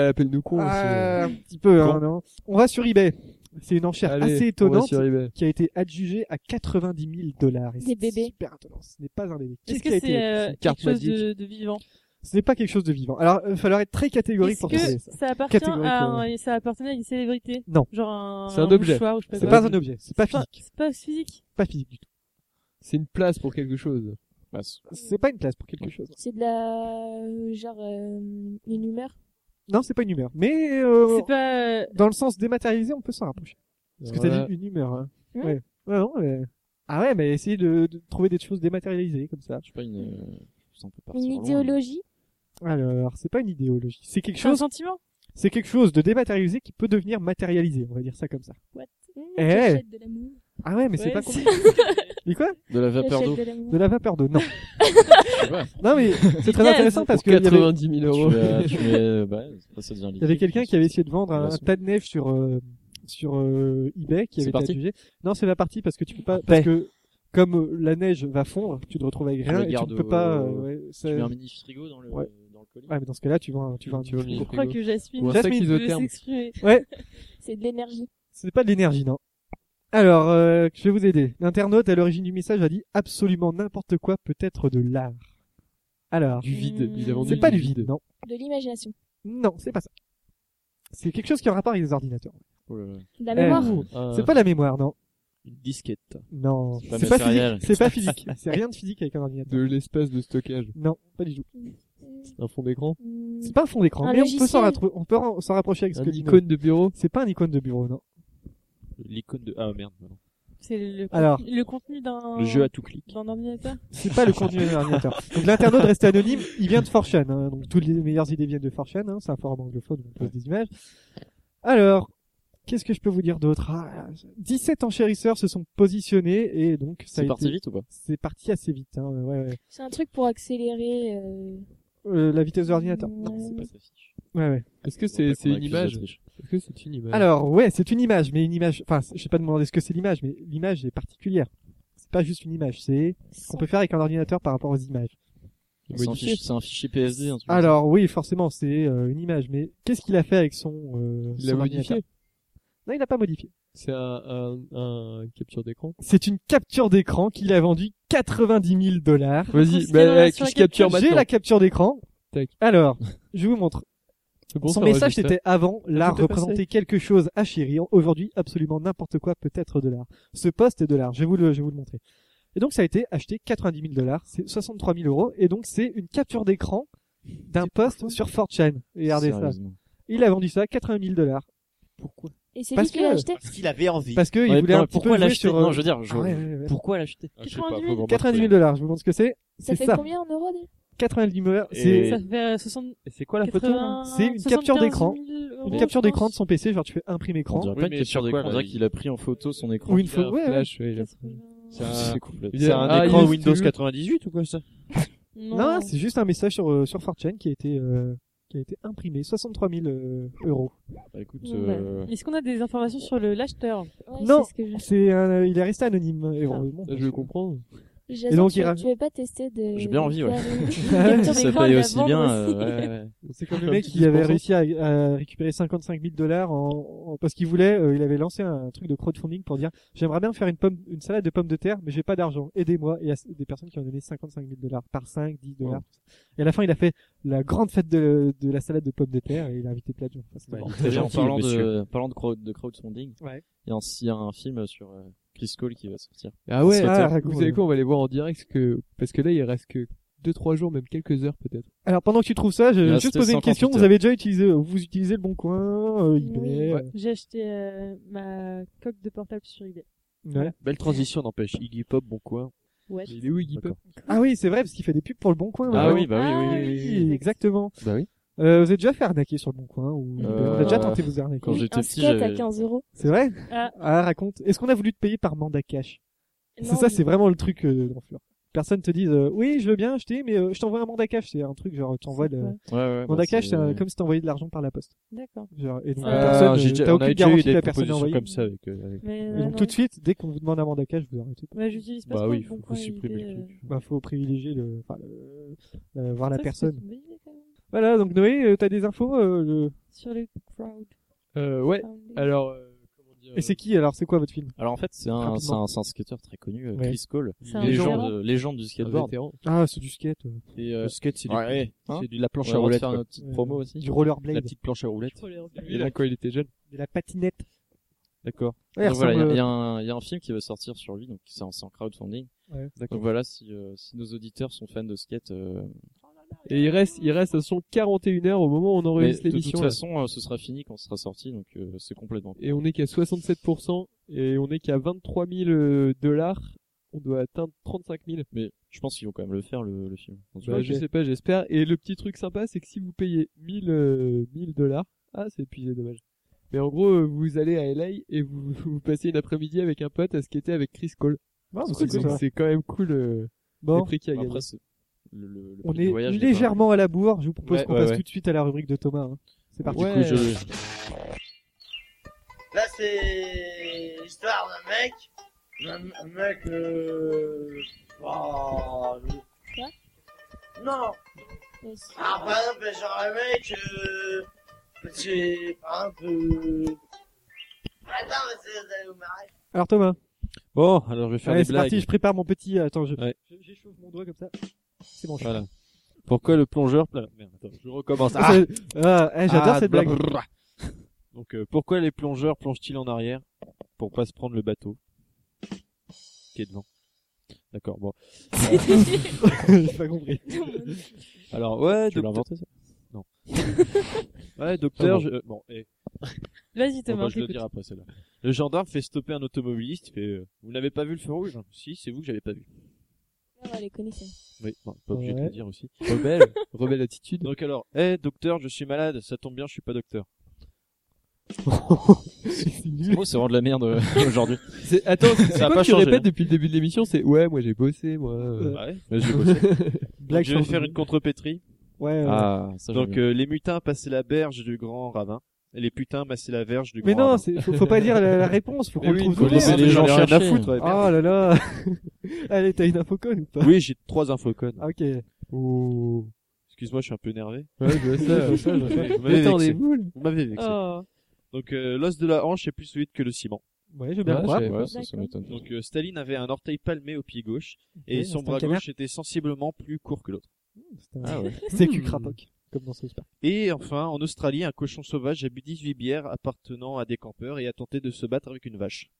Speaker 2: appelle-nous con aussi.
Speaker 1: Ah, un petit peu, hein, non On va sur eBay. C'est une enchère assez
Speaker 2: Allez, on va
Speaker 1: étonnante
Speaker 2: sur eBay.
Speaker 1: qui a été adjugée à 90 000 dollars. Et
Speaker 9: Des
Speaker 1: c'est
Speaker 9: bébés.
Speaker 1: Super étonnant. Ce n'est pas un bébé.
Speaker 3: Est-ce
Speaker 1: Qu'est-ce qui a
Speaker 3: que
Speaker 1: été-
Speaker 3: c'est euh,
Speaker 1: une
Speaker 3: quelque
Speaker 1: carte
Speaker 3: chose
Speaker 1: magique
Speaker 3: de, de vivant
Speaker 1: Ce n'est pas quelque chose de vivant. Alors, il va falloir être très catégorique
Speaker 3: Est-ce
Speaker 1: pour
Speaker 3: que
Speaker 1: trouver ça.
Speaker 3: ça appartient
Speaker 1: Catégorique,
Speaker 3: à,
Speaker 1: euh,
Speaker 3: un- et ça appartenait à une célébrité
Speaker 1: Non.
Speaker 3: Genre un,
Speaker 2: C'est un objet.
Speaker 3: mouchoir ou je sais
Speaker 1: C'est
Speaker 3: quoi.
Speaker 1: pas un objet. C'est pas
Speaker 3: C'est pas-
Speaker 1: physique.
Speaker 3: C'est pas physique.
Speaker 1: Pas physique du tout.
Speaker 2: C'est une place pour quelque chose.
Speaker 5: Bah,
Speaker 1: C'est pas une place pour quelque chose.
Speaker 9: C'est de la. genre. euh, une humeur.
Speaker 1: Non, c'est pas une humeur. Mais euh,
Speaker 3: C'est pas euh,
Speaker 1: dans le sens dématérialisé, on peut s'en rapprocher. Parce que
Speaker 2: Voilà.
Speaker 1: t'as dit une humeur. Hein.
Speaker 9: Hmm.
Speaker 1: Ouais. Ouais, non, mais- Ah ouais, mais essayez de, de trouver des choses dématérialisées comme ça.
Speaker 5: Je sais pas, une. euh, putain, on peut partir
Speaker 9: Une
Speaker 5: loin.
Speaker 9: idéologie.
Speaker 1: Alors, c'est pas une idéologie. C'est quelque
Speaker 3: c'est un
Speaker 1: chose
Speaker 3: sentiment.
Speaker 1: C'est quelque chose de dématérialisé qui peut devenir matérialisé, on va dire ça comme ça.
Speaker 9: Mmh,
Speaker 1: Eh.
Speaker 9: j'achète de l'amour.
Speaker 1: Ah ouais, mais c'est
Speaker 3: Ouais,
Speaker 1: pas
Speaker 3: c'est-
Speaker 1: compliqué. Mais quoi
Speaker 5: De la vapeur
Speaker 9: J'achète
Speaker 5: d'eau.
Speaker 9: de l'amour.
Speaker 1: De la vapeur d'eau, non.
Speaker 5: sais pas.
Speaker 1: non mais c'est très
Speaker 3: Yes.
Speaker 1: intéressant parce
Speaker 2: Parce
Speaker 1: qu'il y avait,
Speaker 2: 90 000
Speaker 5: Tu,
Speaker 2: euros.
Speaker 5: euh, tu mets, euh, bah, ça, ça devient
Speaker 1: il y avait quelqu'un qui avait essayé de vendre un,
Speaker 5: Ouais, c'est-
Speaker 1: tas de neige sur euh, sur euh, eBay qui
Speaker 5: C'est
Speaker 1: avait été
Speaker 5: parti
Speaker 1: adjugé. Non, c'est la partie parce que tu peux pas parce que comme euh, la neige va fondre, tu te retrouves avec
Speaker 5: Ah,
Speaker 1: rien
Speaker 5: mais
Speaker 1: et tu
Speaker 5: garde
Speaker 1: ne peux pas.
Speaker 5: au-
Speaker 1: euh, ouais, ça-
Speaker 5: Tu mets un mini frigo dans le,
Speaker 1: Ouais.
Speaker 5: dans le colis.
Speaker 1: Ouais, mais dans ce cas-là, tu vois, un- tu vois. un-
Speaker 2: Tu vois,
Speaker 3: Je
Speaker 2: mini
Speaker 3: crois
Speaker 2: frigo.
Speaker 3: que Jasmine
Speaker 2: Ou un sac
Speaker 1: Jasmine,
Speaker 3: veut
Speaker 2: isotherme.
Speaker 3: s'exprimer.
Speaker 9: C'est de l'énergie.
Speaker 1: C'est pas de l'énergie, non. Alors, euh, je vais vous aider. L'internaute à l'origine du message a dit absolument n'importe quoi peut être de l'art. Alors,
Speaker 2: Du vide,
Speaker 3: Hmm.
Speaker 2: évidemment.
Speaker 1: c'est pas du vide, non.
Speaker 9: De l'imagination.
Speaker 1: Non, c'est pas ça. C'est quelque chose qui a un rapport avec les ordinateurs.
Speaker 5: Oh là là.
Speaker 9: De la
Speaker 1: Eh,
Speaker 9: mémoire.
Speaker 5: Euh,
Speaker 2: Ah.
Speaker 1: C'est pas la mémoire, non.
Speaker 13: Une disquette.
Speaker 1: Non.
Speaker 5: pas
Speaker 1: C'est pas
Speaker 5: matériel.
Speaker 1: physique. C'est pas physique. C'est rien de physique avec un ordinateur.
Speaker 2: De l'espace de stockage.
Speaker 1: Non, pas du tout.
Speaker 2: Un fond d'écran.
Speaker 9: Mmh.
Speaker 1: C'est pas un fond d'écran,
Speaker 9: Un
Speaker 1: mais on peut s'en
Speaker 9: logiciel.
Speaker 1: rattrou- on peut en- s'en rapprocher avec ce
Speaker 2: Un
Speaker 1: que dit Noé.
Speaker 2: icône de bureau.
Speaker 1: C'est pas un icône de bureau, non.
Speaker 13: L'icône de. Ah merde, non.
Speaker 3: C'est le, contenu-
Speaker 1: Alors.
Speaker 3: le contenu
Speaker 9: Oh.
Speaker 3: d'un
Speaker 13: Le jeu à tout clic.
Speaker 3: d'un ordinateur.
Speaker 1: C'est pas le contenu d'un ordinateur. Donc l'internaute resté anonyme, il vient de 4chan. hein. donc toutes les meilleures idées viennent de 4chan. hein. c'est un forum anglophone où on pose des images. Alors, qu'est-ce que je peux vous dire d'autre Ah, là, là. 17 enchérisseurs se sont positionnés et donc ça a
Speaker 5: C'est parti
Speaker 1: été-
Speaker 5: vite ou pas
Speaker 1: C'est parti assez vite. Hein, ouais, ouais.
Speaker 9: C'est un truc pour accélérer. euh, hmm,
Speaker 1: Euh, la vitesse de l'ordinateur.
Speaker 9: Non, c'est pas
Speaker 5: sa fiche.
Speaker 1: Ouais, ouais.
Speaker 2: Est-ce que c'est c'est une image Est-ce que c'est une image
Speaker 1: Alors ouais, c'est une image, mais une image. Enfin, je vais pas demander ce que c'est l'image, mais l'image est particulière. C'est pas juste une image, c'est ce qu'on peut faire avec un ordinateur par rapport aux images.
Speaker 5: C'est Ah. un fichier- c'est un fichier PSD. un truc comme ça.
Speaker 1: Alors oui, forcément, c'est euh, une image, mais qu'est-ce qu'il a fait avec son euh,
Speaker 2: Il l'a
Speaker 1: son
Speaker 2: modifié.
Speaker 1: ordinateur Non, il n'a pas modifié.
Speaker 2: C'est un, un, un capture d'écran.
Speaker 1: C'est une capture d'écran qu'il a vendue 90 000 dollars.
Speaker 2: Vas-y,
Speaker 3: Parce qu'il y en a sur
Speaker 2: bah, qui
Speaker 3: la
Speaker 2: se capture
Speaker 1: J'ai
Speaker 2: maintenant
Speaker 1: la capture d'écran.
Speaker 2: Tac.
Speaker 1: Alors, je vous montre.
Speaker 2: C'est bon,
Speaker 1: son
Speaker 2: ça
Speaker 1: message
Speaker 2: enregistre.
Speaker 1: c'était avant, l'art
Speaker 2: Tout est passé.
Speaker 1: représentait quelque chose à chérir. Aujourd'hui, absolument n'importe quoi peut être de l'art. Ce poste est de l'art. Je vais vous le, je vais vous le montrer. Et donc ça a été acheté 90 000 dollars, c'est 63 000 euros, et donc c'est une capture d'écran d'un poste sur 4chan. Regardez ça.
Speaker 5: Sérieusement.
Speaker 1: Il a vendu ça 80 000 dollars. Pourquoi
Speaker 9: Et c'est lui
Speaker 1: Parce
Speaker 9: qui l'a
Speaker 1: que-
Speaker 9: acheté.
Speaker 5: Parce qu'il avait envie.
Speaker 1: Parce qu'il
Speaker 5: Ouais,
Speaker 1: voulait
Speaker 5: non,
Speaker 1: un petit
Speaker 5: pourquoi
Speaker 1: peu jouer
Speaker 5: l'acheter
Speaker 1: sur... euh,
Speaker 5: Non, je veux dire, je-
Speaker 1: Ah ouais, ouais, ouais.
Speaker 5: pourquoi l'acheter
Speaker 3: Ah, je sais pas, 90 faut
Speaker 1: 90 000 dollars, je vous montre ce que c'est.
Speaker 9: Ça
Speaker 1: C'est
Speaker 9: fait
Speaker 1: ça.
Speaker 9: combien en euros déjà
Speaker 1: 90 000 dollars,
Speaker 3: Et...
Speaker 1: c'est
Speaker 3: Ça fait euh, 60...
Speaker 8: c'est quoi la
Speaker 1: photo,
Speaker 3: là
Speaker 1: c'est une capture
Speaker 3: 75
Speaker 1: d'écran.
Speaker 3: 000 euros,
Speaker 1: Une
Speaker 3: je
Speaker 1: capture d'écran
Speaker 3: pense.
Speaker 1: de son PC, genre tu fais imprime
Speaker 5: On
Speaker 1: écran.
Speaker 5: dirait
Speaker 8: Oui,
Speaker 5: pas une
Speaker 8: mais
Speaker 5: capture
Speaker 8: sur quoi,
Speaker 5: d'écran, on dirait
Speaker 8: là,
Speaker 5: qu'il a pris en photo son écran.
Speaker 1: Ou une photo, ouais, ouais.
Speaker 2: Flash, ouais, il a-
Speaker 5: C'est Ah,
Speaker 8: un-
Speaker 5: complet.
Speaker 2: Il y
Speaker 8: C'est
Speaker 2: a
Speaker 8: un
Speaker 2: un
Speaker 8: écran
Speaker 2: ISTU.
Speaker 8: Windows 98 ou quoi ça
Speaker 1: Non, c'est juste un message sur, euh, sur 4chan qui a été, euh, qui a été imprimé. 63 000 euh, euros.
Speaker 5: Bah, écoute,
Speaker 3: Ouais.
Speaker 5: euh,
Speaker 3: Est-ce qu'on a des informations sur le l'acheteur
Speaker 9: Ouais,
Speaker 1: Non.
Speaker 9: c'est ce que je-
Speaker 1: C'est un- euh, il est resté anonyme, et heureusement.
Speaker 2: Je le comprends.
Speaker 9: Jason,
Speaker 1: donc,
Speaker 9: tu,
Speaker 1: il ra-
Speaker 9: tu veux pas tester de.
Speaker 5: J'ai bien envie, ouais.
Speaker 9: faire une-
Speaker 1: Ah
Speaker 5: Si
Speaker 9: capture
Speaker 5: ça
Speaker 9: d'écran
Speaker 5: paye
Speaker 9: et la
Speaker 5: aussi
Speaker 9: vendre
Speaker 5: bien.
Speaker 9: aussi.
Speaker 5: euh, ouais, ouais.
Speaker 2: hein.
Speaker 1: C'est comme le mec qui avait réussi à, à récupérer 55 000 dollars en, en- parce qu'il voulait, euh, il avait lancé un truc de crowdfunding pour dire j'aimerais bien faire une pomme, une salade de pommes de terre, mais j'ai pas d'argent, aidez-moi. Et il y a des personnes qui ont donné 55 000 dollars par 5, 10 dollars. Et à la fin, il a fait la grande fête de, de la salade de pommes de terre et il a invité plein de gens. Enfin, c'était marrant.
Speaker 5: D'ailleurs, en
Speaker 8: gentil,
Speaker 5: parlant
Speaker 8: monsieur.
Speaker 5: de, en parlant de, crowd, de crowdfunding,
Speaker 1: Ouais.
Speaker 5: il y a un, il y a un film sur euh, Chris Cole qui va sortir.
Speaker 2: Ah ouais,
Speaker 1: Ah,
Speaker 2: vous
Speaker 1: raconte.
Speaker 2: savez quoi, on va les voir en direct parce que, parce que là, il reste que 2-3 jours, même quelques heures peut-être.
Speaker 1: Alors pendant que tu trouves ça, je
Speaker 5: Il
Speaker 1: vais
Speaker 5: a
Speaker 1: juste
Speaker 5: resté
Speaker 1: poser une
Speaker 5: 58
Speaker 1: question. Vous
Speaker 5: heures.
Speaker 1: avez déjà utilisé, vous utilisez le Bon Coin, euh, eBay,
Speaker 9: Oui.
Speaker 1: euh,
Speaker 3: J'ai acheté euh, ma coque de portable sur eBay.
Speaker 1: ouais.
Speaker 8: Belle transition n'empêche. Iggy Pop, bon coin.
Speaker 3: Ouais.
Speaker 2: Il est où Iggy Pop
Speaker 1: Ah oui, c'est vrai parce qu'il fait des pubs pour le Bon Coin.
Speaker 5: Ah
Speaker 1: vraiment.
Speaker 5: oui, bah oui, oui,
Speaker 3: Ah
Speaker 5: oui, oui.
Speaker 3: oui.
Speaker 1: exactement.
Speaker 2: Bah oui.
Speaker 1: Euh, vous êtes déjà fait arnaquer sur le bon coin ou
Speaker 5: Euh,
Speaker 1: vous avez déjà tenté de vous arnaquer
Speaker 5: quand j'étais
Speaker 9: un
Speaker 5: petit,
Speaker 9: skate à
Speaker 5: j'avais-
Speaker 9: 15 euros.
Speaker 1: C'est vrai
Speaker 3: Ah.
Speaker 1: Ah, raconte. Est-ce qu'on a voulu te payer par mandat cash C'est
Speaker 9: Non,
Speaker 1: ça,
Speaker 9: mais-
Speaker 1: c'est vraiment le truc euh, d'enflure. Personne te dise euh, oui, je veux bien acheter, mais euh, je t'envoie un mandat cash. C'est un truc genre t'envoies le
Speaker 3: Ouais,
Speaker 5: Ouais, ouais, bah,
Speaker 1: mandat cash, c'est
Speaker 5: c'est-
Speaker 1: un- comme si t'envoyais de l'argent par la poste.
Speaker 3: D'accord.
Speaker 1: Genre, et donc
Speaker 5: Ah,
Speaker 1: la personne, euh,
Speaker 8: j'ai déjà-
Speaker 1: t'as
Speaker 8: on a
Speaker 1: aucune
Speaker 8: déjà eu
Speaker 1: garantie que
Speaker 8: des
Speaker 1: la personne a
Speaker 8: propositions
Speaker 1: envoyé.
Speaker 8: comme ça avec. euh, avec-
Speaker 3: Mais
Speaker 1: Et
Speaker 3: Ah, ouais,
Speaker 1: donc
Speaker 3: non,
Speaker 1: tout de suite, dès qu'on vous demande un mandat cash, vous arrêtez.
Speaker 3: Ouais, j'utilise pas
Speaker 8: Bah
Speaker 3: trop
Speaker 8: oui,
Speaker 3: le
Speaker 8: faut-
Speaker 3: bon
Speaker 8: faut
Speaker 3: coin,
Speaker 8: supprimer
Speaker 3: eBay,
Speaker 8: le
Speaker 3: euh,
Speaker 8: truc.
Speaker 1: Bah faut privilégier le, enfin, le- euh, voir la
Speaker 3: ça,
Speaker 1: personne.
Speaker 3: c'est une bonne idée, quand même.
Speaker 1: Voilà, donc Noé, euh, t'as des infos euh, le-
Speaker 3: Sur le crowd.
Speaker 2: Euh, ouais.
Speaker 9: Ah,
Speaker 2: Alors, euh, comment dire
Speaker 1: Et c'est qui alors C'est quoi votre film
Speaker 5: Alors en fait, c'est un,
Speaker 1: Rapidement.
Speaker 5: c'est un, c'est un skateur très connu, euh,
Speaker 1: Ouais.
Speaker 5: Chris Cole,
Speaker 8: Ah,
Speaker 3: C'est un vétéran.
Speaker 5: légende, euh, légende du
Speaker 2: un
Speaker 5: skateboard.
Speaker 2: vétéran.
Speaker 1: Ah, c'est du skate, euh,
Speaker 5: Et, euh,
Speaker 8: Le skate, c'est du,
Speaker 5: ouais, hein
Speaker 8: c'est du- la planche
Speaker 5: Ouais,
Speaker 8: à
Speaker 5: on va te
Speaker 8: roulette.
Speaker 5: faire
Speaker 8: quoi.
Speaker 5: notre petite promo aussi.
Speaker 1: du rollerblade,
Speaker 8: La petite planche à roulette.
Speaker 2: Et là, quand il était jeune.
Speaker 1: de la patinette.
Speaker 8: D'accord.
Speaker 1: Ouais,
Speaker 5: Donc voilà, il y a-
Speaker 1: ressemble-
Speaker 5: il y, a un- il y a un film qui va sortir sur lui, donc c'est en, c'est en crowdfunding.
Speaker 1: Ouais.
Speaker 5: Donc voilà, si, euh, si nos auditeurs sont fans de skate, euh,
Speaker 2: Et il reste, il reste à son 41 heures au moment où on
Speaker 5: mais
Speaker 2: enregistre
Speaker 5: de toute
Speaker 2: l'émission. là.
Speaker 5: façon, euh, ce sera fini quand ce sera sorti, donc euh, c'est complètement.
Speaker 2: Et on est qu'à 67% et on est qu'à 23 000 dollars. On doit atteindre 35 000.
Speaker 5: Mais je pense qu'ils vont quand même le faire le, le film. En tout
Speaker 2: Bah,
Speaker 5: cas,
Speaker 2: Je sais pas, j'espère. Et le petit truc sympa, c'est que si vous payez 1000 euh, 1000 dollars, ah c'est épuisé, dommage. Mais en gros, euh, vous allez à LA et vous, vous passez une après-midi avec un pote à skater avec Chris Cole.
Speaker 1: Ah, c'est
Speaker 2: Donc,
Speaker 1: cool, ça.
Speaker 2: C'est quand même cool euh,
Speaker 1: Bon,
Speaker 2: les prix qu'il y a gagné.
Speaker 5: Après, c'est le, le, le
Speaker 1: on
Speaker 5: prix du
Speaker 1: est
Speaker 5: voyage, n'est pas-
Speaker 1: légèrement à la bourre. Je vous propose
Speaker 5: Ouais,
Speaker 1: qu'on
Speaker 5: ouais,
Speaker 1: passe
Speaker 5: ouais.
Speaker 1: tout de suite à la rubrique de Thomas. hein. C'est parti.
Speaker 2: Ouais.
Speaker 5: Du coup, je-
Speaker 12: Là, c'est l'histoire d'un mec. Un, un mec. Euh... Oh, lui.
Speaker 9: Quoi
Speaker 12: Non
Speaker 9: Ouais, c'est-
Speaker 12: Alors, par exemple, genre un mec. Euh... C'est. Par exemple. Euh... Attends, mais c'est vous allez vous marrer.
Speaker 1: Alors Thomas,
Speaker 8: Bon, alors je vais faire
Speaker 1: allez,
Speaker 8: des
Speaker 1: c'est
Speaker 8: blagues.
Speaker 1: parti. Je prépare mon petit. euh, Attends, je
Speaker 8: Ouais.
Speaker 1: je- j'échauffe mon doigt comme ça. C'est bon. je-
Speaker 8: Voilà. Pourquoi le plongeur pla- Merde, attends, je recommence.
Speaker 1: Ah, c'est- ah, eh, J'adore
Speaker 8: Ah,
Speaker 1: cette blague.
Speaker 8: blablabla. Donc euh, pourquoi les plongeurs plongent-ils en arrière pour pas se prendre le bateau qui est devant D'accord, bon.
Speaker 1: J'ai pas compris.
Speaker 8: Alors ouais,
Speaker 5: Tu
Speaker 8: docteur-
Speaker 5: l'as inventé ça
Speaker 8: ouais, docteur,
Speaker 5: Ah,
Speaker 8: je- euh, bon, eh,
Speaker 3: Vas-y,
Speaker 8: bon,
Speaker 3: Thomas,
Speaker 8: bah, je le
Speaker 3: t'écoutes.
Speaker 8: dirai après celle-là. Le gendarme fait stopper un automobiliste, il fait euh, vous n'avez pas vu le feu rouge Si, c'est vous que j'avez pas vu.
Speaker 9: Non, on les connaissait.
Speaker 8: Oui, bon, pas obligé de
Speaker 1: Ouais.
Speaker 8: le dire aussi.
Speaker 2: Rebelle, rebelle attitude.
Speaker 8: Donc alors, eh docteur, je suis malade, ça tombe bien, je suis pas docteur.
Speaker 5: Ce mot, c'est vraiment de la merde euh, aujourd'hui.
Speaker 2: C'est- Attends, c'est
Speaker 8: a
Speaker 2: quoi
Speaker 8: pas
Speaker 2: que tu
Speaker 8: changé,
Speaker 2: répètes
Speaker 8: hein.
Speaker 2: depuis le début de l'émission C'est ouais, moi j'ai bossé, moi. euh.
Speaker 8: Bah Ouais.
Speaker 1: Blague
Speaker 8: je vais
Speaker 1: sur-
Speaker 8: faire une contrepétrie.
Speaker 1: Ouais.
Speaker 2: Euh,
Speaker 1: ouais.
Speaker 5: Ah, ça, j'aime
Speaker 8: Donc
Speaker 5: bien.
Speaker 8: euh, les mutins passaient la berge du grand ravin. Et les putains massaient la verge du
Speaker 1: Mais
Speaker 8: grand
Speaker 1: non,
Speaker 8: ravin.
Speaker 1: c'est- faut, faut pas dire la, la réponse. Faut
Speaker 8: Mais
Speaker 1: qu'on
Speaker 8: Eh oui,
Speaker 1: le trouve.
Speaker 8: faut
Speaker 1: nous-mêmes.
Speaker 8: laisser les gens
Speaker 5: J'en ai rien à
Speaker 8: chercher.
Speaker 5: foutre, ouais,
Speaker 1: Oh là là. allez, t'as une info conne ou pas
Speaker 8: Oui, j'ai trois infocodes.
Speaker 1: Ah, Ok.
Speaker 2: Ouh.
Speaker 8: Excuse-moi, je suis un peu énervé.
Speaker 2: Ouais, je vois ça.
Speaker 1: Je vois ça, je vois ça.
Speaker 8: Vous m'avez
Speaker 2: Attends, des
Speaker 8: vexé.
Speaker 2: boules.
Speaker 8: Vous m'avez vexé.
Speaker 1: Ah.
Speaker 3: Oh.
Speaker 8: Donc euh, l'os de la hanche est plus solide que le ciment.
Speaker 1: Ouais, je veux bien
Speaker 5: Ah,
Speaker 2: euh, bah, Ouais,
Speaker 1: croire.
Speaker 2: j'ai-
Speaker 5: Ouais, ça, ça
Speaker 9: D'accord.
Speaker 5: m'étonne.
Speaker 8: Donc euh, Staline avait un orteil palmé au pied gauche et
Speaker 1: Ouais, c'est
Speaker 8: son
Speaker 1: un
Speaker 8: bras
Speaker 1: canard.
Speaker 8: gauche était sensiblement plus court que l'autre.
Speaker 1: C'est un-
Speaker 5: Ah ouais.
Speaker 1: C'est cul crapoc, comme dans ce sport.
Speaker 8: Et enfin, en Australie, un cochon sauvage a bu 18 bières appartenant à des campeurs et a tenté de se battre avec une vache.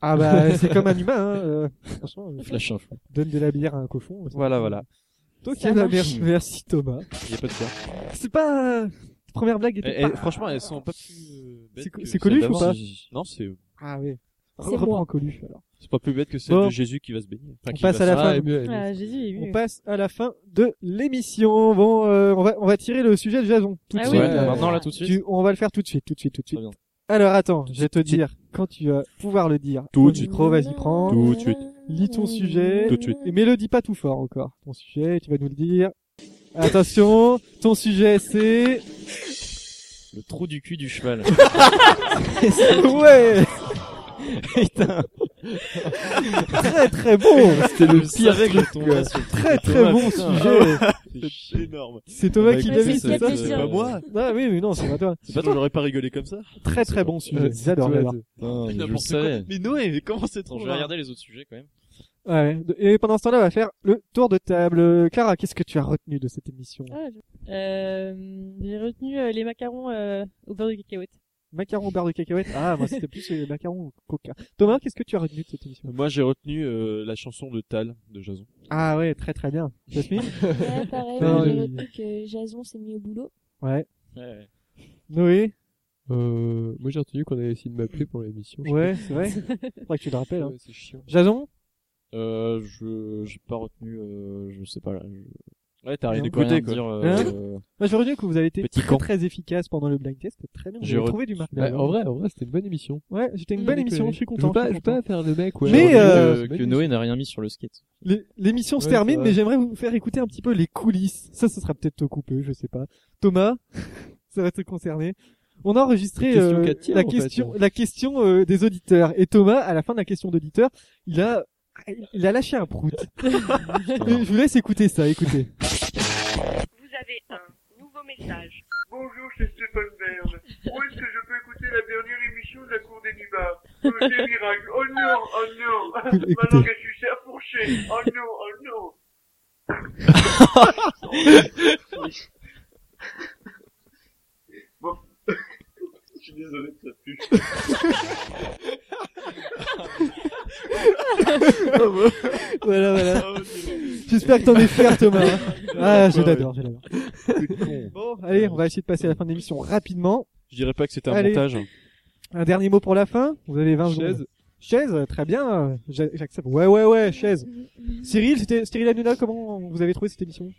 Speaker 1: Ah bah c'est comme un humain. Hein, euh, franchement, euh,
Speaker 5: Flash info.
Speaker 1: donne de la bière à un cochon. c'est
Speaker 8: Voilà,
Speaker 1: pas-
Speaker 8: voilà.
Speaker 1: Ok,
Speaker 9: Ça
Speaker 1: bah,
Speaker 9: marche.
Speaker 1: merci, merci Thomas.
Speaker 8: Il y a pas de quoi.
Speaker 1: C'est pas première blague était
Speaker 8: Eh,
Speaker 1: pas.
Speaker 8: eh, franchement, elles sont pas plus euh,
Speaker 13: bête
Speaker 1: C'est co-
Speaker 13: que
Speaker 1: c'est Coluche
Speaker 13: celle
Speaker 1: ou pas
Speaker 13: d'avant. Non, c'est
Speaker 1: Ah oui.
Speaker 13: C'est
Speaker 1: Reprends
Speaker 13: moi.
Speaker 1: Coluche alors.
Speaker 13: c'est pas plus bête que celle
Speaker 1: Bon.
Speaker 13: de Jésus qui va se baigner. Enfin,
Speaker 1: on
Speaker 13: qui
Speaker 1: passe
Speaker 13: va
Speaker 1: à la
Speaker 13: se-
Speaker 1: fin.
Speaker 13: Ah, mieux,
Speaker 3: Ah, j'ai dit, oui.
Speaker 1: On passe à la fin de l'émission. Bon, euh, on va on va tirer le sujet de Jason. Tout de
Speaker 3: Ah
Speaker 1: suite.
Speaker 3: oui. Ouais,
Speaker 1: Euh,
Speaker 5: maintenant, là, tout de suite.
Speaker 1: tu- on va le faire tout de suite, tout de suite, tout de suite. Alors attends, je vais te dire quand tu vas pouvoir le dire.
Speaker 13: Tout
Speaker 1: Au
Speaker 13: de suite.
Speaker 1: micro, vas-y prends.
Speaker 13: Tout de suite.
Speaker 1: Lis ton sujet.
Speaker 13: Tout de suite.
Speaker 1: Et mais le dis pas tout fort encore. Ton sujet, tu vas nous le dire. Attention, ton sujet c'est
Speaker 5: Le trou du cul du cheval.
Speaker 1: ouais. Putain. très très bon.
Speaker 5: C'était le pire truc, quoi.
Speaker 1: Très très
Speaker 5: Thomas,
Speaker 1: bon
Speaker 5: putain.
Speaker 1: sujet.
Speaker 13: C'est énorme.
Speaker 1: C'est Thomas
Speaker 5: Bah,
Speaker 1: qui
Speaker 5: écoute,
Speaker 1: l'a mis,
Speaker 5: ça,
Speaker 1: c'est
Speaker 5: ça,
Speaker 1: ça
Speaker 5: c'est pas moi.
Speaker 1: Ah oui, mais non, c'est pas toi.
Speaker 13: C'est pas toi, j'aurais pas rigolé comme ça.
Speaker 1: Très très bon sujet.
Speaker 2: Euh,
Speaker 1: J'adore
Speaker 2: toi,
Speaker 1: d'ailleurs.
Speaker 2: t'es-
Speaker 5: Putain, mais je le
Speaker 13: N'importe
Speaker 5: savais.
Speaker 13: quoi. Mais Noé, mais comment c'est
Speaker 5: Attends,
Speaker 13: trop
Speaker 5: je vais regarder les autres sujets quand même.
Speaker 1: Ouais. Et pendant ce temps-là, on va faire le tour de table. Clara, qu'est-ce que tu as retenu de cette émission
Speaker 3: Ah, je- Euh, j'ai retenu euh, les macarons euh, au beurre de cacahuète.
Speaker 1: Macaron au beurre de cacahuète. Ah, moi c'était plus les macarons au coca. Thomas, qu'est-ce que tu as retenu de cette émission
Speaker 13: Moi, j'ai retenu euh, la chanson de Tal de Jason.
Speaker 1: Ah ouais, très très bien. Jasmine
Speaker 9: Ouais, pareil,
Speaker 1: Non,
Speaker 9: j'ai
Speaker 1: il-
Speaker 9: retenu que Jason s'est mis au boulot.
Speaker 1: Ouais.
Speaker 5: Ouais.
Speaker 1: Noé
Speaker 2: Euh, moi j'ai retenu qu'on avait essayé de m'appeler pour l'émission. je
Speaker 1: Ouais,
Speaker 2: sais
Speaker 1: c'est vrai. Faudrait que tu le
Speaker 2: pas.
Speaker 1: rappelles. Hein.
Speaker 2: Ouais, c'est chiant.
Speaker 1: Jason
Speaker 5: Euh, je, j'ai pas retenu, euh, je sais pas là. je-
Speaker 13: Ouais, t'as
Speaker 1: rien
Speaker 5: je peux
Speaker 13: écouté,
Speaker 5: rien
Speaker 13: quoi.
Speaker 5: Dire, euh,
Speaker 1: Hein
Speaker 5: euh,
Speaker 1: Moi j'ai retenu que vous avez été
Speaker 13: Petit
Speaker 1: très,
Speaker 13: camp.
Speaker 1: très efficace pendant le blind test. C'était Très bien. J'ai
Speaker 13: J'ai re-
Speaker 1: retrouvé du marque.
Speaker 2: Bah, en vrai, en vrai, c'était une bonne émission.
Speaker 1: Ouais, c'était une
Speaker 3: Mm.
Speaker 1: belle émission. Je suis
Speaker 2: Je veux
Speaker 1: content. je
Speaker 2: pas,
Speaker 1: suis
Speaker 2: je veux pas
Speaker 1: content.
Speaker 2: faire le mec. Ouais,
Speaker 1: Mais,
Speaker 2: j'ai envie
Speaker 1: euh,
Speaker 2: de-
Speaker 5: que,
Speaker 2: bonne
Speaker 5: que
Speaker 2: émission.
Speaker 5: Noé n'a rien mis sur le skate.
Speaker 1: L'é- L'émission se
Speaker 2: Ouais, c'est
Speaker 1: termine,
Speaker 2: vrai.
Speaker 1: mais j'aimerais vous faire écouter un petit peu les coulisses. Ça, ce sera peut-être coupé, je sais pas. Thomas, ça va te concerner. On a enregistré
Speaker 2: Une question
Speaker 1: euh,
Speaker 2: qu'à tirer,
Speaker 1: la,
Speaker 2: en fait.
Speaker 1: question, la question euh, des auditeurs. Et Thomas, à la fin de la question d'auditeur, il a, il a lâché un prout. Et je vous laisse écouter ça, écoutez.
Speaker 7: Vous avez un nouveau message. Bonjour, c'est Stéphane Bern. Où est-ce que je peux écouter la dernière émission de la Cour des Nubas euh, Des miracles. Oh non, oh non.
Speaker 1: Écoutez.
Speaker 7: Ma langue a sucé à fourcher. Oh non, oh non.
Speaker 12: Je suis désolé de ça.
Speaker 1: Voilà, voilà.
Speaker 4: Oh,
Speaker 1: J'espère que t'en es fier, Thomas. Ah, je l'adore, je l'adore. Bon, allez, on va essayer de passer à la fin de l'émission rapidement.
Speaker 13: Je dirais pas que c'était un
Speaker 1: Allez.
Speaker 13: montage. hein.
Speaker 1: Un dernier mot pour la fin Vous avez 20
Speaker 2: Chaise.
Speaker 1: secondes. Chaise, très bien. j'a- J'accepte. Ouais, ouais, ouais, chaise. Cyril, c'était Cyril Hanouna, comment vous avez trouvé cette émission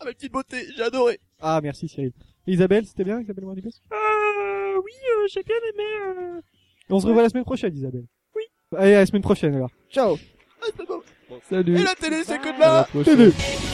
Speaker 4: Ah, ma petite beauté, j'ai adoré.
Speaker 1: Ah, merci Cyril. Isabelle, c'était bien Isabelle Mordibus
Speaker 4: Euh, oui,
Speaker 3: Oh,
Speaker 4: euh, j'ai bien aimé. Euh...
Speaker 1: On se revoit la semaine prochaine, Isabelle. Oui. Allez, à la semaine prochaine alors. Ciao
Speaker 4: Ah,
Speaker 2: Salut.
Speaker 4: Et la télé, c'est que de
Speaker 2: À
Speaker 4: là.
Speaker 2: la prochaine.
Speaker 1: Salut.